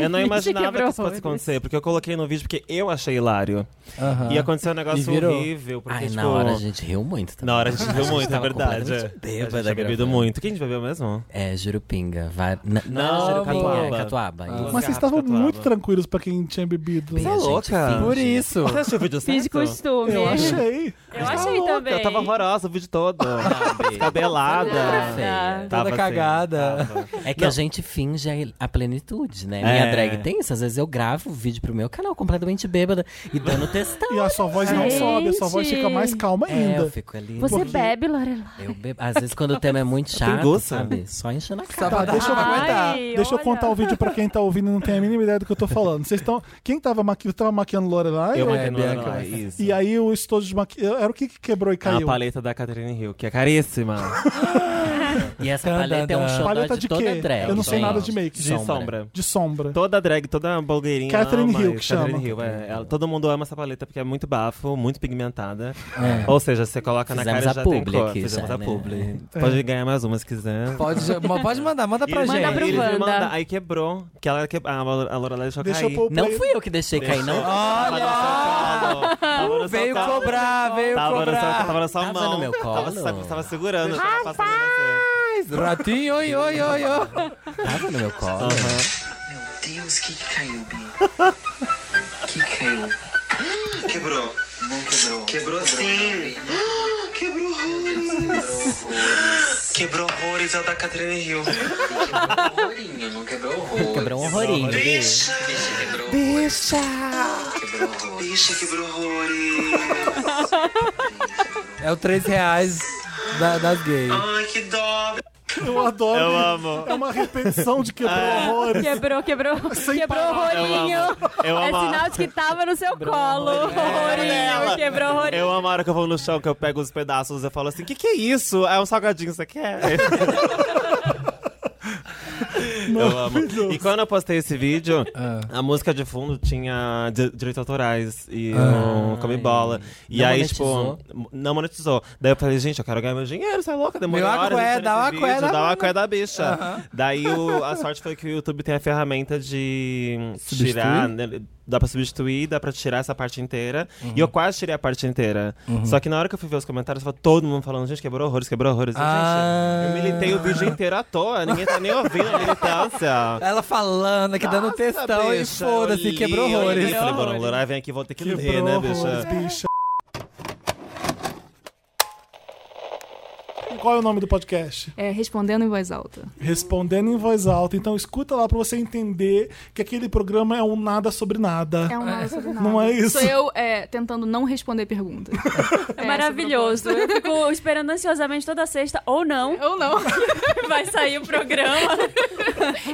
S8: eu não
S25: Ai,
S8: imaginava que
S25: quebrou
S8: isso fosse
S25: horrores.
S8: acontecer, porque eu coloquei no vídeo porque eu achei hilário.
S25: Aham.
S8: E aconteceu um negócio E virou. horrível. Porque, Ai, tipo, na hora a gente riu muito também. Na hora a gente A riu gente muito, é tava verdade. é. completamente bêbada a gente tinha bebido gravando. muito. Quem a gente bebeu mesmo? É, Jurupinga. Vai... Não, Não, não, Jurupinga, boa. Catuaba. Ah.
S3: Mas vocês estavam muito tranquilos pra quem tinha bebido.
S8: Você é louca? Você achou o vídeo certo?
S3: Eu achei.
S8: Eu
S25: achei
S8: tava louca,
S25: também.
S8: Eu tava horrorosa o vídeo todo. Cabelada.
S25: Toda feia.
S8: Tava
S1: Toda
S8: assim,
S1: cagada.
S8: tava.
S1: É que
S8: É que
S1: Não.
S8: a gente finge a, plenitude, né?
S1: Minha
S8: Minha
S1: drag
S8: drag tem isso. Às vezes eu gravo vídeo pro meu canal completamente bêbada <gasps> e dando textão.
S3: E a sua voz não sobe, a sua voz fica mais calma ainda.
S8: É, eu fico ali.
S27: Você
S8: Porque
S27: bebe, Lorelai?
S8: Eu bebo. Às vezes quando o tema é <laughs> muito chato,
S25: gosto.
S8: sabe? Só enchendo a cara.
S3: Tá, deixa eu,
S8: aguentar.
S3: deixa eu contar o vídeo pra quem tá ouvindo e não tem a mínima ideia do que eu tô falando. Vocês estão. Quem tava, maqui... tava maquiando Lorelai?
S8: Eu
S3: Ou-
S8: maquiando É, Lorelai, Bianca. isso.
S3: E aí o estojo de maqui... Era o que que quebrou e
S8: É uma
S3: caiu?
S8: paleta da Catherine Hill, que é caríssima. <laughs> e essa paleta é um xodó
S3: Paleta
S8: de,
S3: de
S8: toda
S3: quê?
S8: drag.
S3: Eu não sei
S8: gente.
S3: nada de make.
S8: De sombra.
S3: De sombra.
S8: Toda drag, toda blogueirinha.
S3: Catherine
S8: ama
S3: Hill
S8: isso.
S3: que
S8: Catherine
S3: chama.
S8: Hill, é. Ela- todo mundo ama essa paleta porque é muito bafo, muito pigmentada.
S1: É.
S8: Ou seja, você coloca na
S1: Fizemos
S8: cara
S1: a
S8: e já
S1: publi
S8: tem cor.
S1: aqui
S8: Fizemos
S1: já,
S8: a
S1: né?
S8: publi.
S1: É.
S8: Pode ganhar mais uma se quiser.
S1: Pode, já- ma- pode mandar, manda pra
S8: Eles-
S1: gente.
S8: eles me mandam- aí quebrou, que ela que, a Lore- a Lorelai deixou
S1: Deixa eu
S8: cair.
S1: pôr o
S8: não
S1: play.
S8: fui eu que deixei cair, não.
S1: Deixou.
S8: Tava
S1: Uh, Ah,
S8: no seu colo. Tava no seu
S1: Veio
S8: colo.
S1: cobrar, veio
S8: tava No
S1: cobrar.
S8: seu, tava na sua
S1: Tava
S8: mão.
S1: no meu
S8: Tava,
S1: colo.
S8: sa- tava segurando. Tava passando
S1: Rapaz! Ratinho, oi, oi, oi, oi.
S8: Tava no meu colo.
S12: Deus, o que, que caiu,
S8: <laughs>
S12: Bia? O que que caiu? Quebrou. Não quebrou. Quebrou sim. Quebrou horrores. Quebrou horrores é o da Catherine Hill. Quebrou horrorinho, não quebrou horrores.
S8: Quebrou um horrorinho, Bia.
S12: Bicha. Bicha quebrou
S8: Bicha.
S12: Quebrou horrores. Bicha quebrou horrores.
S1: É o 3 reais da- das gays.
S12: Ai, que dó.
S3: Eu adoro.
S1: Eu amo.
S3: É uma repetição de quebrou horrores.
S2: Quebrou, quebrou. quebrou o
S3: palavras.
S2: rolinho.
S3: Eu amo.
S8: Eu
S2: É
S8: amo.
S2: sinal de que tava no seu colo. É, Rolinho, quebrou o rolinho.
S8: Eu amo a hora que eu vou no chão, que eu pego os pedaços e falo assim:
S22: <laughs>
S8: é?" que que é isso? É um salgadinho, que você quer? Eu amo. E quando eu postei esse vídeo, a música de fundo tinha di- direitos autorais e
S22: Ah.
S8: não come bola. E
S22: Não
S8: aí,
S22: monetizou?
S8: tipo, não monetizou. Daí eu falei, gente, eu quero ganhar meu dinheiro, você é louca? Demorou
S22: Deu a
S8: horas
S22: cué,
S8: editando
S22: dá
S8: esse
S22: uma
S8: vídeo,
S22: cué da
S8: Dá uma
S22: mina.
S8: cué da bicha.
S22: Aham.
S8: Daí o- a sorte foi que o YouTube tem a ferramenta de
S22: Substituir?
S8: tirar, né, Dá pra substituir, dá pra tirar essa parte inteira.
S22: Uhum.
S8: E eu quase tirei a parte inteira.
S22: Uhum.
S8: Só que na hora que eu fui ver os comentários, tava todo mundo falando, gente, quebrou horrores, quebrou horrores. Eu,
S1: Ah.
S8: Gente, eu militei <laughs> o vídeo inteiro à toa, ninguém tá nem ouvindo a <laughs> militância.
S1: Ela falando aqui, dando textão Então, e
S8: bicha,
S1: foda-se,
S8: eu li,
S1: quebrou
S8: eu li,
S1: horrores.
S8: Falei, bora, Lorá, vem aqui, vou ter que ler,
S1: Quebrou
S8: né,
S1: horrores,
S8: bicha?
S3: bicha. Qual é o nome do podcast?
S5: É, respondendo em voz alta.
S3: Respondendo em voz alta. Então escuta lá pra você entender que aquele programa é um nada sobre nada.
S5: É um nada sobre nada.
S3: Não é isso.
S5: Sou eu é, tentando não responder perguntas.
S2: É maravilhoso. Eu fico esperando ansiosamente toda sexta, ou não.
S5: Ou
S2: <laughs>
S5: não.
S2: Vai sair o programa.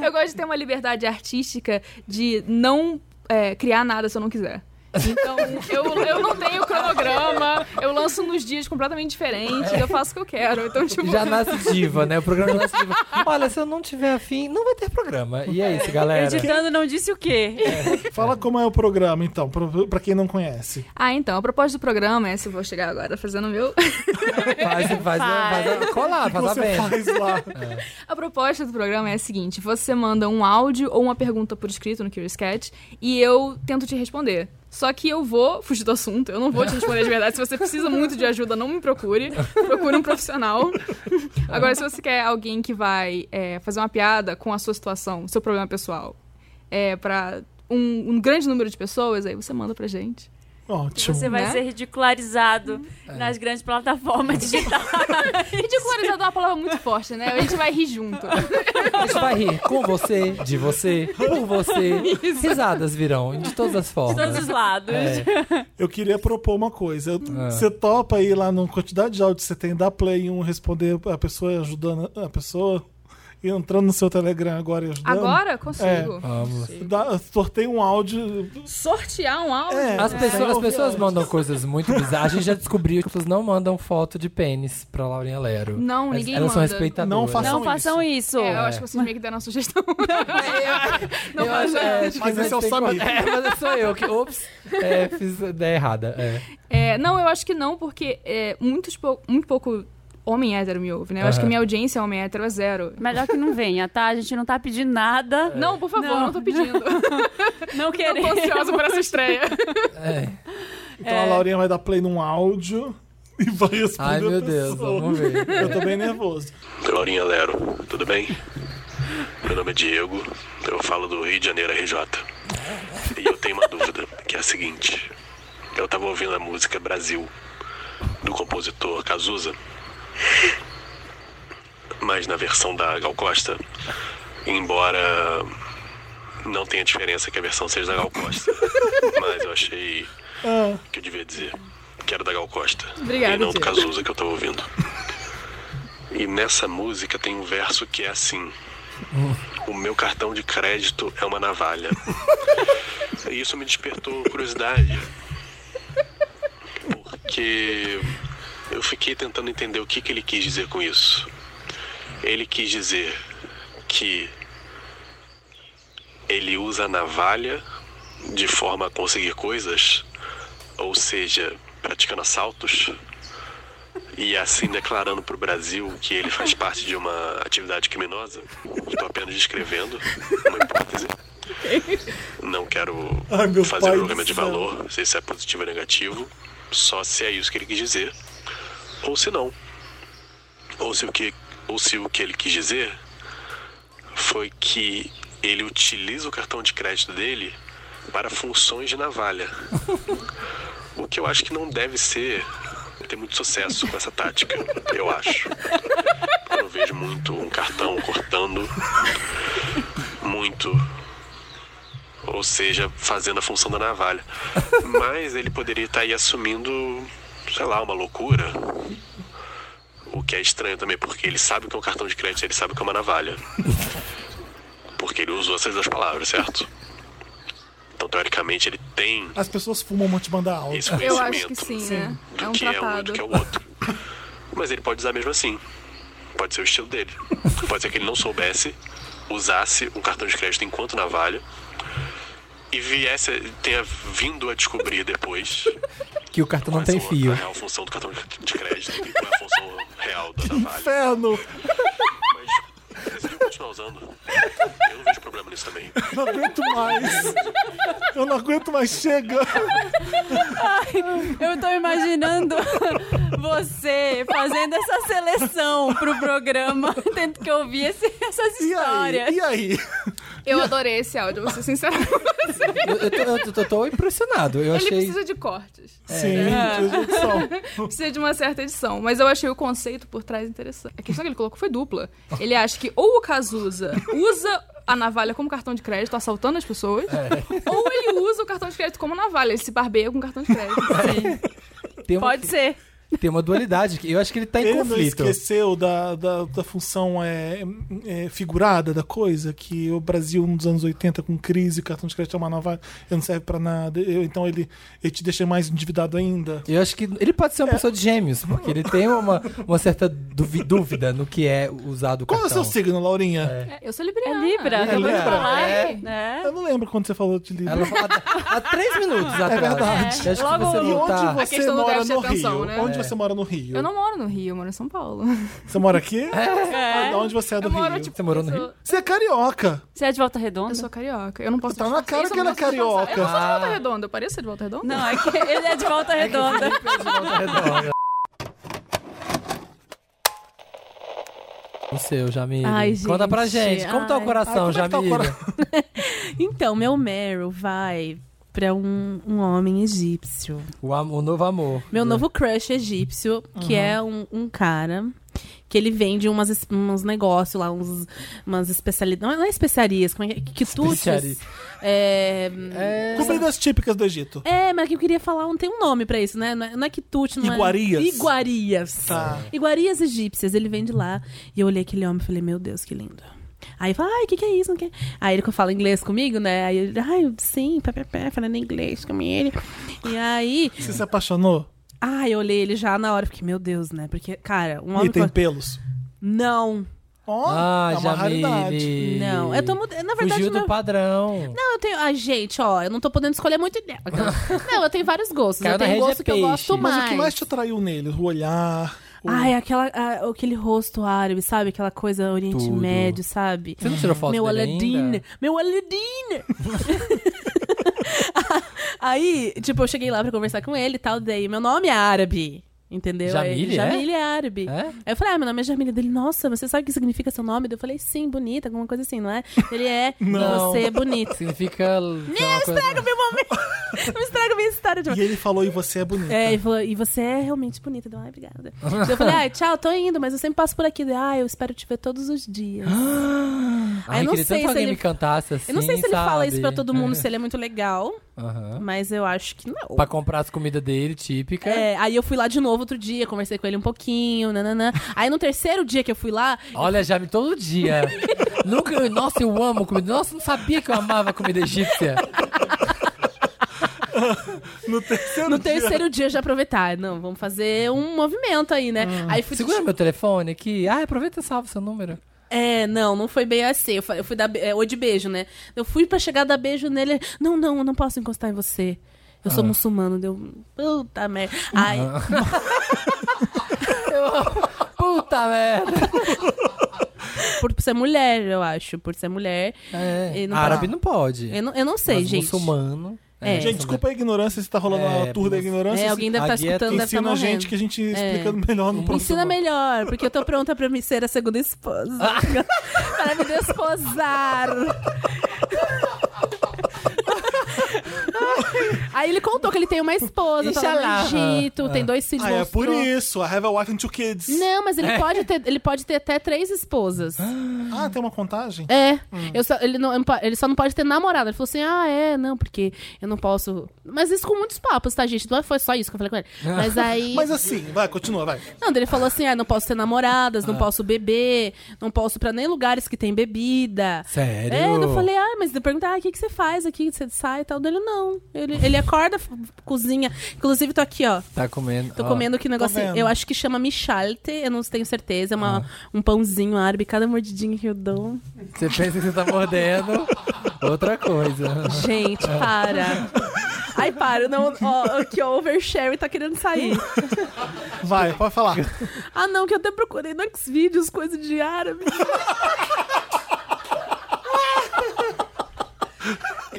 S5: eu gosto de ter uma liberdade artística de não é, criar nada se eu não quiser. Então, eu, eu não tenho cronograma, eu lanço nos dias completamente diferentes, eu faço o que eu quero. Então, tipo...
S1: Já
S5: <laughs>
S1: nasce diva, né? O programa nasce diva. Olha, se eu não tiver afim, não vai ter programa. E é isso, galera.
S2: Editando não disse o quê.
S3: <laughs> Fala como é o programa, então, pra, pra quem não conhece.
S5: Ah, então, a proposta do programa é, se eu vou chegar agora fazendo o meu... <laughs>
S1: Faz, faz, faz, faz a- colar,
S5: O que
S1: faz a
S5: você
S1: venda.
S5: faz A proposta do programa é a seguinte: você manda um áudio ou uma pergunta por escrito no Curious Cat e eu tento te responder. Só que eu vou fugir do assunto, eu não vou te responder de verdade. Se você precisa muito de ajuda, não me procure. Procure um profissional. Agora, se você quer alguém que vai é, fazer uma piada com a sua situação, seu problema pessoal, é, pra um, um grande número de pessoas, aí você manda pra gente.
S3: Ótimo.
S2: Você vai
S5: Né?
S2: ser ridicularizado nas grandes
S5: <laughs>
S2: plataformas digitais.
S5: Ridicularizado é uma palavra muito forte, né? A gente vai rir junto.
S1: A gente vai rir com você, de você, por você. Risadas virão, de todas as formas. É.
S2: lados.
S3: Eu queria propor uma coisa. Você topa aí lá na quantidade de áudio que você tem, dá play em um, responder a pessoa ajudando a pessoa. E entrando no seu Telegram agora e ajudando. É.
S5: Agora? Consigo. Vamos.
S3: Dá, sorteia um áudio.
S5: Sortear um áudio.
S3: É,
S1: As
S3: é.
S1: pessoas, as
S3: Eu-
S1: pessoas mandam coisas muito bizarras. A gente já descobriu que as pessoas não mandam foto de pênis pra Laurinha Lero.
S5: Não,
S1: Elas-
S5: ninguém
S1: Elas são
S5: manda.
S1: respeitadoras.
S5: Não
S2: façam Não façam isso.
S5: É, eu
S1: É.
S5: acho que vocês meio que deram a
S2: <laughs>
S5: sugestão. não
S1: Eu
S5: façam isso.
S1: acho- é, acho que a gente tem que- É, mas sou eu que, ops, é, fiz a ideia errada. É.
S5: É, não, eu acho que não, porque é, muitos pou- muito pouco homem hétero me ouve, né? Eu acho que
S1: Aham.
S5: minha audiência homem hétero é zero.
S2: Melhor que não venha, tá? A gente não
S1: <laughs>
S2: tá pedindo nada.
S3: É.
S5: Não, por favor, não, tô
S23: <laughs>
S5: pedindo.
S2: Não queremos.
S5: Não tô ansiosa por essa estreia.
S3: Então
S5: É.
S3: a Laurinha vai dar play num áudio <laughs> e vai responder.
S1: Ai, meu
S3: a
S1: Deus,
S3: pessoa.
S1: vamos ver.
S3: Eu tô bem
S5: <laughs>
S3: nervoso.
S25: Laurinha Lero, tudo bem? Meu nome é Diego, eu falo do Rio de Janeiro RJ. E eu tenho uma dúvida, que é a seguinte. Eu tava ouvindo a música Brasil, do compositor Cazuza, mas na versão da Gal Costa, embora não tenha diferença que a versão seja da Gal Costa, mas eu achei
S3: Ah.
S25: que eu devia dizer que era da Gal Costa.
S5: Obrigada,
S25: E não do
S5: Diego.
S25: Cazuza que eu tava ouvindo. E nessa música tem um verso que é assim: O meu cartão de crédito é uma navalha. e isso me despertou curiosidade. Porque eu fiquei tentando entender o que, que ele quis dizer com isso. Ele quis dizer que ele usa a navalha de forma a conseguir coisas, ou seja, praticando assaltos e assim declarando para o Brasil que ele faz parte de uma atividade criminosa. Estou apenas descrevendo uma hipótese. Não quero
S3: Ai, Ah, meu
S25: fazer
S3: pai
S25: um
S3: do
S25: programa de
S3: céu.
S25: valor, se isso é positivo ou negativo, só se é isso que ele quis dizer, ou se não. Ou se o que, ou se o que ele quis dizer foi que ele utiliza o cartão de crédito dele para funções de navalha. O que eu acho que não deve ser ter muito sucesso com essa tática, eu acho. Eu não vejo muito um cartão cortando muito, ou seja, fazendo a função da navalha. Mas ele poderia estar aí assumindo, sei lá, uma loucura. O que é estranho também, porque ele sabe o que é um cartão de crédito, ele sabe o que é uma navalha. Porque ele usou essas duas palavras, certo? Então, teoricamente, ele tem
S3: As pessoas fumam um monte de banda alta.
S25: Isso, um
S5: Eu acho que sim, né? É um
S25: que é um e
S5: tratado.
S25: do que é o outro. Mas ele pode usar mesmo assim. Pode ser o estilo dele. Pode ser que ele não soubesse
S22: usasse um cartão de crédito enquanto navalha e viesse, tenha vindo a descobrir depois
S1: Que o cartão não tem fio.
S22: a real função do cartão de crédito e qual é a função real da navalha.
S3: Inferno!
S22: Decidiu continuar usando? Eu não vejo problema nisso também.
S3: Não aguento
S5: <laughs>
S3: mais. Eu não aguento mais, chega.
S23: Ai, eu tô imaginando você fazendo essa seleção pro programa, tendo que ouvir esse- essas histórias.
S3: E aí?
S5: Eu adorei esse áudio, vou ser sincera com você.
S1: <laughs> Eu, eu tô, eu tô- eu tô impressionado. Eu
S5: Ele
S1: achei.
S5: precisa de cortes.
S1: É. Sim, precisa de
S11: <laughs>
S5: <laughs>
S1: edição.
S5: precisa de uma certa edição. Mas eu achei o conceito por trás interessante. A questão que ele colocou foi dupla. Ele acha que ou o Cazuza usa a navalha como cartão de crédito, assaltando as pessoas,
S1: É.
S5: ou ele usa o cartão de crédito como navalha, ele se barbeia com cartão de crédito.
S1: Tem um uma,
S5: Pode ser.
S1: tem uma dualidade. que Eu acho que ele tá em
S3: Ele não
S1: conflito.
S3: esqueceu da, da, da função é, é, figurada da coisa, que o Brasil nos anos 80 com crise, o cartão de crédito é uma navalha, ele não serve pra nada, eu- então ele, ele te deixa mais endividado ainda.
S1: Eu acho que ele pode ser uma pessoa de gêmeos, porque ele tem uma, uma certa duvi- dúvida no que é usado o
S3: Qual é o
S1: cartão.
S3: seu signo, Laurinha?
S5: É, eu sou libriana.
S23: É Libra,
S1: É
S23: acabou de
S1: Libra.
S23: falar.
S1: É.
S23: Né?
S3: Eu não lembro quando você falou de Libra.
S1: Ela falou há, há três minutos
S3: É
S1: atrás.
S3: verdade.
S1: Eu Acho que você
S3: e
S1: não tá...
S3: onde
S5: A
S3: você
S5: questão do
S3: mora
S5: déficit de
S3: no
S5: atenção,
S3: Rio?
S5: né?
S3: Onde
S5: É.
S3: você mora no Rio?
S5: Eu não moro no Rio, eu moro em São Paulo.
S3: Você mora aqui?
S5: É.
S3: Ah, Onde você é do
S5: Eu moro,
S3: Rio?
S5: tipo, Você morou no eu Rio? sou-
S3: Você é carioca.
S23: Você é de Volta Redonda?
S5: Eu sou carioca. Eu não posso
S3: Tá na
S5: disfarçar.
S3: cara
S5: Eu
S3: que
S5: não
S3: ela é
S5: posso disfarçar.
S3: carioca.
S5: Eu não sou de volta
S3: Ah.
S5: redonda. Eu pareço ser de volta redonda?
S23: Não, é que ele é de Volta Redonda.
S5: <laughs>
S1: O seu, Jamile.
S23: Ai,
S1: Conta
S23: gente.
S1: pra gente. Como tá o
S23: Ai.
S1: coração,
S23: Ai, como é que tá o
S1: Jamile?
S23: cora-
S11: <laughs> Então, meu Meryl vai pra um, um homem egípcio.
S1: O, am- o novo amor.
S11: Meu novo crush é egípcio, que
S1: Uhum.
S11: é um, um cara que ele vende umas, es- uns negócios lá, uns, umas especialidades. Não é especiarias, como é que
S3: Especiaria.
S11: quitutes. É,
S3: Comidas típicas do Egito.
S11: é, mas que eu queria falar, não tem um nome pra isso, né? Não é, não é quitute, não
S3: Iguarias.
S11: é. Iguarias.
S3: Tá.
S11: Iguarias egípcias. Ele vende lá. E eu olhei aquele homem e falei, meu Deus, que lindo. Aí fala, ai, o que, que é isso? Não que... Aí ele fala inglês comigo, né? Aí ele, ai, sim, pé, pé, pé, falando inglês com ele. E aí.
S3: Você se apaixonou?
S11: Ah, eu olhei ele já na hora, fiquei, meu Deus, né? Porque, cara, um
S3: E
S11: homem.
S3: tem é
S11: com-
S3: pelos.
S11: Não.
S1: Ah, Jamile.
S11: Não, eu tô mudando. Na verdade,
S1: Fugiu do
S11: meu-
S1: padrão.
S11: não, eu tenho. Ah, gente, ó, eu não tô podendo escolher muito
S3: <laughs>
S11: dela. não, eu tenho vários gostos.
S1: Caiu
S11: eu
S1: na
S11: tenho
S1: rede
S11: um gosto
S1: é
S11: que eu gosto
S1: peixe.
S11: mais.
S3: Mas o que mais te atraiu nele? O olhar? O...
S11: Ai, aquela, a- aquele rosto árabe, sabe? Aquela coisa Oriente
S3: Tudo.
S11: Médio, sabe?
S3: Você não tirou foto
S11: Meu
S3: dele
S11: Aladdin,
S3: ainda?
S11: meu Aladdin! <laughs> Aí, tipo, eu cheguei lá pra conversar com ele e tal, daí meu nome é árabe. Entendeu?
S1: Jamile, é?
S11: Aí, Jamile é árabe.
S1: É?
S11: Aí eu falei, ah, meu nome é Jamile. Dele, nossa, você sabe o que significa seu nome? Daí Eu falei, sim, bonita, alguma coisa assim, não é? Ele
S3: <laughs>
S11: é,
S1: Não.
S11: você é bonita.
S1: Significa. Me
S11: estraga o meu momento! Me estraga a minha história de
S3: E ele falou, e você é bonita.
S11: é, e, falou, e você é realmente bonita. Deu,
S1: <laughs>
S11: ai, obrigada. Daí eu falei, ai, tchau, tô indo, mas eu sempre passo por aqui. Daí, Ah, eu espero te ver todos os dias. Aí
S1: <gasps> Ai,
S11: eu não
S1: queria tanto
S11: sei
S1: que
S11: se
S1: alguém
S11: ele...
S1: me cantasse assim.
S11: eu não sei se ele fala isso pra
S1: sabe?
S11: todo mundo, se ele é muito legal,
S1: Aham.
S11: mas eu acho que não.
S1: Pra comprar as comidas dele, típica.
S11: É, aí eu fui lá de novo outro dia, conversei com ele um pouquinho, nananã. Aí no terceiro dia que eu fui lá,
S1: Olha, Jamile, todo
S11: <laughs>
S1: dia. Nunca. eu- Nossa, eu amo comida. Nossa, não sabia que eu amava comida egípcia.
S3: <laughs> No terceiro
S11: no terceiro dia eu já aproveitar. Não, vamos fazer um movimento aí, né? Aí fui
S1: Hum. Segura meu telefone aqui. Ah, aproveita e salva seu número.
S11: É, não, não foi bem assim. Eu fa- eu fui dar. be- É, oi de beijo, né? Eu fui pra chegar a dar beijo nele. Não, não, eu não posso encostar em você. Eu sou
S1: Ah.
S11: muçulmano, deu. Puta merda. Ai.
S1: <laughs> Puta merda.
S11: Por ser mulher, eu acho. Por ser mulher.
S1: É.
S11: e
S1: Árabe
S11: pode-
S1: não pode.
S11: Eu não, eu não sei,
S1: Mas
S11: gente.
S1: muçulmano.
S11: É.
S3: Gente, desculpa a ignorância se tá rolando
S1: É,
S3: a tour da ignorância.
S11: É, alguém deve
S3: A
S11: tá
S3: guia
S11: escutando, deve
S3: Ensina
S11: tá
S3: a
S11: morrendo.
S3: gente que a gente
S11: É.
S3: explicando melhor no próximo.
S11: Ensina melhor, porque eu tô pronta pra me ser a segunda esposa.
S3: Ah.
S11: <laughs> para
S3: <laughs>
S11: me desposar. Aí ele contou que ele tem uma esposa, tá lá
S3: Inshallah.
S11: no Egito, tem dois filhos.
S3: Ah, é por
S11: mostrou.
S3: isso. I have a wife and two kids. É.
S11: Não, mas ele pode ter, ele pode ter até três esposas.
S3: Ah, tem uma contagem? Hum.
S11: É, eu só- ele, não, ele só não pode ter namorada. Ele falou assim: ah, é, não, porque eu não posso. Mas isso com muitos papos, tá, gente? Não foi só isso que eu falei com
S3: <laughs> Ah.
S11: ele. Mas aí.
S3: Mas assim, vai, continua, vai.
S11: Não, daí ele falou assim: ah, não posso ter namoradas, não
S3: Ah.
S11: posso beber, não posso pra nem lugares que tem bebida.
S1: Sério?
S11: É, daí eu falei, ah, mas eu perguntar, ah, o que, que você faz aqui? Você sai e tal? Daí Ele, não. Ele, ele é acorda, f- cozinha. Inclusive, tô aqui, ó.
S1: Tá comendo.
S3: Ah,
S11: Tô
S1: ó. Tá
S11: comendo que negocinho. Eu acho que chama michalte, eu não tenho certeza. É uma,
S3: Ah.
S11: um pãozinho árabe, cada mordidinha que eu dou.
S1: Você pensa que você tá mordendo outra coisa. <laughs>
S3: <laughs>
S11: Gente, para. Ai, para, não, ó, aqui, ó, o overshare tá querendo sair.
S3: Vai, pode falar.
S11: Ah, não, que eu até procurei no Xvideos, coisa de árabe.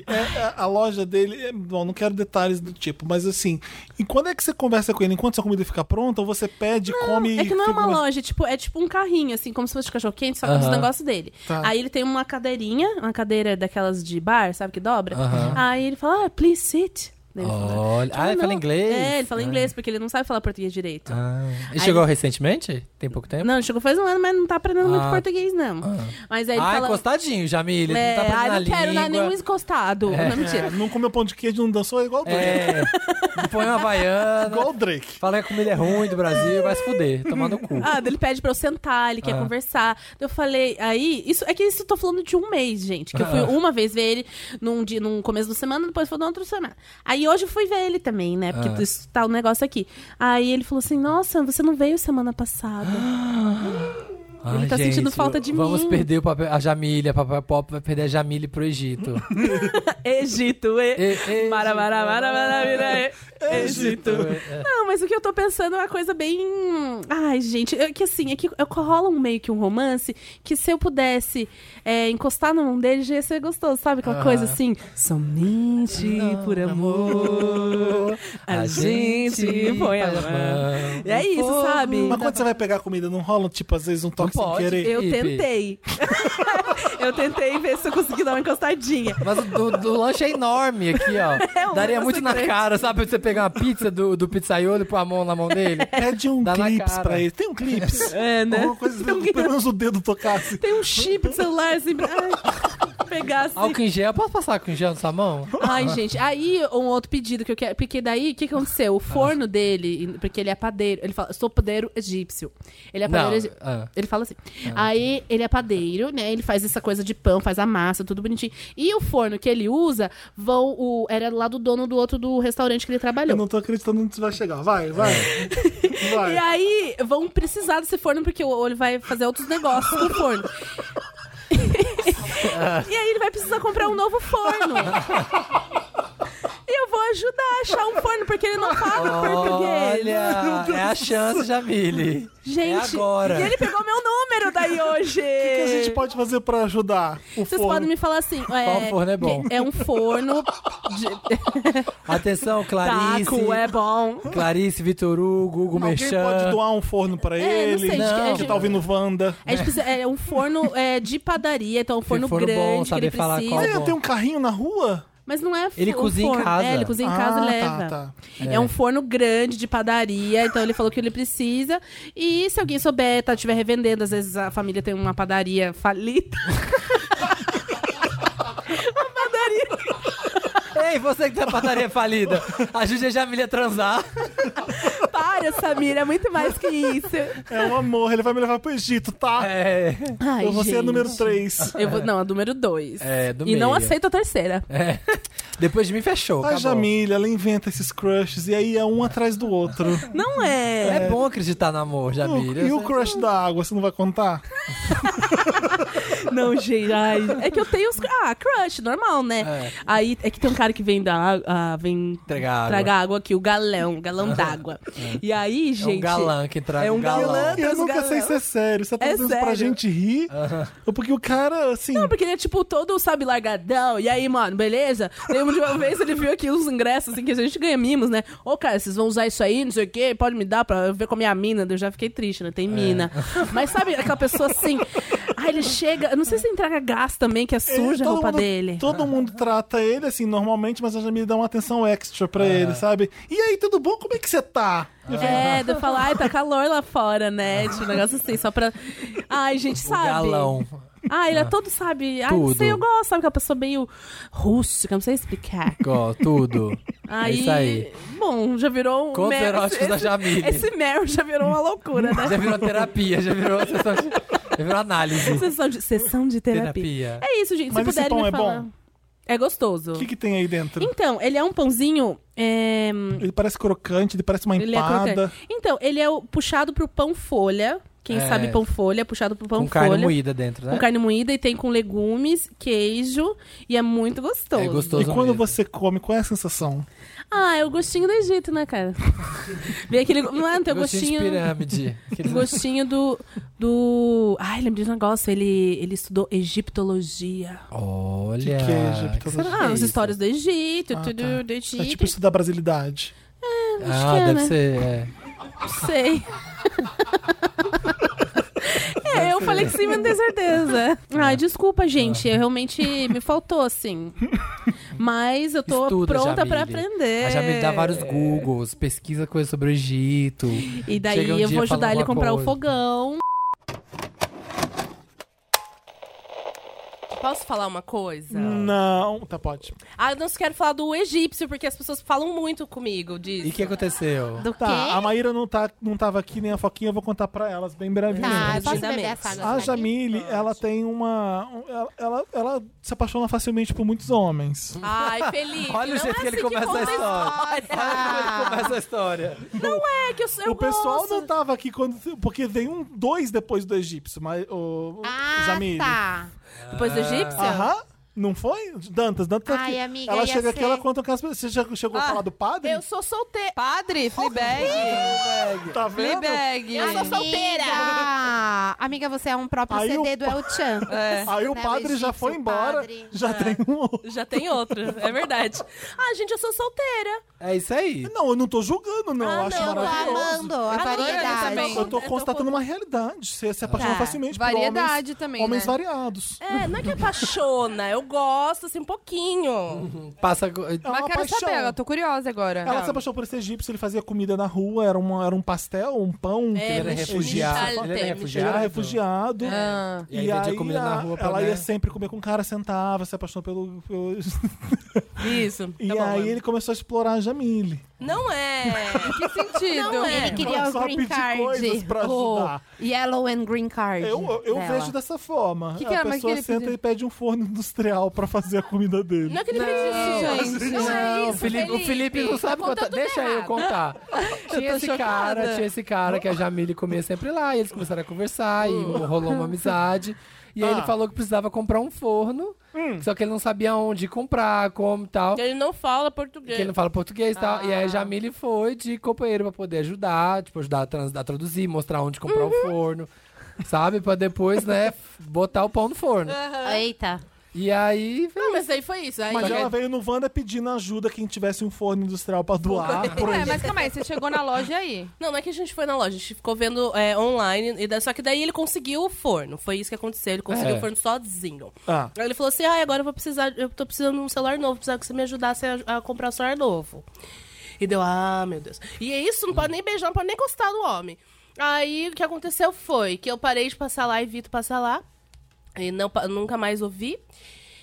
S3: É, é, a loja dele, é, bom, não quero detalhes do tipo, mas assim, e quando é que você conversa com ele? Enquanto sua comida fica pronta, ou você pede, come.
S11: É que não é uma
S3: figura-
S11: loja, tipo, é tipo um carrinho, assim, como se fosse cachorro quente, só que
S3: Aham.
S11: os negócios dele.
S3: Tá.
S11: Aí ele tem uma cadeirinha, uma cadeira daquelas de bar, sabe, que dobra.
S1: Aham.
S11: Aí ele fala, ah, please sit. Daí ele fala,
S1: Olha.
S11: tipo,
S1: Ah, ele
S11: "Não."
S1: fala inglês.
S11: É, ele fala inglês, porque ele não sabe falar português direito.
S1: Ah. E
S11: Aí-
S1: chegou recentemente? Tem pouco tempo?
S11: Não, chegou faz um ano, mas não tá aprendendo muito
S1: Ah.
S11: português, não.
S1: Ah.
S11: Mas aí ele
S1: ah,
S11: fala...
S1: encostadinho, Jamile. não tá
S11: É,
S1: aprendendo
S11: ah,
S1: a
S11: não quero dar nenhum
S1: língua.
S11: encostado.
S1: É.
S11: Não, mentira.
S1: É,
S3: Não comeu pão de queijo, não dançou, é igual o Drake.
S1: É. Não <laughs> põe uma havaiana. Igual
S3: o Drake.
S1: Fala que a comida é ruim do Brasil, vai se fuder. Tomar no cu.
S11: <laughs> Ah, daí ele pede pra eu sentar, ele quer
S1: Ah.
S11: conversar. Eu falei, aí, isso é que isso eu tô falando de um mês, gente. Que eu fui
S1: Ah.
S11: uma vez ver ele num dia, num começo da semana, depois foi na outra semana. Aí hoje eu fui ver ele também, né? Porque
S1: Ah.
S11: isso tá o negócio aqui. Aí ele falou assim: nossa, você não veio
S1: <gasps>
S11: semana passada.
S1: Ai,
S11: tá sentindo falta de
S1: vamos
S11: mim.
S1: Vamos perder o papel, a Jamile, a Papai Pop vai perder a Jamile pro
S11: <laughs>
S1: Egito.
S11: Egito,
S10: eh?
S11: e. Mara, mara, mara, mara, mira, e.
S19: eh.
S1: Egito.
S11: Não, mas o que eu tô pensando é uma coisa bem. Ai, gente, é que assim, é que eu rola um meio que um romance que se eu pudesse é, encostar na mão dele, já ia ser gostoso, sabe? Aquela
S1: Ah.
S11: coisa assim. Somente por amor. <laughs> A gente põe a mão. É isso, sabe?
S3: Mas quando você vai pegar comida, não rola, tipo, às vezes um toque sem querer?
S11: Eu tentei. eu tentei ver se eu consegui dar uma encostadinha.
S1: Mas o do lanche é enorme aqui, ó.
S11: <laughs> É um
S1: Daria
S11: lanche
S1: muito na
S11: grande.
S1: cara, sabe? Você pegar uma pizza do, do pizzaiolo e pôr a mão na mão
S3: <laughs>
S1: dele.
S3: Pede um
S1: Dá na
S3: clips
S1: cara.
S3: pra ele. Tem um clips?
S11: <laughs> É, né?
S3: Alguma coisa, pelo menos o dedo tocasse.
S11: Tem um chip de celular assim pra ai, <laughs> pegar assim.
S1: Álcool em gel, posso passar álcool em gel na sua mão?
S11: Ai, gente, aí um outro pedido que eu quero. Porque daí, o que que
S3: Ah.
S11: aconteceu? O forno dele, porque ele é padeiro, ele fala, sou padeiro egípcio. Ele é
S1: Não,
S11: padeiro egípcio.
S1: ah.
S11: Ele fala assim. Aí ele é padeiro, né? Ele faz essa coisa de pão, faz a massa, tudo bonitinho. E o forno que ele usa, vão. O, era lá do dono do outro do restaurante que ele trabalhou. É.
S3: Eu não tô acreditando onde isso vai chegar. Vai, vai. Vai.
S11: <laughs> E aí vão precisar desse forno, porque o ele vai fazer outros negócios no forno. E aí ele vai precisar comprar um novo forno. E eu vou ajudar a achar um forno, porque ele não fala português.
S1: Olha, é a chance, Jamile.
S11: Gente,
S1: é agora.
S11: e ele pegou meu número daí hoje. O
S3: O que a gente pode fazer pra ajudar o
S11: Vocês
S3: forno?
S11: podem me falar assim. É,
S1: Qual forno é bom?
S11: É um forno. De...
S1: Atenção, Clarice.
S11: Taco é bom.
S1: Clarice, Vitor Hugo, Hugo
S3: Alguém
S1: Merchan.
S3: pode doar um forno pra
S11: É, não
S3: ele?
S11: sei, acho que- acho-
S3: que tá ouvindo Wanda.
S11: A gente precisa- é um forno é, de padaria, então é um forno,
S1: forno bom,
S11: grande que
S1: saber
S11: ele
S1: falar
S11: precisa.
S1: qual é bom.
S3: Tem um carrinho na rua?
S11: Mas não é
S1: Ele
S11: fo-
S1: cozinha em
S11: forno.
S1: casa.
S11: É, ele cozinha em casa
S3: Ah,
S11: e
S3: tá,
S11: leva.
S3: tá.
S11: É.
S1: É.
S11: um forno grande de padaria, então ele falou que ele precisa. E se alguém souber, tá, tiver revendendo, às vezes a família tem uma padaria falida. <laughs>
S1: Ei, você que tem a padaria falida, ajude a Jamile a transar.
S11: Para, Samira, é muito mais que isso.
S3: É um amor, ele vai me levar pro Egito, tá?
S1: É.
S11: Ai,
S3: eu vou ser a
S11: gente.
S3: número 3.
S11: Eu vou- não, a número 2.
S1: É, do
S11: e não
S1: meio.
S11: aceito a terceira.
S1: É. Depois de mim, fechou.
S3: A
S1: acabou.
S3: Jamília, ela inventa esses crushes e aí é um atrás do outro.
S11: Não é.
S1: É bom acreditar no amor, Jamile.
S3: E o crush da água, você não vai contar?
S11: Não, gente, ai. É que eu tenho os. Ah, crush, normal, né? Aí é que tem um cara que vem da água. ah, vem
S1: Entregar água.
S11: tragar água aqui, o galão, galão d'água. E aí,
S1: É
S11: gente.
S1: um galã que traga
S11: É um galã,
S1: galão.
S11: traz
S3: Eu
S11: o
S3: nunca
S11: galão.
S3: sei
S1: <laughs>
S3: se é sério. Você tá
S11: É
S3: trazendo isso pra
S11: sério.
S3: gente rir? Ou Porque o cara, assim.
S11: Não, porque ele é tipo todo, sabe, largadão. E aí, mano, beleza? Lembro
S3: <laughs>
S11: de uma vez ele viu aqui os ingressos, assim, que a gente ganha mimos, né? Ô, cara, vocês vão usar isso aí, não sei o quê, pode me dar pra eu ver com a minha mina. Eu já fiquei triste, né?
S3: É.
S11: Tem mina. Mas sabe aquela pessoa
S3: <laughs>
S11: assim. Ai, ele chega. eu Não sei se entrega gás também, que é
S3: ele-
S11: suja a
S3: todo
S11: roupa
S3: mundo-
S11: dele.
S3: Todo mundo trata ele assim normalmente, mas a Jamília dá uma atenção extra pra ele, sabe? E aí, tudo bom? Como é que você tá? Eu falo,
S11: É, de eu falar, ai, tá calor lá fora, né? Tipo, um negócio assim, só pra.
S3: <laughs>
S11: Ai, gente, sabe?
S1: galão.
S11: Ah, ele é todo, sabe? Ai, não
S1: Tudo.
S11: sei, eu gosto, sabe? Que é uma pessoa meio rústica, não sei explicar.
S1: Ó, tudo.
S11: Aí,
S1: É isso aí.
S11: Bom, já virou um.
S1: Contos
S11: mer-
S1: eróticos da
S11: esse-
S1: Jamile.
S11: Esse Meryl já virou uma loucura, né?
S1: <laughs> Já virou terapia, já virou, sessão de- já virou análise.
S11: Sessão de, sessão de terapia.
S1: Terapia.
S11: É isso, gente.
S3: Mas
S11: se
S3: esse
S11: puderem
S3: pão
S11: me
S3: é
S11: falar.
S3: bom?
S11: É gostoso.
S3: O que, que tem aí dentro?
S11: Então, ele é um pãozinho. é,
S3: Ele parece crocante, ele parece uma
S11: ele é
S3: empada.
S11: crocante. Então, ele é o- puxado pro pão folha. Quem
S1: É.
S11: sabe pão folha, é puxado pro pão
S1: Com
S11: folha.
S1: carne moída dentro, né?
S11: Com carne moída e tem com legumes, queijo. E é muito gostoso.
S3: E quando você come, qual é a sensação?
S11: Ah, é o gostinho do Egito, né,
S1: <laughs>
S11: cara? Vem aquele. Mano, tem o
S1: Gostinho
S11: gostinho.
S1: de pirâmide.
S11: O gostinho do. do... Ai, lembrei de um negócio. Ele, ele estudou egiptologia.
S1: Olha.
S3: Que que é egiptologia?
S11: Ah, as histórias do Egito,
S3: Ah,
S11: tudo
S3: tá.
S11: do Egito.
S3: É tipo estudar brasilidade.
S11: acho que é,
S1: ah, deve
S11: né?
S1: ser. É.
S11: Não
S1: <laughs>
S11: sei. é, eu falei que sim, mas não
S1: <laughs>
S11: tenho certeza. Ai,
S1: Ah.
S11: desculpa, gente. Eu realmente me
S1: <laughs>
S11: faltou, assim. Mas eu tô
S1: Estuda,
S11: pronta
S1: Jamile.
S11: pra aprender.
S1: A Jamile dá vários Googles, pesquisa coisas sobre o Egito.
S11: E daí
S1: Chega um
S11: eu
S1: dia,
S11: vou
S1: fala
S11: ajudar ele a
S1: alguma
S11: comprar o
S1: coisa.
S11: fogão.
S24: Posso falar uma coisa?
S3: Não, tá, pode.
S24: Ah, eu não quero falar do egípcio, porque as pessoas falam muito comigo disso.
S1: E o que aconteceu?
S3: tá, a Maíra não, tá, não tava aqui, nem a Foquinha, eu vou contar pra elas bem brevemente.
S24: Tá, posso beber essa água
S3: a
S24: daqui?
S3: Jamile, ela tem uma... um- Ela, ela, ela se apaixona facilmente por muitos homens.
S1: <laughs>
S24: Ai, Felipe.
S1: Olha o
S24: não
S1: jeito
S24: é
S1: que ele
S24: assim
S1: começa a
S24: conta
S1: história.
S24: história.
S1: Começa a história.
S24: Não é que eu, eu
S3: o pessoal
S24: gosto.
S3: não tava aqui quando... Porque vem um dois depois do egípcio, mas... O, ah, Jamile.
S7: Tá.
S24: Ah.
S11: Depois do egípcio?
S3: Aham. Não foi? Dantas, Dantas tá
S7: Ai,
S3: aqui.
S7: amiga,
S3: ela
S7: ia
S3: chega aqui,
S7: ser.
S3: ela conta com as pessoas. Você já chegou
S24: Ah,
S3: a falar do padre?
S24: Eu sou solteira.
S7: Padre, Fleabag.
S3: Tá vendo?
S7: Fleabag.
S3: Eu sou
S24: solteira.
S7: Amiga, você é um próprio
S3: Aí
S7: CD
S3: o- É.
S7: do El
S3: <laughs>
S7: Chan.
S24: <laughs> É.
S3: Aí o
S7: Né,
S3: padre já
S7: egípcio,
S3: foi embora,
S7: padre.
S3: já
S11: É.
S3: tem um outro.
S24: Já tem outro, é verdade. Ah, gente, eu sou solteira.
S1: É isso aí.
S3: Não, eu não tô julgando, não. eu acho
S7: não, tô
S3: maravilhoso.
S7: amando a Adoro variedade. também.
S3: Eu tô constatando uma realidade. Você se apaixona
S24: Tá.
S3: facilmente por
S24: Variedade
S3: homens,
S24: também,
S3: homens
S24: né?
S3: variados.
S24: É, não é que apaixona, eu gosto, assim, um
S3: Uhum.
S24: pouquinho.
S1: Passa.
S24: Mas quero
S11: assim
S24: saber, eu tô curiosa agora.
S3: É Ela
S24: Ah.
S3: se apaixonou por esse egípcio, ele fazia comida na rua, era, uma, era um pastel, um pão.
S1: É, Ele era
S3: egípcio.
S1: refugiado. Ele era refugiado?
S3: Ele era refugiado.
S1: Ah.
S3: E, aí,
S1: comida
S3: a-
S1: na rua pra,
S3: ela
S1: né?
S3: ia sempre comer com o cara, sentava, se apaixonou pelo... pelo-
S1: Tá
S24: Isso.
S3: e
S24: tá bom,
S3: aí
S24: mano.
S3: ele começou a explorar a Jamile.
S24: Não é. Em que sentido?
S7: Não é. Ele queria
S3: Só
S7: o green
S3: pedir coisas
S7: card.
S3: pra
S7: o
S3: ajudar.
S7: yellow and green card.
S3: Eu, eu
S7: dela.
S3: vejo dessa forma.
S7: Que é que
S3: a
S7: era? Mas
S3: pessoa
S7: que ele
S3: senta
S7: pediu?
S3: e pede um forno industrial pra fazer a comida dele.
S7: Não é acredito nisso, gente. Não é
S1: Não,
S7: isso,
S1: Felipe, o Felipe não
S7: Felipe.
S1: sabe
S7: Tá
S1: contar.
S7: contando
S1: Deixa eu
S7: errado.
S1: contar.
S7: Eu
S1: Tinha
S7: tô
S1: esse
S7: chocada.
S1: cara, tinha esse cara que a Jamile comia sempre lá, e eles começaram a conversar, e rolou uma amizade. E aí
S24: Ah.
S1: ele falou que precisava comprar um forno, só que ele não sabia onde comprar, como e tal.
S24: Ele não fala português.
S1: Porque ele não fala português e tal. E aí a Jamile foi de companheiro pra poder ajudar, tipo, ajudar a, trans- a traduzir, mostrar onde comprar o forno, sabe? Pra depois, né, f- botar o pão no forno.
S14: Eita.
S1: E aí.
S14: Não, mas aí foi isso. Aí
S3: Mas
S14: eu-
S3: ela veio no Wanda pedindo ajuda quem tivesse um forno industrial pra
S14: <laughs>
S7: é,
S3: doar. pro
S14: Ué,
S3: Egito.
S14: É, mas calma aí, você chegou na loja e aí? Não, não é que a gente foi na loja, a gente ficou vendo é, online, e da- só que daí ele conseguiu o forno. Foi isso que aconteceu, ele conseguiu
S24: É.
S14: o forno sozinho.
S24: Ah.
S14: Aí ele falou assim: ah, agora eu vou precisar, eu tô precisando de um celular novo, precisava que você me ajudasse a, a comprar um celular novo. E deu, ah, meu Deus. E é isso, não pode nem beijar, não pode nem encostar no homem. Aí o que aconteceu foi que eu parei de passar lá, evito passar lá, e não, pa- nunca mais ouvi.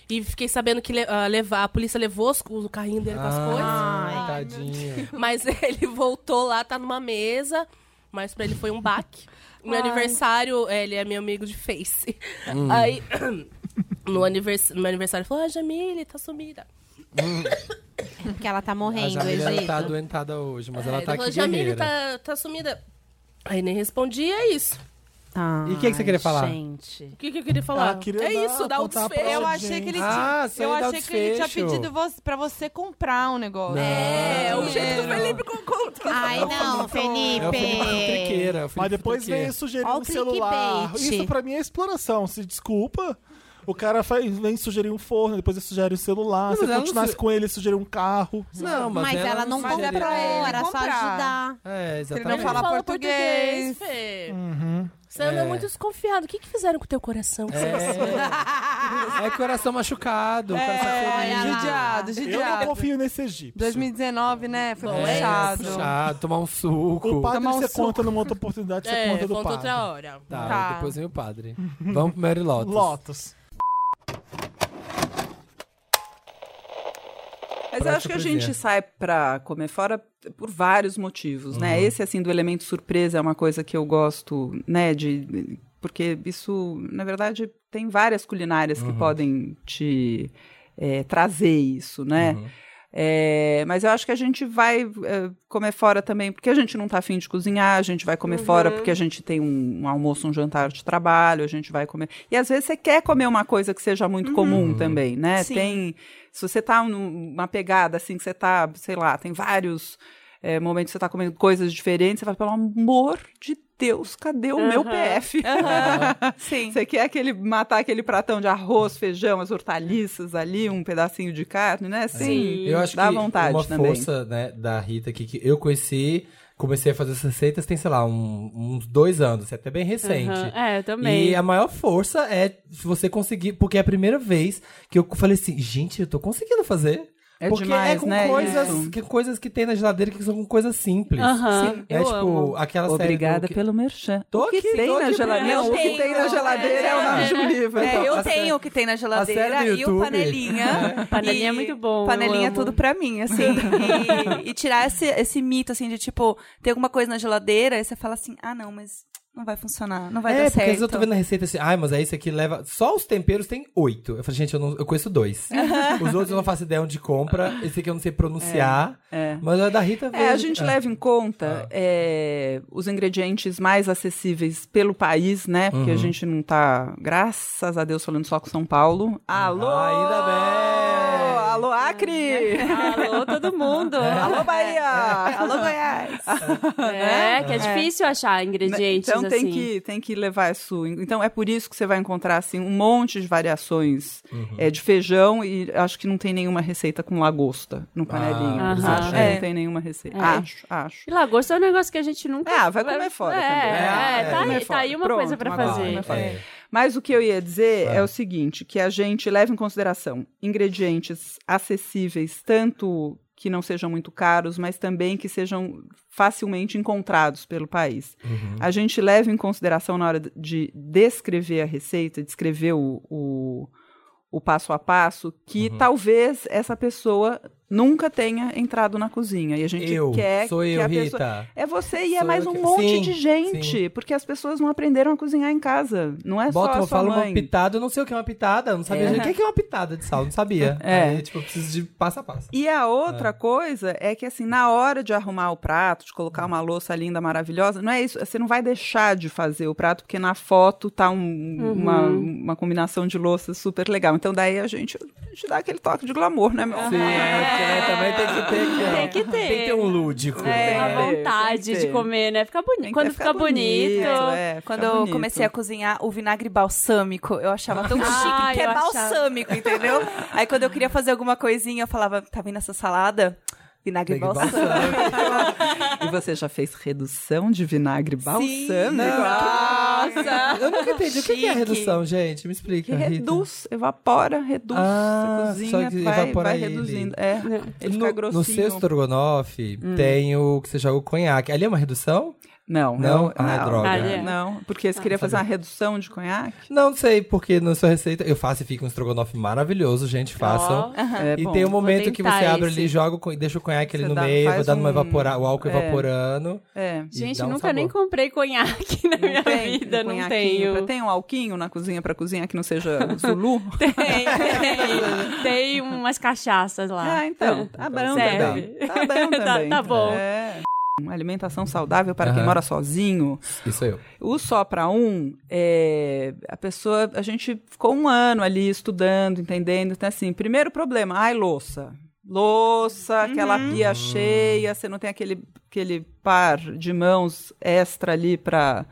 S14: E fiquei sabendo que le- ah, levar, a polícia levou os- o carrinho dele com as coisas.
S1: Ai, tadinho.
S14: <laughs> Mas ele voltou lá, tá numa mesa. Mas pra ele foi um
S7: <laughs>
S14: baque. No
S24: Ai.
S14: aniversário, é, ele é meu amigo de face.
S24: Hum.
S14: Aí, <coughs> no, anivers no meu aniversário, ele falou: Ah, Jamile, tá sumida.
S7: <laughs> Porque ela tá
S1: A
S7: morrendo,
S1: Jamile ela
S7: Egito.
S1: tá adoentada hoje, mas
S14: É,
S1: ela tá
S14: falou:
S1: aqui
S14: Jamile,
S1: guerreira.
S14: tá, tá sumida. Aí nem respondi, é isso.
S8: Ah.
S1: E o que, que você queria falar?
S14: O que, que eu queria falar?
S1: Ah, queria
S14: é
S1: dar-
S14: isso, dá o
S1: contar pra
S14: desfecho.
S1: Eu
S7: achei gente. que ele
S1: Ah, isso
S7: eu
S1: aí dá o
S7: achei que ele tinha
S1: desfecho.
S7: pedido vo- pra você comprar um negócio.
S1: É, o jeito
S7: do Felipe
S14: conta.
S7: Ai, não, Felipe.
S1: É o Felipe Triqueira. é o Felipe
S3: Mas depois
S1: Triqueira.
S3: vem sugerir
S7: Ó o
S3: um celular.
S7: clickbait.
S3: Isso pra mim é exploração. Se desculpa. O cara faz- vem sugerir um forno, depois ele sugere um celular.
S1: Não,
S3: Se
S1: mas ela não
S3: continuasse
S1: su-
S3: com ele, ele sugeriu um carro.
S1: Não, mas,
S7: Mas ela não
S1: sugeriu.
S7: comprou, era só ajudar.
S1: É,
S7: não
S1: exatamente.
S7: fala
S14: Fala
S7: português.
S14: português, Fê.
S1: Uhum.
S14: Você anda
S1: É.
S14: muito desconfiado. O que, que fizeram com o teu coração? <laughs>
S3: Ah,
S1: É, é coração machucado,
S4: É,
S1: coração ferido.
S7: Judiado,
S3: É, Eu não
S7: judiado.
S3: confio nesse egípcio.
S7: 2019, né? Foi
S1: É,
S7: puxado.
S1: puxado, tomar um suco.
S3: O padre você conta numa outra oportunidade, você
S1: É,
S3: conta do
S1: conta
S3: padre.
S1: outra hora. Tá, depois vem o padre. Vamos pro Mary Lotus.
S3: Lotus.
S19: Mas eu acho que a gente sai pra comer fora por vários motivos,
S1: Uhum.
S19: né? Esse, assim, do elemento surpresa é uma coisa que eu gosto, né, de... Porque isso, na verdade, tem várias culinárias que podem te... é, trazer isso, né? É, mas eu acho que a gente vai é, comer fora também, porque a gente não tá afim de cozinhar, a gente vai comer
S26: Uhum.
S19: fora porque a gente tem um, um almoço, um jantar de trabalho, a gente vai comer. E às vezes você quer comer uma coisa que seja muito comum também, né?
S26: Sim.
S19: Tem. Se você tá numa pegada assim, que você tá, sei lá, tem vários é, momentos que você tá comendo coisas diferentes, você fala, pelo amor de Deus, cadê o meu
S26: Aham.
S19: PF? <laughs> Sim. Você quer aquele, matar aquele pratão de arroz, feijão, as hortaliças ali, um pedacinho de carne, né? Sim,
S1: Eu acho
S19: dá
S1: que
S19: vontade
S1: uma
S19: também.
S1: força né, da Rita aqui que eu conheci, comecei a fazer essas receitas tem, sei lá, um- uns dois anos, assim, até bem recente.
S10: Aham. É, eu também.
S1: E a maior força é se você conseguir, porque é a primeira vez que eu falei assim, gente, eu tô conseguindo fazer.
S19: É
S1: Porque é
S19: demais,
S1: com
S19: né,
S1: coisas,
S19: isso?
S1: que, coisas que tem na geladeira que são coisas simples.
S19: Aham,
S1: É
S19: eu
S1: tipo,
S19: amo.
S1: aquela
S19: Obrigada
S1: série. do-
S19: pelo merchan.
S1: Tô
S19: O que
S1: aqui,
S19: tem
S1: tô
S19: na
S1: aqui,
S19: geladeira?
S1: eu
S19: O que
S1: tenho.
S19: tem na geladeira é o nome de um livro.
S21: né? É, eu
S1: A série-
S21: tenho o que tem na
S1: a
S21: geladeira
S1: série do
S21: e o
S1: YouTube.
S21: panelinha.
S10: Panelinha é muito bom, eu
S21: Panelinha é
S10: amo.
S21: tudo pra mim,
S19: <laughs>
S21: assim. E, e tirar esse, esse mito, assim, de tipo, tem alguma coisa na geladeira e você fala assim, ah, não, mas não vai funcionar, não vai
S1: é,
S21: dar
S1: porque às
S21: certo.
S1: vezes eu tô vendo a receita assim, ai, mas é isso aqui leva. Só os temperos tem oito. Eu falei, gente, eu, não- eu conheço dois.
S19: Aham.
S1: os outros eu não faço ideia onde compra. Esse aqui eu não sei pronunciar.
S19: É, é.
S1: Mas a da Rita
S19: É, a
S1: veio-
S19: gente
S1: Ah.
S19: leva em conta é, os ingredientes mais acessíveis pelo país, né? Porque a
S1: Uhum.
S19: gente não tá, graças a Deus, falando só com São Paulo. Alô!
S1: Ah,
S19: Ainda bem! Oh, Alô, Acre!
S21: É.
S10: Alô, todo mundo!
S19: Alô, Bahia!
S21: Alô, Goiás!
S10: É, que é
S19: É.
S10: difícil achar ingredientes
S19: Então tem
S10: assim.
S19: que tem que levar isso. Então é por isso que você vai encontrar assim um monte de variações é, de feijão e acho que não tem nenhuma receita com lagosta no panelinho.
S10: Ah,
S19: Eles
S10: aham.
S19: acham que
S10: É.
S19: Não tem nenhuma receita.
S10: É.
S19: Acho, acho.
S10: E lagosta é um negócio que a gente nunca...
S19: Ah, vai comer fora
S10: É,
S19: também.
S10: é,
S19: É,
S10: tá,
S19: comer
S10: aí, tá
S19: fora.
S10: aí uma
S19: Pronto,
S10: coisa pra
S19: uma coisa,
S10: fazer.
S19: uma coisa. Mas o que eu ia dizer é. o seguinte, que a gente leva em consideração ingredientes acessíveis, tanto que não sejam muito caros, mas também que sejam facilmente encontrados pelo país.
S1: Uhum.
S19: A gente leva em consideração na hora de descrever a receita, descrever o, o, o passo a passo, que
S1: Uhum.
S19: talvez essa pessoa nunca tenha entrado na cozinha. E a gente
S1: Eu,
S19: quer
S1: sou
S19: que
S1: eu,
S19: a pessoa...
S1: Rita.
S19: É você e
S1: Sou
S19: é
S1: eu
S19: mais um
S1: que-
S19: monte
S1: Sim,
S19: de gente, porque as pessoas não aprenderam a cozinhar em casa. Não é
S1: Bota,
S19: só a
S1: eu
S19: sua
S1: falo
S19: mãe.
S1: uma pitada, eu não sei o que é uma pitada, eu não sabia.
S19: É.
S1: gente, O que é que é uma pitada de sal? Eu não sabia.
S19: <laughs> É.
S1: Aí, tipo, eu preciso de passo a passo.
S19: E a outra coisa é que, assim, na hora de arrumar o prato, de
S1: Hum.
S19: colocar uma louça linda, maravilhosa, não é isso. Você não vai deixar de fazer o prato, porque na foto tá um-
S10: Uhum.
S19: uma, uma combinação de louças super legal. Então, daí a gente, a gente dá aquele toque de glamour, né, meu amor?
S1: é, né, Também tem que ter. que-
S10: Tem que ter.
S1: Tem que ter um lúdico.
S10: É,
S1: Tem que
S10: a
S1: ter.
S10: vontade
S1: tem que
S10: de
S1: ter.
S10: comer, né? Fica bonito. é, Quando fica bonito.
S21: é, Quando eu comecei a cozinhar o vinagre balsâmico, eu achava tão chique, que
S10: Ah, eu
S21: é
S10: achava.
S21: balsâmico, entendeu? Aí quando eu queria fazer alguma coisinha, eu falava, tá vendo essa salada? Vinagre balsâmico.
S19: E você já fez redução de vinagre balsâmico?
S21: Nossa!
S1: Eu nunca entendi. O que que é a redução, gente? Me explica. Rita.
S19: Reduz, evapora, reduz,
S1: Ah,
S19: você
S1: só
S19: cozinha,
S1: que
S19: vai,
S1: evapora
S19: vai
S1: ele.
S19: reduzindo. É, ele fica grossinho. Hum.
S1: No seu estrogonofe tem o que você joga o conhaque. Ali é uma redução?
S19: Não.
S1: Não?
S19: eu-
S1: ah,
S19: não, é
S1: droga.
S19: Não, porque você queria fazer
S1: Tá.
S19: uma redução de conhaque?
S1: Não sei, porque na sua receita eu faço e fica um estrogonofe maravilhoso, gente, façam.
S19: aham. É
S1: e
S19: bom.
S1: tem um
S19: Vou
S1: momento que
S19: tentar
S1: você abre
S19: esse.
S1: ali, joga, o co- deixa o conhaque ali
S19: Você
S1: no
S19: dá-
S1: meio, vai
S19: faz
S1: dando uma
S19: um-
S1: evapora, o álcool
S19: é.
S1: evaporando.
S19: É.
S1: e
S10: Gente,
S1: dá um
S10: nunca
S1: sabor.
S10: nem comprei
S19: <laughs>
S10: conhaque na minha
S19: um
S10: vida, não tenho.
S19: Pra, tem um alquinho na cozinha pra cozinhar que não seja Zulu?
S10: Tem, tem umas cachaças lá. É.
S19: Ah, então. Tá bom
S10: Serve.
S19: também. Tá bom
S10: <laughs> Tá-
S19: também.
S10: tá bom.
S19: <laughs> É. Uma alimentação saudável para quem
S1: Aham.
S19: mora sozinho.
S1: Isso eu.
S19: O só para um, é, a pessoa, a gente ficou um ano ali estudando, entendendo, então assim, primeiro problema, ai louça, louça, aquela pia cheia, você não tem aquele, aquele par de mãos extra ali para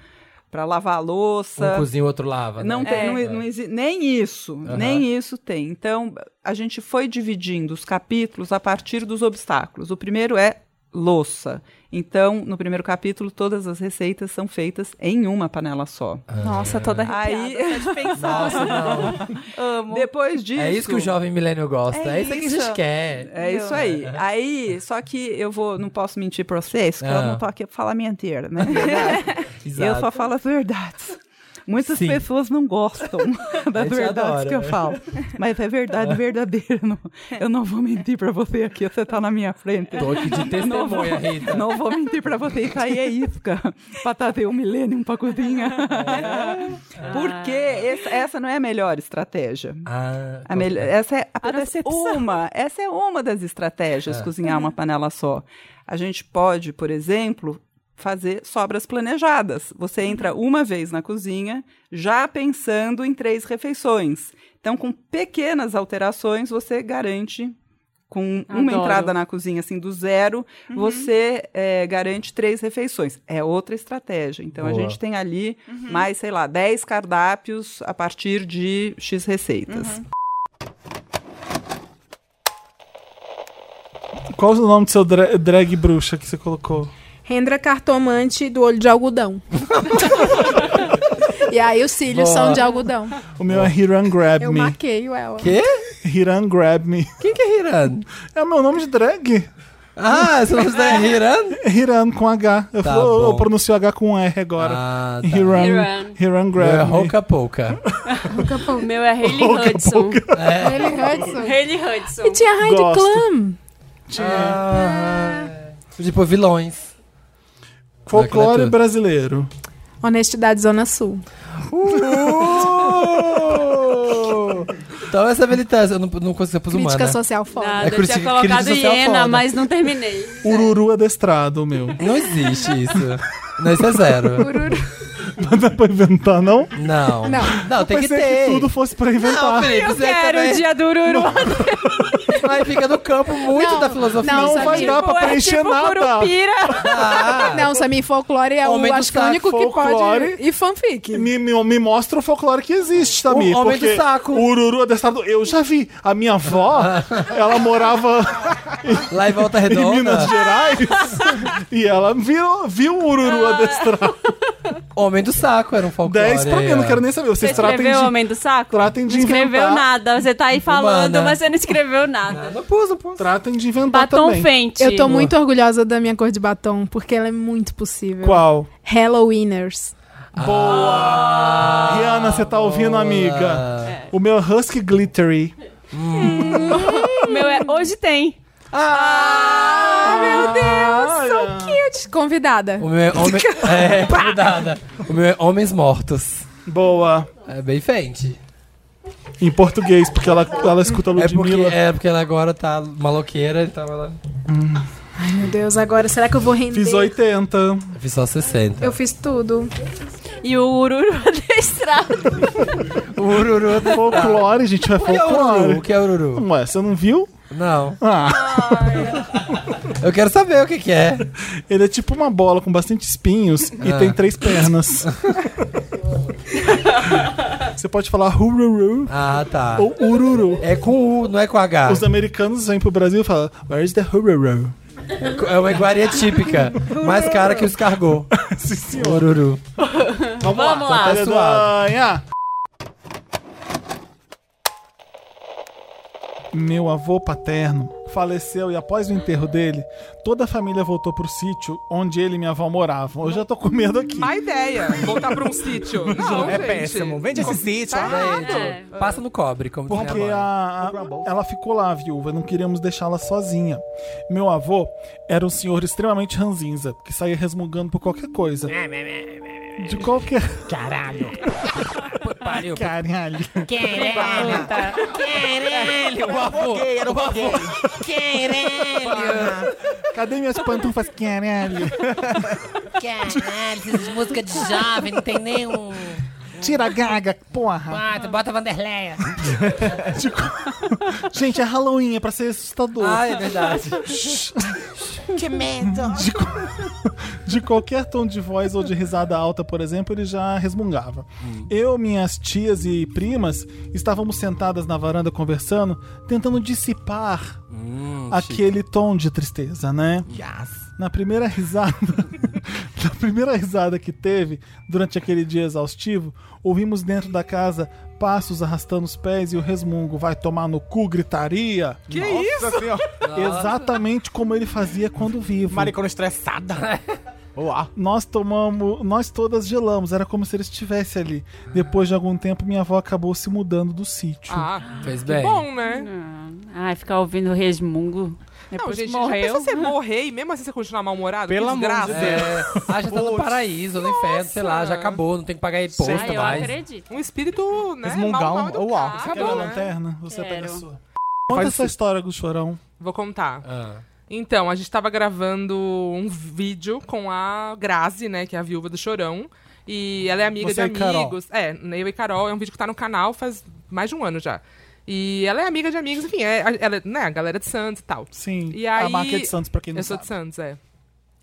S19: para lavar a louça.
S1: Um cozinha, o outro lava. né?
S19: Não tem, não, não exi- nem isso,
S1: Aham.
S19: nem isso tem. Então, a gente foi dividindo os capítulos a partir dos obstáculos. O primeiro é louça. Então, no primeiro capítulo, todas as receitas são feitas em uma panela só.
S10: tá
S21: Nossa, toda arrepiada, Aí... só de pensar.
S1: Nossa, não.
S21: <laughs> Amo.
S19: Depois disso...
S1: É isso que o jovem milênio gosta. É, isso que a gente quer.
S19: É isso aí. Aí, só que eu vou, não posso mentir pra vocês, que eu
S1: Ah.
S19: <laughs> não tô aqui pra falar mentira, né?
S1: Exato.
S19: Eu só falo as verdades. Muitas
S8: Sim.
S19: pessoas
S1: <laughs>
S19: não gostam
S8: A
S19: das
S8: gente
S19: verdades
S8: adora.
S19: que eu falo. Mas é verdade verdadeira. não- eu não vou mentir pra você aqui, você tá na minha frente.
S1: Tô aqui de testemunha,
S19: <laughs> não vou,
S1: Rita.
S19: Não vou mentir pra você. Isso aí é isca pra trazer o um milênio pra
S1: <laughs>
S19: <laughs> cozinha. Porque essa, essa não é a melhor estratégia. A melhor- essa é apenas uma. Essa é uma das estratégias,
S21: É.
S19: cozinhar uma panela só. A gente pode, por exemplo, fazer sobras planejadas. Você entra uma vez na cozinha, já pensando em três refeições. Então, com pequenas alterações, você garante. Com uma
S21: Adoro.
S19: entrada na cozinha, assim, do zero,
S21: Uhum.
S19: você é, garante três refeições. É outra estratégia. Então, a
S21: Boa.
S19: gente tem ali mais, sei lá, 10 cardápios a partir de X receitas.
S3: Qual o nome do seu dra- drag bruxa que você colocou?
S20: Rendra cartomante do olho de
S1: <laughs>
S20: algodão. e aí os cílios
S3: Boa.
S20: são de algodão.
S3: O meu é Hiran Grab
S20: Eu
S3: Me.
S20: marquei o ela.
S3: Hiran Grab Me.
S1: Quem que é Hiran?
S3: É o meu nome de drag.
S1: Ah, seu nome de drag é Hiran?
S3: <laughs>
S6: <laughs>
S3: Hiran com H. Eu,
S1: Tá
S3: falo- eu
S1: bom.
S3: pronuncio H com R agora.
S1: Ah, tá.
S3: Hiran,
S1: Hiran.
S3: Hiran. Grab
S1: Meu é
S3: Me. <laughs>
S1: Roca Pouca.
S20: O
S10: meu
S19: <laughs>
S10: é Hayley
S3: Pouca,
S10: Hudson.
S1: É.
S20: Hayley Hudson.
S10: Hayley Hudson.
S20: E tinha Heidi
S1: Gosto.
S20: Klum.
S1: Tipo, vilões. é
S3: Folclore
S1: Daquela-
S3: brasileiro.
S20: Honestidade Zona Sul.
S1: Uh!
S23: <laughs>
S1: Então essa militância, eu não, não consigo, eu pus humana.
S20: Crítica
S3: né?
S20: social foda.
S1: É
S10: Nada, eu
S1: crítica-
S10: tinha
S1: crítica
S10: colocado
S1: social
S10: hiena,
S1: foda.
S10: mas não terminei.
S3: Ururu adestrado, meu.
S1: Não existe isso. Não, isso é zero.
S3: Não dá pra inventar, não?
S1: Não. Não,
S3: Eu
S1: tem que
S3: pensei
S1: ter.
S3: que tudo fosse pra inventar.
S1: Não, Felipe, você também- <laughs> Aí fica no campo muito da filosofia.
S20: não, Não vai Samir. dar pra Tipo, é preencher tipo nada. curupira.
S3: <laughs> Ah.
S1: Dá.
S20: Não, Samir, folclore é
S1: Homem
S20: o
S1: do
S20: acho que o
S1: saco,
S20: único que
S3: folclore.
S20: pode. E fanfic.
S3: Me, me, me mostra o folclore que existe, Samir.
S20: O Homem do
S3: porque
S20: Saco.
S3: O Ururu adestrado. Eu já vi. A minha
S20: <laughs>
S3: avó, ela morava.
S1: Lá em Volta Redonda?
S3: Em Minas
S1: <laughs>
S3: Gerais. e ela viu, viu o Ururu adestrado.
S1: Ah. Homem do Saco era um folclore.
S3: 10 pra mim, eu não quero nem saber. Vocês
S10: Você
S3: tratem de.
S10: escreveu Homem do Saco?
S3: Tratem de
S10: Não escreveu
S3: inventar.
S10: nada. Você tá aí falando,
S3: Humana.
S10: mas você não escreveu nada.
S1: Não pus, não pus.
S3: Tratem de inventar também.
S20: Eu tô muito orgulhosa da minha cor de batom, porque ela é muito possível.
S3: Qual?
S20: Halloweeners.
S5: Ah.
S20: Ah.
S3: Boa! Rihanna, você tá ouvindo, amiga? O meu Husky Glittery.
S10: O meu é hoje tem.
S20: Ah, meu Deus, so cute. Convidada.
S1: O meu é
S15: <laughs>
S1: homem... é, cuidada. O meu é Homens Mortos.
S3: Boa.
S1: É bem frente.
S3: Em português, porque ela, ela escuta
S1: É porque,
S3: Ludmilla.
S1: é porque ela agora tá maloqueira, então ela...
S20: Ai, meu Deus, agora será que eu vou render?
S3: Fiz 80.
S1: Eu fiz só 60.
S20: Eu fiz tudo.
S10: E
S23: <laughs>
S10: o Ururu adestrado.
S1: Ururu adestrado.
S3: é Folclore, gente, é
S1: O que é
S3: folclore.
S1: Ururu? O que é Ururu?
S3: Ué, você não viu?
S1: Não.
S3: Ah.
S1: <laughs> Eu quero saber o que, que é.
S3: Ele é tipo uma bola com bastante espinhos
S1: Ah.
S3: e tem três
S1: <laughs>
S3: pernas. você pode falar hururu
S1: Ah, tá.
S3: ou ururu.
S1: É com U, não é com H.
S3: Os americanos vêm pro Brasil e falam: Where is the hururu?
S1: É uma iguaria típica. Mais cara que os cargou.
S3: <laughs> Sim, senhor.
S1: Ururu.
S3: Vamos,
S1: Vamos lá.
S3: Tá suado. Pedanha. Meu avô paterno faleceu e após o enterro dele, toda a família voltou pro sítio onde ele e minha avó moravam. Eu já tô com medo aqui.
S4: Má ideia. Voltar pra um <laughs> sítio. Não, gente. Com- Tá errado.
S3: É.
S1: Passa no cobre, como diz
S3: Porque
S1: minha mãe.
S3: a- ela ficou lá, a viúva, não queríamos deixá-la sozinha. Meu avô era um senhor extremamente ranzinza, que saía resmungando por qualquer coisa. De qualquer. Caralho!
S1: Pariu.
S3: Caralho!
S15: Querelho!
S1: O avô gay, era o avô gay.
S15: Querelho!
S3: Cadê minhas pantufas? Caralho!
S15: Caralho, essas músicas né? de jovem, não tem nem um...
S3: Tira a gaga, porra!
S15: Bota, bota Vanderleia.
S3: Gente, é Halloween, é pra ser assustador.
S15: Ah, é verdade.
S3: <laughs> que medo. De, co- de qualquer tom de voz ou de risada alta, por exemplo, ele já resmungava. Eu, minhas tias e primas estávamos sentadas na varanda conversando, tentando dissipar
S15: Hum,
S3: aquele tom de tristeza, né? Na primeira risada, na primeira risada que teve durante aquele dia exaustivo, ouvimos dentro da casa passos arrastando os pés e o resmungo vai tomar no cu gritaria.
S4: Que isso?
S3: Exatamente como ele fazia quando vivo.
S4: Maricona estressada.
S12: Olá.
S3: Nós tomamos, nós todas gelamos, era como se ele estivesse ali. Depois de algum tempo, minha avó acabou se mudando do sítio.
S4: Ah,
S1: fez
S4: que bom, né?
S23: Ai, ficar ouvindo resmungo.
S4: Não,
S23: Depois
S4: gente,
S23: morreu.
S4: já pensa você morrer e mesmo assim você continuar mal-humorado?
S1: Pelo
S4: que
S1: amor de
S4: desgraça.
S1: Deus. É. Ah, já tá no paraíso, no inferno, sei lá, já acabou, não tem que pagar imposto
S4: Ah, eu
S1: mais.
S4: acredito. Um espírito, né,
S12: Resmungar
S4: mal,
S12: um-
S4: mal educado.
S12: uau. Você
S3: Você quer a lanterna? Você pega a
S4: Quero.
S3: sua. Conta
S4: Faz
S3: essa
S4: isso.
S3: história do chorão.
S4: Vou contar.
S3: Ah.
S4: Então, a gente tava gravando um vídeo com a Grazi, né, que é a viúva do Chorão. E ela é amiga
S3: Você e
S4: de
S3: Carol.
S4: amigos. É, eu e Carol. É um vídeo que tá no canal faz mais de um ano já. E ela é amiga de amigos, enfim, é, ela, é, né, a galera de Santos e tal.
S3: Sim,
S4: e
S3: a
S4: aí,
S3: Maca é de Santos, pra quem não
S4: Eu sou de Santos, é.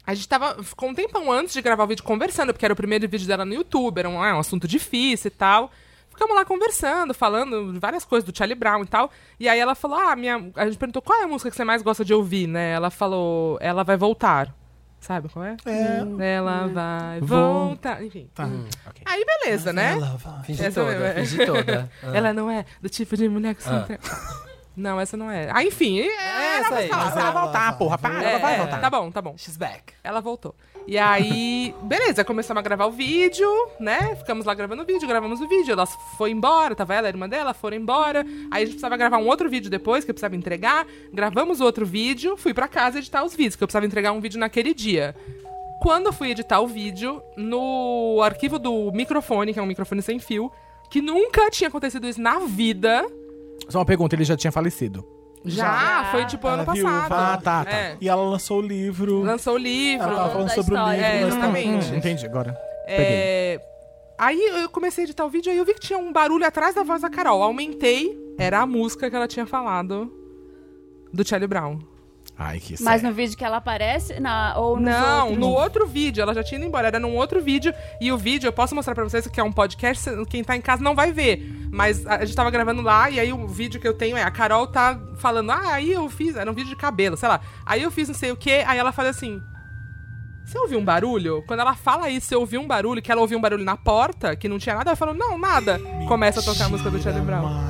S4: A gente tava, ficou um tempão antes de gravar o vídeo conversando, porque era o primeiro vídeo dela no YouTube, era um, ah, um assunto difícil e tal. Ficamos lá conversando, falando de várias coisas do Charlie Brown e tal. E aí ela falou, ah, minha... A gente perguntou, qual é a música que você mais gosta de ouvir, né? Ela falou, Ela Vai Voltar. Sabe qual é?
S26: É.
S4: Ela vai
S26: Vou-
S4: voltar. Enfim.
S26: Tá.
S4: Hum. Aí beleza, né?
S26: Ela vai.
S1: Finge
S4: Essa
S1: toda,
S4: mesmo, é. <laughs>
S1: finge toda. Ah.
S4: Ela não é do tipo de mulher que se
S1: Ah.
S4: entrega. Não, essa não é. Ah, enfim. É, essa aí.
S12: mas ela
S4: voltar, porra.
S12: para, ela
S1: É.
S12: vai voltar.
S4: Tá bom, tá bom. She's back. Ela voltou. E aí, beleza, começamos a gravar o vídeo, né? Ficamos lá gravando o vídeo, gravamos o vídeo. Ela foi embora, tava ela, a irmã dela, foram embora. Aí a gente precisava gravar um outro vídeo depois, que eu precisava entregar. Gravamos outro vídeo, fui pra casa editar os vídeos, que eu precisava entregar um vídeo naquele dia. Quando eu fui editar o vídeo, no arquivo do microfone, que é um microfone sem fio, que nunca tinha acontecido isso na vida.
S12: Só uma pergunta, ele já tinha falecido.
S4: Já, foi tipo ano
S12: Ela viu,
S4: passado.
S12: ah, tá, tá.
S4: É.
S3: E ela lançou o livro.
S4: Lançou o livro.
S3: Ela tava falando sobre o livro.
S4: É,
S3: mas- tá
S4: exatamente.
S12: Hum, entendi, agora. Peguei.
S4: É, Aí eu comecei a editar o vídeo e eu vi que tinha um barulho atrás da voz da Carol. Aumentei, era a música que ela tinha falado do Charlie Brown.
S12: Ai,
S20: é
S12: que
S23: Mas no vídeo que ela aparece, na, ou nos
S4: Não,
S23: outros?
S4: no outro vídeo, ela já tinha ido embora, era num outro vídeo. E o vídeo, eu posso mostrar pra vocês que é um podcast, cê- quem tá em casa não vai ver. Mas a a gente tava gravando lá, e aí o vídeo que eu tenho é a Carol tá falando, ah, aí eu fiz, era um vídeo de cabelo, sei lá. Aí eu fiz não sei o quê, aí ela faz assim. Você ouviu um barulho? Quando ela fala isso, você ouviu um barulho, que ela ouviu um barulho na porta, que não tinha nada, ela falou, não, nada. Começa a tocar a música do Charlie Brown.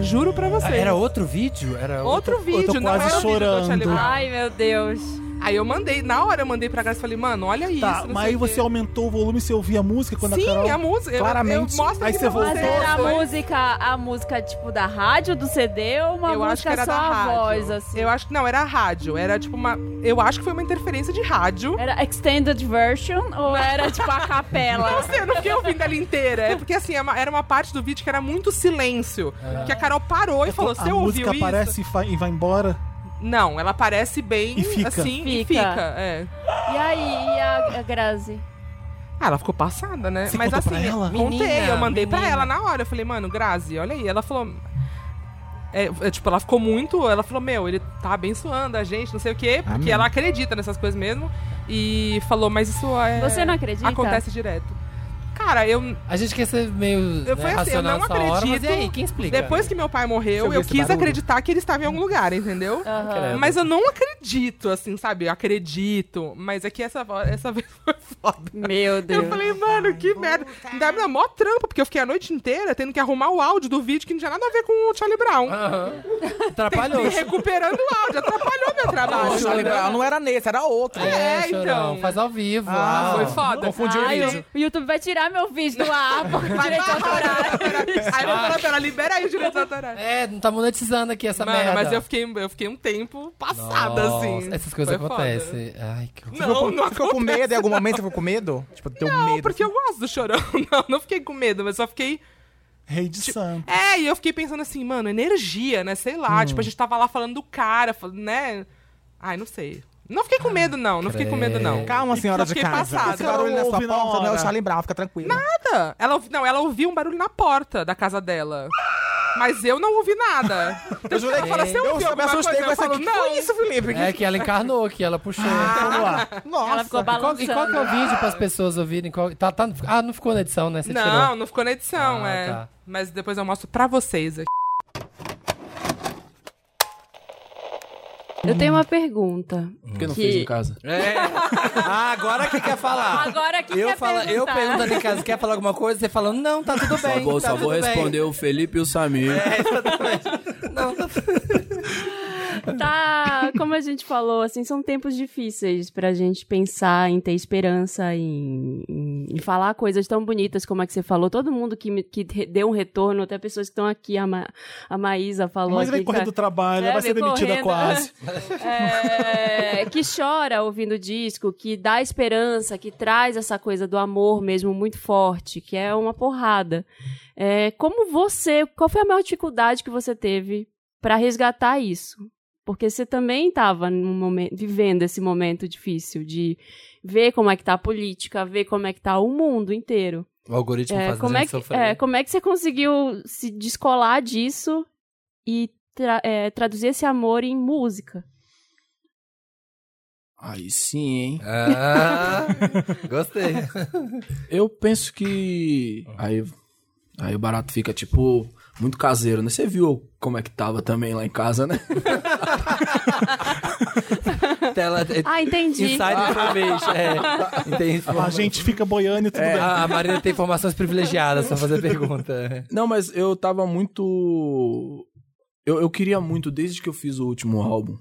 S4: Juro pra vocês.
S1: Ah, Era outro vídeo? Era
S4: Outro vídeo, não era o vídeo do Charlie Brown.
S23: meu Deus.
S4: Aí eu mandei, na hora eu mandei pra Graça e falei, mano, olha isso.
S3: Tá,
S4: não
S3: mas
S4: sei
S3: aí
S4: o
S3: você
S4: quê.
S3: aumentou o volume, você ouvia a música quando
S4: Sim,
S3: a Carol...
S4: a música, eu- eu
S3: Claramente.
S4: mostro
S3: aí
S4: aqui
S3: você
S4: pra
S3: voltou.
S23: Mas
S10: tá,
S23: é era a música, a música tipo da rádio, do CD ou uma
S4: eu
S23: música
S4: acho que era
S23: só
S4: da
S23: a
S4: rádio.
S23: voz, assim?
S4: Eu acho que não, era a rádio. Era tipo uma. Eu acho que foi uma interferência de rádio.
S23: Era extended version ou era tipo
S4: <laughs>
S23: a capela?
S4: Não sei, eu não fiquei ouvindo ela inteira. É porque assim, é uma- era uma parte do vídeo que era muito silêncio. Que a Carol parou e falou:
S3: É. a
S4: Você ouviu
S3: música
S4: isso?
S3: aparece e fa- e vai embora?
S4: Não, ela aparece bem
S3: E fica.
S4: assim e
S23: Fica.
S4: fica. É.
S23: E aí, e a, a Grazi?
S4: Ah, ela ficou passada, né?
S23: Você
S4: Mas
S23: contou
S4: assim,
S23: pra ela?
S4: contei,
S23: Menina,
S4: eu mandei pra
S23: menina.
S4: ela na hora. Eu falei, mano, Grazi, olha aí. Ela falou. é, é, tipo, ela ficou muito. Ela falou, meu, ele tá abençoando a gente, não sei o quê, porque
S23: Amém.
S4: ela acredita nessas coisas mesmo. E falou, mas isso é.
S23: Você não acredita?
S4: Acontece direto. Cara, eu.
S1: A gente quer ser meio
S4: Eu, foi assim,
S1: né,
S4: eu
S1: racional
S4: não
S1: nessa
S4: acredito.
S1: hora, mas e aí, quem explica?
S4: Depois que meu pai
S1: Deixa eu
S4: morreu,
S1: ver
S4: eu
S1: esse
S4: quis
S1: barulho.
S4: acreditar que ele estava em algum lugar, entendeu?
S1: Credo.
S4: Mas eu não acredito, assim, sabe? Eu acredito. Mas é que essa, vo- essa <laughs> vez foi foda.
S23: Meu
S4: Eu falei, mano, que merda. Ainda me dá mó trampa, porque eu fiquei a noite inteira tendo que arrumar o áudio do vídeo que não tinha nada a ver com o Charlie Brown.
S1: Atrapalhou.
S4: Tem que ir recuperando o áudio,
S1: <laughs>
S4: atrapalhou meu trabalho.
S12: Não, Charlie Brown não era nesse, era outro.
S4: Ah, É,
S1: Chorão,
S4: então.
S1: Faz ao vivo.
S12: Ah,
S1: uau.
S12: foi foda. Confundiu o
S23: Ai,
S12: vídeo.
S23: o YouTube vai tirar meu vídeo do ar é por
S4: Vai,
S23: direito
S4: vai,
S23: autoral.
S4: Aí eu falei, pera, libera aí os direitos autorais.
S1: Ah. É, não tá monetizando aqui essa
S4: Mano,
S1: merda.
S4: mas eu fiquei, eu fiquei um tempo passada,
S1: Nossa,
S4: assim.
S1: Essas coisas
S4: Foi foda.
S1: acontecem. É. Ai, que horror.
S12: Você ficou,
S4: não
S12: você ficou com medo? Em algum momento você ficou com medo? Tipo, deu
S4: Não,
S12: medo.
S4: É porque eu gosto do chorão. <laughs> Não, não fiquei com medo, mas só fiquei.
S3: Rei de Santos.
S4: É, e eu fiquei pensando assim, mano, energia, né? Sei lá.
S3: Hum.
S4: Tipo, a gente tava lá falando do cara, fal- né? Ai, não sei. Não fiquei com medo, não. Não fiquei com medo, não.
S12: Calma, senhora
S4: Só
S12: de
S4: fiquei
S12: casa.
S4: Passada.
S12: Esse barulho na sua porta não é o Charlie Brown, fica tranquilo.
S4: Nada. Ela, ouvi- não, ela ouviu um barulho na porta da casa dela. Mas eu não ouvi nada. Então,
S12: jurei
S4: ela
S12: que-
S4: fala, "Você
S12: eu
S4: ouviu
S12: me
S4: alguma
S12: assustei
S4: coisa?"
S12: com
S4: Eu
S12: essa
S4: falo,
S12: aqui. Que
S4: "Não."
S12: foi isso, Felipe?
S1: É que ela encarnou aqui, ela puxou.
S4: Ah.
S12: vamos lá. Nossa.
S23: Ela ficou
S1: E qual, e qual que é o
S23: balançando.
S1: vídeo pras pessoas ouvirem? Qual- tá, tá- ah, não ficou na edição, né? Você
S4: não,
S1: tirou.
S4: não ficou na edição,
S1: Ah,
S4: é.
S1: tá.
S4: Mas depois eu mostro pra vocês aqui.
S2: Eu tenho uma pergunta.
S1: Por que não fez em casa?
S2: É.
S1: Ah, agora que quer falar.
S2: Agora que
S1: eu
S2: quer
S1: falo- Eu
S2: perguntar.
S1: pergunto ali em casa, quer falar alguma coisa? Você falando, não, tá tudo bem.
S13: Só vou,
S1: tá
S13: só
S1: tudo
S13: vou
S1: bem.
S9: É.
S13: responder o Felipe e o Samir.
S2: tá, como a gente falou, assim, são tempos difíceis pra gente pensar em ter esperança, em, em- em falar coisas tão bonitas como a que você falou. Todo mundo que, me- que re- deu um retorno, até pessoas que estão aqui, a, Ma, a Maísa falou.
S3: Mas vem
S2: aqui,
S3: correndo
S2: cara- É,
S3: do trabalho, ela vai
S2: vem
S3: ser demitida
S2: correndo. <laughs>
S3: quase.
S2: É, que chora ouvindo o disco, que dá esperança, que traz essa coisa do amor mesmo muito forte, que é uma porrada. É, como você, qual foi a maior dificuldade que você teve para resgatar isso? Porque você também estava vivendo esse momento difícil de ver como é que tá a política, ver como é que tá o mundo inteiro.
S1: O algoritmo
S2: É,
S1: faz a
S2: como, é
S1: gente
S2: que,
S1: sofrer.
S2: é, como é que você conseguiu se descolar disso e tra- é, traduzir esse amor em música?
S9: Aí sim, hein?
S1: Ah,
S9: <laughs>
S1: gostei.
S9: Eu penso que. Aí, aí o barato fica, tipo, muito caseiro, né? Você viu como é que tava também lá em casa, né?
S1: Tela,
S9: é
S2: Ah, entendi.
S1: É Inside information. É, <laughs> entendi
S3: A gente fica boiando e tudo
S1: É,
S3: bem.
S1: a a Marina tem informações privilegiadas pra fazer pergunta.
S9: Não, mas eu tava muito. Eu, eu queria muito, desde que eu fiz o último álbum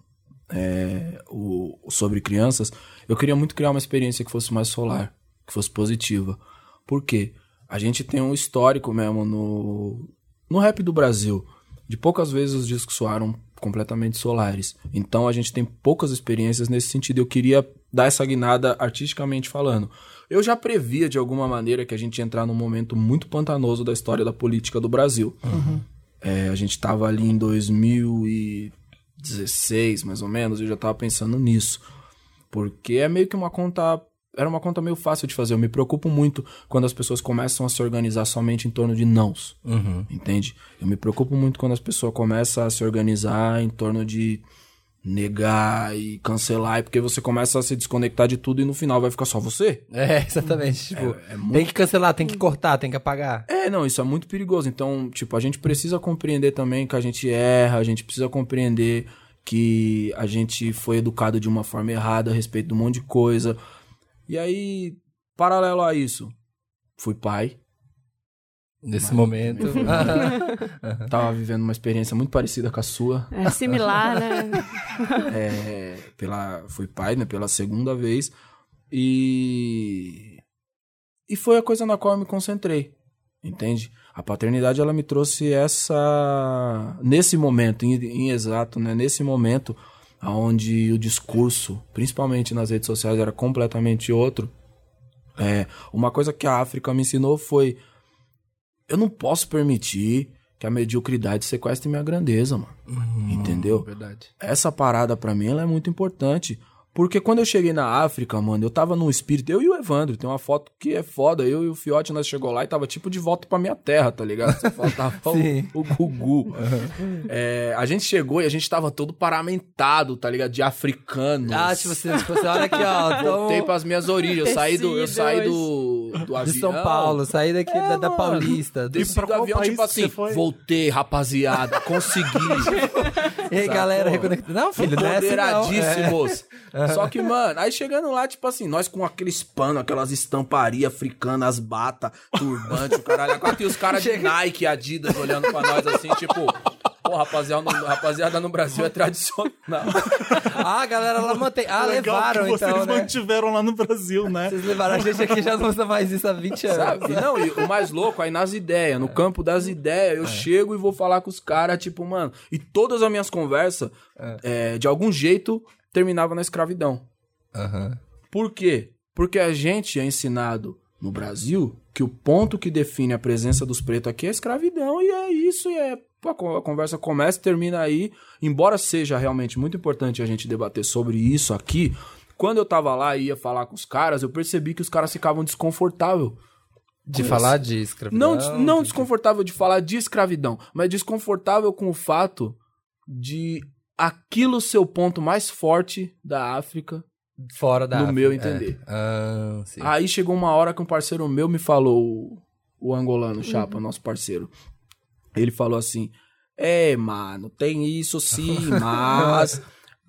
S9: é, o, o sobre crianças, eu queria muito criar uma experiência que fosse mais solar, que fosse positiva. Por quê? A gente tem um histórico mesmo no, no rap do Brasil. De poucas vezes os discos soaram completamente solares. Então a gente tem poucas experiências nesse sentido. Eu queria dar essa guinada artisticamente falando. Eu já previa de alguma maneira que a gente ia entrar num momento muito pantanoso da história da política do Brasil. É, a gente tava ali em 2016, mais ou menos, eu já tava pensando nisso. Porque é meio que uma conta. Era uma conta meio fácil de fazer. Eu me preocupo muito quando as pessoas começam a se organizar somente em torno de nãos.
S1: Uhum.
S9: Entende? Eu me preocupo muito quando as pessoas começam a se organizar em torno de negar e cancelar, e porque você começa a se desconectar de tudo e no final vai ficar só você.
S1: É, exatamente. Tipo,
S9: É- é
S1: Tem
S9: muito-
S1: que cancelar, tem que cortar, tem que apagar.
S9: é, não, isso é muito perigoso. Então, tipo, a gente precisa compreender também que a gente erra, a gente precisa compreender que a gente foi educado de uma forma errada a respeito de um monte de coisa. E aí, paralelo a isso, fui pai.
S1: Nesse
S9: Mas-
S1: momento.
S9: <laughs>
S1: <laughs>
S9: Tava vivendo uma experiência muito parecida com a sua.
S2: É similar, né?
S9: É, pela, fui pai, né? Pela segunda vez. E. E foi a coisa na qual eu me concentrei. Entende? A paternidade, ela me trouxe essa. Nesse momento, em, em exato, né? Nesse momento, onde o discurso, principalmente nas redes sociais, era completamente outro. É, uma coisa que a África me ensinou foi. Eu não posso permitir que a mediocridade sequestre minha grandeza, mano. Entendeu?
S1: Verdade.
S9: Essa parada pra mim ela é muito importante. Porque quando eu cheguei na África, mano, eu tava num espírito, eu e o Evandro, tem uma foto que é foda, eu e o Fiote, nós chegou lá e tava tipo de volta pra minha terra, tá ligado?
S1: <laughs>
S9: Só faltava o, o Gugu.
S4: Uhum.
S9: É, a gente chegou e a gente tava todo paramentado, tá ligado? De africano.
S1: Ah, tipo assim, tipo assim, olha aqui, ó, tô-
S9: <laughs> Voltei pras minhas origens, eu saí do, eu saí do, do avião. É,
S1: De São Paulo, sair daqui da, da
S9: mano.
S1: Paulista.
S9: Desci do avião, tipo assim, voltei,
S1: <laughs>
S9: rapaziada, consegui.
S1: E aí,
S9: Sacou?
S1: galera, reconectando. Não, filho, não é assim, não.
S9: Empoderadíssimos.
S1: É.
S9: Só que, mano, aí chegando lá, tipo assim, nós com aqueles panos, aquelas estamparias africanas, as bata, turbante, o caralho. a quatro, E os caras de Nike, Adidas olhando pra nós assim, tipo. Pô, rapaziada no, rapaziada no Brasil é tradicional.
S1: Ah, a galera lá mantém. Ah,
S3: Legal
S1: levaram,
S3: que vocês
S1: então, né?
S3: mantiveram lá no Brasil, né? Vocês
S1: levaram a gente aqui já não usa mais isso há 20 anos.
S9: Sabe? Não, e o mais louco, aí nas ideias, no campo das ideias,
S1: É.
S9: eu chego e vou falar com os caras, tipo, mano. E todas as minhas conversas,
S1: É.
S9: eh, de algum jeito, terminava na escravidão. Por quê? Porque a gente é ensinado no Brasil que o ponto que define a presença dos pretos aqui é a escravidão, e é isso, e é. pô, A con- a conversa começa e termina aí. Embora seja realmente muito importante a gente debater sobre isso aqui, quando eu tava lá e ia falar com os caras, eu percebi que os caras ficavam desconfortáveis.
S1: De falar de escravidão.
S9: Não, des- não desconfortável de falar de escravidão, mas desconfortável com o fato de aquilo ser o ponto mais forte da África.
S1: Fora da
S9: No
S1: África,
S9: meu
S1: é.
S9: entender.
S1: Ah, sim.
S9: Aí chegou uma hora que um parceiro meu me falou, o, o angolano, Chapa, nosso parceiro. Ele falou assim: É, mano, tem isso sim, mas.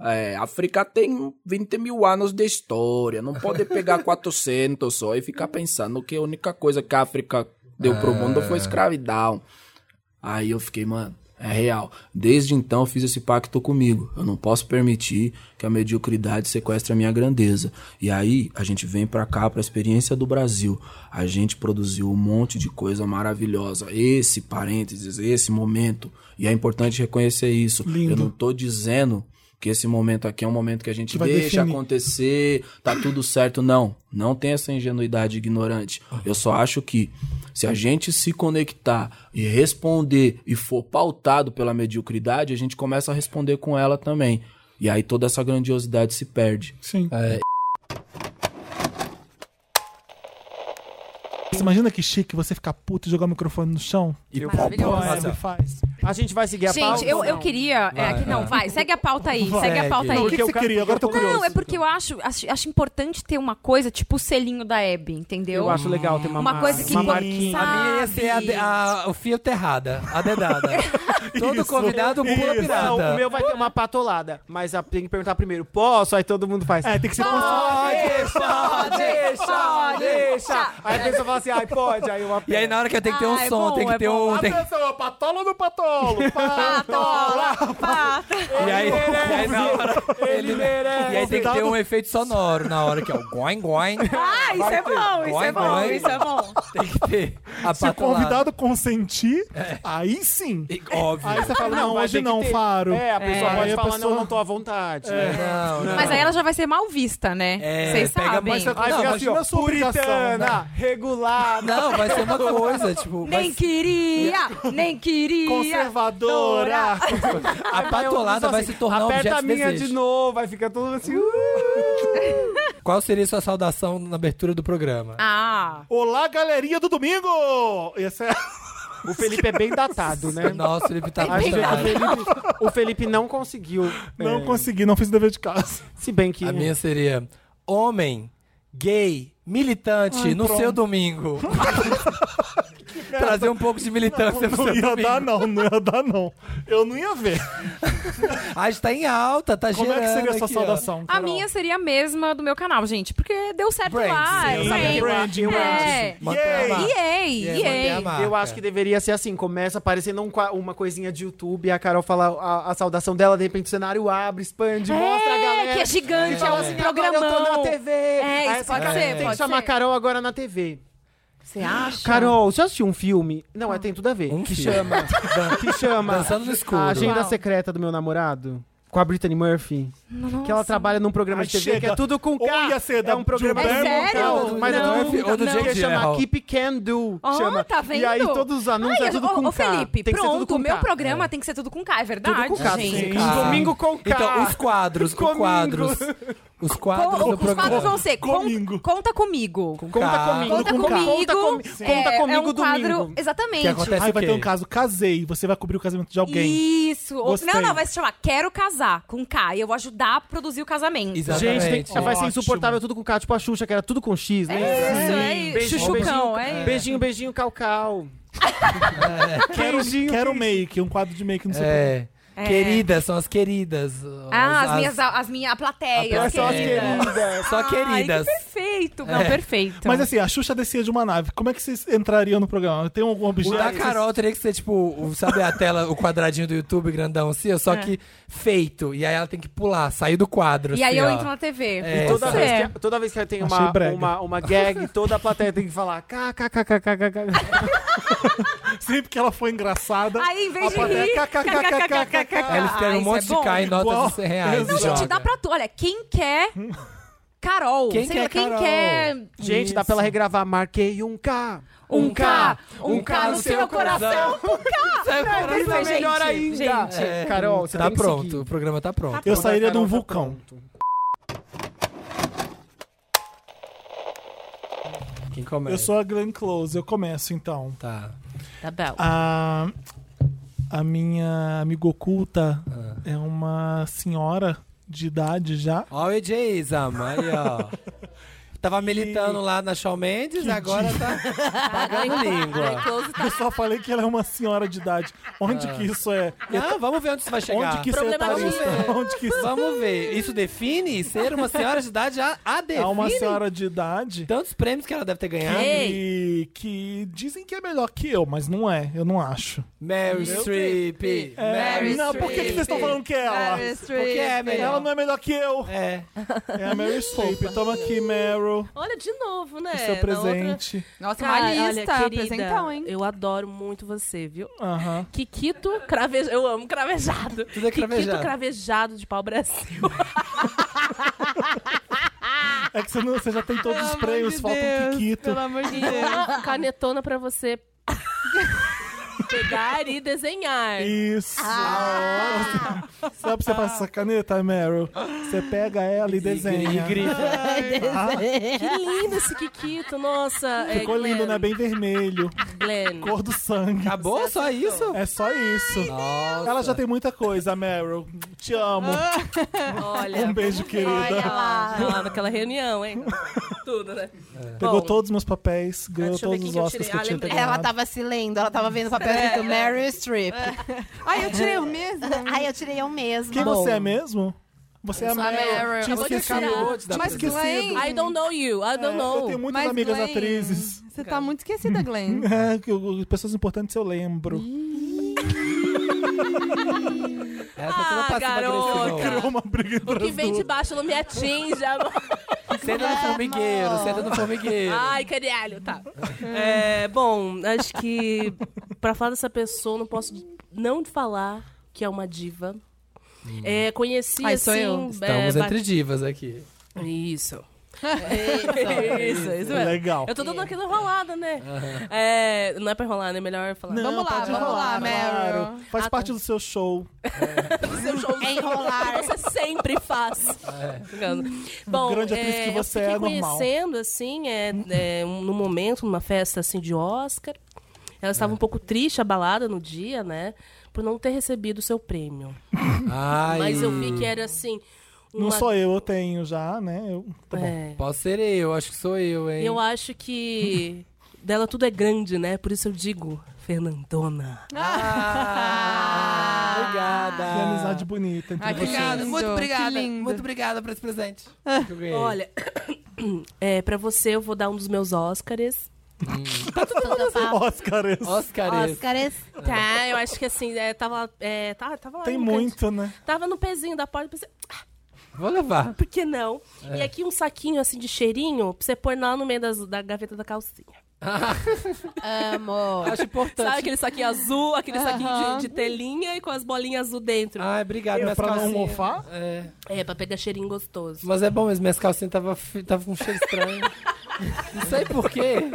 S9: é, a África tem 20 mil anos de história. Não pode pegar 400 só e ficar pensando que a única coisa que a África deu pro mundo foi escravidão. Aí eu fiquei, mano, É real. Desde então eu fiz esse pacto comigo. Eu não posso permitir que a mediocridade sequestre a minha grandeza. E aí a gente vem pra cá pra experiência do Brasil. A gente produziu um monte de coisa maravilhosa. Esse parênteses, esse momento. E é importante reconhecer isso.
S3: Lindo.
S9: Eu não tô dizendo que esse momento aqui é um momento que a gente
S3: vai
S9: deixa
S3: definir.
S9: acontecer, tá tudo certo. Não, não tem essa ingenuidade ignorante. Eu só acho que se a gente se conectar e responder e for pautado pela mediocridade, a gente começa a responder com ela também. E aí toda essa grandiosidade se perde.
S3: Sim.
S9: É,
S3: Você imagina que chique você ficar puto e jogar o microfone no chão?
S6: E
S3: Pô,
S6: maravilhoso.
S3: pô, é, me faz.
S6: A gente vai seguir a pauta.
S23: Gente, eu,
S6: ou
S23: eu
S6: não?
S23: queria. é,
S6: Vai,
S23: que- não,
S6: vai.
S23: vai, segue a pauta aí.
S6: Vai.
S23: Segue a pauta aí.
S6: Não, o que que você queria? Agora eu tô curioso.
S23: Não, é porque eu acho, acho, acho importante ter uma coisa tipo o selinho da Abby, entendeu?
S6: Eu acho legal ter uma
S23: Uma
S6: marca,
S23: coisa que
S6: uma
S23: pô-
S6: marquinha.
S23: sabe?
S1: A minha ia ser a de- a- o fio terrada, a
S9: <laughs>
S1: dedada. Todo convidado pula pirata.
S6: Não, o meu vai ter uma patolada. Mas a- tem que perguntar primeiro. Posso? Aí todo mundo faz. É, tem que ser
S1: Pode, pode,
S6: Deixa,
S1: pode.
S6: deixa. Aí a pessoa fala assim, ai, pode. Aí uma
S1: E aí na hora que eu tenho que ter um
S6: Ah, é
S1: som,
S6: bom,
S1: tem que
S6: é
S1: ter
S6: bom.
S1: um... tem-
S6: Atenção, patola ou não
S1: <laughs>
S6: patolo? Patola, patola.
S1: E aí, e <laughs> aí na hora...
S6: Ele merece.
S1: E aí tem que ter um efeito sonoro na hora, que é o goin goin.
S23: <laughs> Ah, isso é bom, isso
S1: Vai,
S23: é bom,
S1: vai.
S23: isso é bom.
S1: <laughs> A É.
S3: Se o
S1: patolada.
S3: convidado consentir, aí sim.
S1: óbvio.
S3: Aí você fala,
S6: Não,
S3: não,
S6: vai
S3: hoje
S6: ter que
S3: não,
S6: ter.
S3: Faro.
S6: É, a pessoa
S3: Aí
S6: pode falar, não, não tô à vontade.
S3: É.
S1: Não, não.
S23: Mas aí ela já vai ser mal vista, né?
S1: É,
S23: Vocês
S1: pega
S23: sabem.
S1: mais- Não,
S6: Fica
S1: mas
S6: assim, ó,
S1: não é sua obrigação,
S6: puritana,
S1: né?
S6: regular.
S1: Não, vai ser
S6: <laughs>
S1: uma <laughs> coisa, tipo... vai
S23: Nem
S1: ser-
S23: queria, nem queria.
S6: Conservadora.
S1: A patolada vai se tornar
S6: assim, Aperta
S1: objeto
S6: a
S1: de
S6: minha
S1: desejo.
S6: de novo, vai ficar todo mundo assim. uh.
S1: Qual seria a sua saudação na abertura do programa?
S23: Ah.
S3: Olá, galerinha do domingo! Esse é...
S6: O Felipe é bem datado, né?
S1: Nossa, o Felipe
S23: É
S1: tá
S6: A gente- o,
S1: apaixonado.
S6: Felipe, o Felipe não conseguiu.
S3: Não
S6: é,
S3: consegui, não fiz o dever de casa.
S6: Se bem que...
S1: A minha seria homem, gay, militante
S3: Ai,
S1: no
S3: pronto.
S1: seu domingo.
S3: <laughs>
S1: Trazer um pouco de militância
S3: Não,
S1: pro
S3: não
S1: seu
S3: ia
S1: domingo.
S3: dar, não, não ia dar, não. Eu não ia ver.
S1: <laughs> Ah, está em alta, tá
S3: Como é que
S1: gerando
S3: seria a sua
S1: aqui, ó.
S3: saudação?
S23: A minha seria a mesma do meu canal, gente, porque deu certo
S6: Brand,
S23: lá. eu
S6: sim,
S23: sabia que-
S6: brand,
S23: é.
S6: brand. Manter a marca.
S23: Yay,
S6: É,
S23: yay.
S6: manter a marca. Eu acho que deveria ser assim, começa aparecendo um qua- uma coisinha de YouTube, a Carol fala a, a saudação dela, de repente o cenário abre, expande,
S23: É,
S6: mostra a galera.
S23: que é gigante,
S6: e fala
S23: é um
S6: assim, "Agora Eu tô
S23: programão."
S6: na TV.
S23: É, isso
S6: Aí, assim,
S23: pode
S6: "Carol,
S23: ser,
S6: Tem
S23: pode
S6: que chamar
S23: ser.
S6: Carol agora na TV.
S23: Você acha?
S6: Carol, você assistiu um filme? Não, é tem tudo a ver. que
S1: Um filme. <laughs>
S6: chama. que chama.
S1: Dançando no escuro.
S6: A agenda
S1: Qual?
S6: secreta do meu namorado. Com a Brittany Murphy. Que ela
S1: Nossa.
S6: trabalha num programa
S1: Ai,
S6: de TV que
S1: chega.
S6: é tudo com
S1: Ou
S6: K.
S1: ia ser
S6: é
S1: da
S6: um programa
S1: Gilberto
S6: com
S1: É
S6: K,
S1: sério?
S6: Mas
S1: Não,
S6: é do Murphy ou do
S1: não.
S6: Jake chama
S1: Gyllenhaal.
S6: Keep Can Do.
S23: Ó,
S6: chama.
S23: tá vendo?
S6: E aí todos os anúncios
S23: Ai,
S6: é tudo
S23: ô,
S6: com
S23: ô,
S6: K.
S23: Felipe,
S6: tem que ser
S23: pronto,
S6: tudo com
S23: o meu
S6: K.
S23: programa tem que ser tudo com K, é
S6: Tudo
S23: verdade,
S6: com K, sim.
S23: gente.
S1: Ah.
S6: Domingo com K.
S1: Então, os quadros, os
S6: Comingo.
S1: quadros. Os quadros
S23: Com-
S1: do
S23: os
S1: programa.
S23: quadros vão ser con- Conta Comigo.
S1: K. Com
S23: Conta
S1: K.
S23: Comigo.
S1: Conta comi-
S23: é,
S1: Conta
S23: é
S1: Comigo
S23: um quadro,
S1: domingo.
S23: Exatamente.
S3: Aí vai ter um caso, casei, você vai cobrir o casamento de alguém.
S23: Isso. Ou- Não, não, vai se chamar Quero Casar com K. E eu vou ajudar a produzir o casamento.
S6: Gente, tem- vai ser insuportável tudo com K, tipo a Xuxa, que era tudo com X, né?
S23: É isso, é isso.
S6: Beijinho,
S23: Chuchucão,
S6: beijinho,
S23: é isso.
S6: beijinho, beijinho, calcal.
S3: Quero, quero make, um quadro de make, não sei
S1: É.
S23: É.
S1: Queridas, são as queridas.
S23: Ah, as, minhas, as minhas, a plateia. as
S1: Só as
S23: queridas.
S1: queridas. Só
S23: Ai, que
S1: queridas.
S23: perfeito. Não,
S1: É.
S23: perfeito.
S3: Mas assim, a Xuxa descia de uma nave. Como é que vocês entrariam no programa? Tem algum
S1: O
S3: objeto?
S1: da
S3: que vocês- <laughs>
S1: Carol teria que ser tipo, o- sabe a tela, o quadradinho do YouTube grandão assim, ó, só
S23: É.
S1: que feito. E aí ela tem que pular, sair do quadro.
S23: E
S1: assim,
S23: aí eu
S1: ó.
S23: entro na TV.
S1: É,
S6: E toda
S1: essa-
S6: vez, que, toda vez que tem
S1: Achei
S6: uma,
S1: brega.
S6: uma, uma gag, toda a plateia tem que falar kkkkkkk.
S3: Sempre que ela for engraçada.
S23: Aí, em vez
S3: a
S23: de
S3: plateia,
S23: rir,
S3: kkkkkkk.
S1: Aí eles querem um monte
S23: isso é
S1: de
S23: bom.
S1: K e
S3: Igual.
S1: notas de 100 reais.
S23: Não,
S1: e
S23: gente,
S1: joga.
S23: dá pra tu. Olha, quem quer Carol?
S6: Quem
S23: Sei
S6: quer
S23: lá, quem
S6: Carol?
S23: quer.
S6: Gente, dá pra ela regravar. Marquei um K.
S23: Um K, um K no seu coração. Um <laughs> K!
S6: Seu coração
S23: Mas, gente,
S6: melhor ainda.
S23: Gente,
S1: É,
S6: Carol, você
S1: tá
S6: tem que
S1: pronto,
S6: seguir.
S1: o programa tá pronto.
S3: Eu sairia de um vulcão.
S6: Quem começa?
S3: Eu sou a Glenn Close, eu começo então.
S1: Tá.
S23: Tá bom.
S3: A, a minha amiga oculta é uma senhora de idade já.
S1: <laughs> Ó o EJism, aí ó. Tava militando lá na Shawn Mendes, agora tá pagando <laughs> língua.
S23: tá
S3: Eu só falei que ela é uma senhora de idade. Onde
S1: Ah.
S3: que isso é?
S1: Não, vamos ver onde isso vai chegar.
S3: Onde que isso é
S1: Problema
S3: etarista?
S1: <laughs> de-
S3: Onde que isso...
S1: Vamos ver. Isso define ser uma senhora de idade? A, a define.
S3: É uma senhora de idade.
S1: Tantos prêmios que ela deve ter ganhado.
S3: Que, que dizem que é melhor que eu, mas não é, eu não acho.
S1: Meryl
S3: Meu
S1: Streep.
S3: É,
S1: Meryl
S3: não, por que, que
S1: Streep.
S3: vocês estão falando que é ela?
S1: Meryl Streep. Porque é melhor.
S3: Ela não é melhor que eu.
S1: É.
S3: É a Mary Streep. Toma aqui, Meryl.
S11: Olha, de novo, né?
S3: O seu
S11: Da
S3: presente.
S11: Nossa,
S3: uma
S11: olha,
S3: lista,
S11: querida,
S3: apresentão, hein?
S11: Eu adoro muito você, viu?
S3: Aham.
S11: Kikito cravejado. Eu amo cravejado.
S1: Tudo é
S11: Kikito
S1: cravejado.
S11: cravejado de pau Brasil.
S3: É que você, não- você já tem todos os prêmios, falta um Kikito.
S11: E uma canetona pra você <laughs> pegar e desenhar. Ah,
S3: Isso. Você- Sabe pra você passar essa caneta, Meryl? Você pega ela e desenha. <laughs>
S11: Que lindo esse Kikito, nossa. é,
S3: Ficou lindo,
S11: Glenn,
S3: né? Bem vermelho.
S11: Glenn.
S3: Cor do sangue.
S1: Acabou? Só isso?
S3: É só isso. Ela já tem muita coisa, Meryl. Te amo. <laughs>
S11: Olha,
S3: um beijo, querida.
S11: Olha lá, lá naquela reunião, hein? Tudo, né?
S3: Pegou
S11: Bom, Ah,
S3: todos os meus papéis, ganhou
S11: deixa eu ver
S3: todos os
S11: quem que eu
S3: Oscars que eu
S11: tirei.
S3: tinha
S11: Ah, lembrei.
S3: ganhado.
S24: Ela tava se lendo, ela tava vendo o papel escrito
S11: É.
S24: Meryl <laughs> Streep.
S8: Ai, eu tirei o mesmo.
S24: Ai, eu tirei o mesmo.
S3: Quem você é mesmo? Você é a
S24: Eu sou a Meryl.
S3: Meryl. Tinha
S24: Eu vou te
S3: esquecido.
S24: tirar.
S3: Tinha
S24: Mas
S3: esquecido.
S11: I don't know you, I don't
S3: É,
S11: know. Hum.
S3: Eu tenho muitas amigas atrizes.
S8: Você tá muito esquecida, Glenn.
S3: É, <laughs> que eu- pessoas importantes eu lembro.
S1: Ela
S11: Ah, garota.
S3: Criou uma briga
S11: O
S3: entre
S11: que
S3: as
S11: vem de
S3: duas.
S11: baixo não me atinge, amor.
S1: Senta no formigueiro, senta no formigueiro.
S11: Ai, caralho, tá. É, bom, acho que pra falar dessa pessoa, não posso não falar que é uma diva. É, conheci
S1: Ai,
S11: assim.
S1: sou eu. Hum. Estamos
S11: é, <laughs>
S1: entre divas aqui.
S11: Isso. É, Isso, isso, isso mesmo.
S1: Legal.
S11: Eu tô dando aquela enrolada, né?
S3: Aham.
S11: É, não é pra enrolar, né? Melhor falar.
S3: Não,
S11: vamos lá,
S3: pode
S11: vamos lá,
S3: enrolar,
S11: Meryl.
S3: claro. Faz parte do seu show.
S11: Seu showzinho que Você sempre faz. Brincando. Bom,
S3: grande atriz
S11: é,
S3: que você
S11: eu fiquei
S3: é, normal.
S11: conhecendo, assim, é, é, um- no momento, numa festa, assim, de Oscar.
S3: É.
S11: Ela estava um pouco triste, abalada no dia, né? Por não ter recebido o seu prêmio.
S1: Ai.
S11: Mas eu vi que era, assim... Uma...
S3: Não sou eu, eu tenho já, né? Eu, tá bom.
S1: Posso ser eu, acho que sou eu, hein?
S11: É. Eu
S3: <laughs>
S11: acho que dela tudo é grande, né? Por isso eu digo, Fernandona.
S3: Ah.
S1: Obrigada.
S3: Que amizade bonita. entre
S1: Ah, que
S3: vocês.
S1: lindo. Muito obrigada, muito obrigada por esse presente.
S24: Ah,
S1: que eu ganhei.
S11: Olha, é, pra você eu vou dar um dos meus Oscars. Tá todo mundo assim.
S3: Hum. Oscars.
S1: Oscars.
S11: Tá, eu acho que assim, é, tava, é, tá- tava lá
S3: Tem
S11: no canto.
S3: muito, né?
S11: Tava no pezinho da porta, pensei,
S1: Vou levar.
S11: por que não?
S1: É.
S11: E aqui um saquinho assim de cheirinho pra você pôr lá no meio das- da gaveta da calcinha.
S24: Amo.
S1: Acho importante.
S11: Sabe aquele saquinho azul, aquele saquinho de, de telinha e com as bolinhas azul dentro.
S1: Ai, Ah, obrigado, minhas calcinhas. É.
S11: É, pra pegar
S3: <laughs>
S11: cheirinho gostoso.
S1: Mas é bom mesmo, minhas calcinhas tava, fi- tava com um cheiro
S11: <laughs>
S1: estranho. Não sei porquê.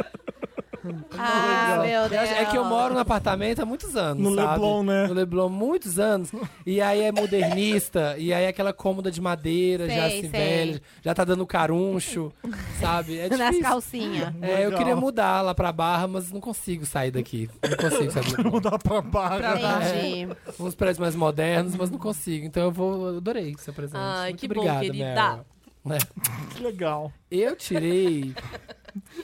S24: Ah, meu Deus.
S1: É que eu moro num apartamento há muitos anos.
S3: No
S1: sabe?
S3: Leblon, né?
S1: No Leblon, muitos anos. E aí é modernista, e aí é aquela cômoda de madeira, já
S24: Sei,
S1: assim,
S24: sei.
S1: velha, já tá dando caruncho, sabe? É
S24: <laughs> Nas
S1: difícil.
S24: calcinhas.
S3: Hum,
S1: É, eu
S24: Legal.
S1: queria mudar lá pra Barra, mas não consigo sair daqui. Não consigo sair daqui.
S3: <laughs> mudar pra Barra.
S24: Pra Barra. Entendi.
S1: uns prédios mais modernos, mas não consigo. Então eu vou. eu Adorei seu presente.
S11: Ai,
S1: Muito
S11: que bom,
S1: obrigado,
S11: querida.
S1: Meryl.
S3: Que legal.
S1: É. Eu tirei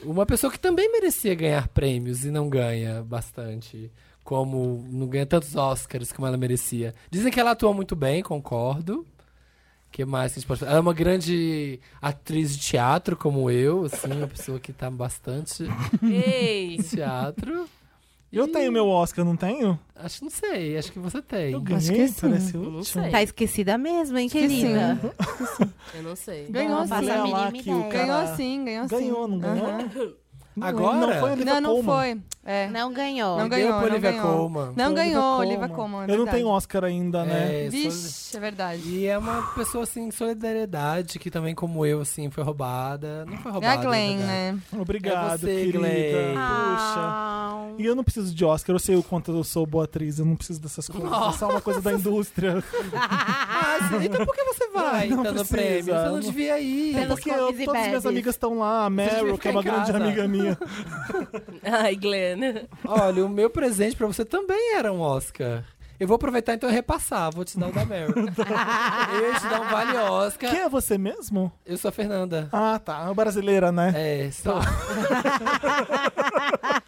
S1: uma pessoa que também merecia ganhar prêmios e não ganha bastante. Como não ganha tantos Oscars como ela merecia. Dizem que ela atua muito bem, concordo. que mais que a gente pode falar? Ela é uma grande atriz de teatro, como eu, assim, uma pessoa que tá bastante
S11: Ei!
S1: teatro.
S3: <laughs> Eu tenho meu Oscar, não tenho?
S1: Acho que não sei, acho que você tem.
S3: Eu ganhei,
S8: é assim.
S3: parece o último.
S24: Tá esquecida mesmo, hein,
S3: Esqueci.
S24: querida?
S11: Eu não sei.
S8: Ganhou
S3: Não
S8: sim.
S3: faço a mínima ideia.
S8: Ganhou sim, ganhou sim.
S3: Ganhou, não ganhou?
S8: Aham.
S1: Agora?
S3: Não foi a Olivia
S8: Não, não
S3: Colman.
S8: foi. É.
S24: Não ganhou.
S3: Deu
S8: Não ganhou,
S3: pra
S8: não
S3: Olivia
S8: ganhou.
S24: <laughs>
S3: Colman. Foi
S8: Não
S3: Olivia
S8: ganhou,
S3: Colman.
S8: Olivia Colman. é
S3: Eu não
S8: verdade.
S3: tenho Oscar ainda, né?
S8: Vixe, é verdade.
S1: E é uma pessoa assim, solidariedade, que também, como eu, assim, foi roubada. Não foi roubada.
S8: Glenn,
S1: na
S8: né?
S1: verdade.
S3: Obrigado,
S1: É você,
S3: querida.
S1: Glenn.
S3: Puxa. E eu não preciso de Oscar, eu sei o quanto eu sou boa atriz, eu não preciso dessas coisas. É só uma coisa da
S1: <laughs>
S3: indústria.
S1: Mas, então por que você vai
S3: Não
S1: dando
S3: precisa.
S1: prêmio? Você não
S3: Eu não-
S1: devia ir.
S3: É porque eu- todas as minhas amigas estão lá, a
S1: devia
S3: Meryl, que
S1: ficar
S3: é uma
S1: em
S3: grande
S1: casa.
S3: amiga minha.
S11: Ai, Glenn.
S1: Olha, o meu presente pra você também era um Oscar. Eu vou aproveitar então e repassar. Vou te dar o da
S7: <laughs>
S1: Meryl. eu ia te dar um vale Oscar.
S3: Quem é você mesmo?
S1: Eu sou a Fernanda.
S3: Ah, tá. Uma brasileira, né?
S1: É,
S3: <laughs>
S1: sou.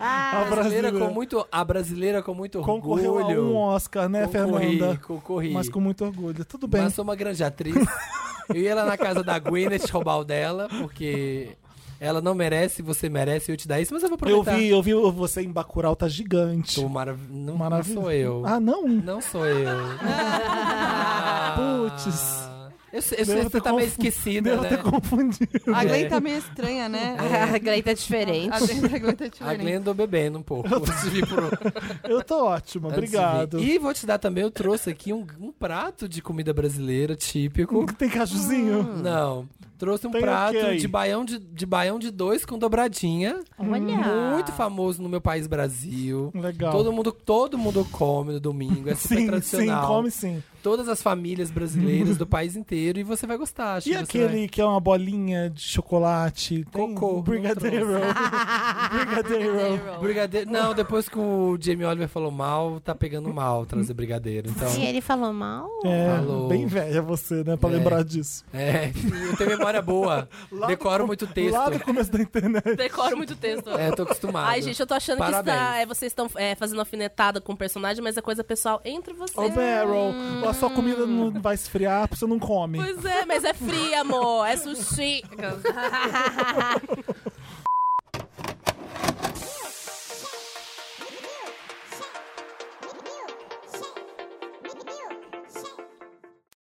S3: a
S1: A brasileira com muito, a brasileira com muito orgulho.
S3: Concorreu a um Oscar, né,
S1: Concorri,
S3: Fernanda?
S1: Concorri.
S3: Mas com muito orgulho. Tudo bem.
S1: Mas sou uma
S3: <laughs>
S1: grande atriz. Eu ia lá na casa da Gwyneth roubar o dela, porque ela não merece, você merece, eu te dar isso, mas eu vou
S3: Eu
S1: aproveitar.
S3: vi, eu vi você em Bacurau, tá gigante.
S1: Tô marav não, não sou eu.
S3: Ah, não?
S1: Não sou eu.
S3: Putz.
S1: Eu, sei- Ah, eu sei,
S7: Devo
S1: você
S7: ter
S1: tá meio
S7: confu-
S1: esquecida,
S7: devo
S1: né? É.
S7: ter
S1: confundido.
S7: A Glenn tá meio estranha, né?
S13: <laughs> A Glenn tá diferente.
S7: A Glenn tá
S1: A
S7: diferente.
S1: Glenn andou bebendo um pouco. antes <laughs> de vir pro-
S3: Eu tô ótimo,
S1: antes de vir.
S3: obrigado.
S1: E vou te dar também, eu trouxe aqui um, um prato de comida brasileira
S3: <laughs>
S1: típico. Hum.
S3: Tem cajuzinho?
S1: Não. Trouxe um
S3: Tem o
S1: prato
S3: que aí?
S1: de baião de, de baião de dois com dobradinha.
S3: Olha!
S1: Muito famoso no meu país Brasil.
S3: Legal.
S1: Todo mundo, todo mundo come no domingo, é super
S3: Sim,
S1: tradicional.
S3: sim, come sim.
S1: Todas as famílias brasileiras do país inteiro e você vai gostar. acho
S3: E
S1: que você
S3: aquele
S1: vai-
S3: que é uma bolinha de chocolate? um Cocô. Brigadeiro. <laughs> Brigadeiro.
S1: Brigadeiro. Não, depois que o Jamie Oliver falou mal, tá pegando mal trazer brigadeiro. Então,
S13: E ele falou mal?
S3: É,
S1: Falou.
S3: bem velha você, né, pra
S1: É.
S3: lembrar disso.
S1: é, <laughs> eu tenho memória boa. decoro muito texto.
S3: Lá do começo da internet.
S22: <laughs> Decoro muito texto.
S1: É, eu tô acostumado.
S22: Ai, gente, eu tô achando que
S1: Parabéns.
S22: está, é, vocês estão é, fazendo alfinetada com o personagem, mas é coisa pessoal entre vocês.
S3: Ô, Meryl, a sua comida não vai esfriar porque você não come. <laughs>
S22: Pois é, mas é fria, amor. É sushi.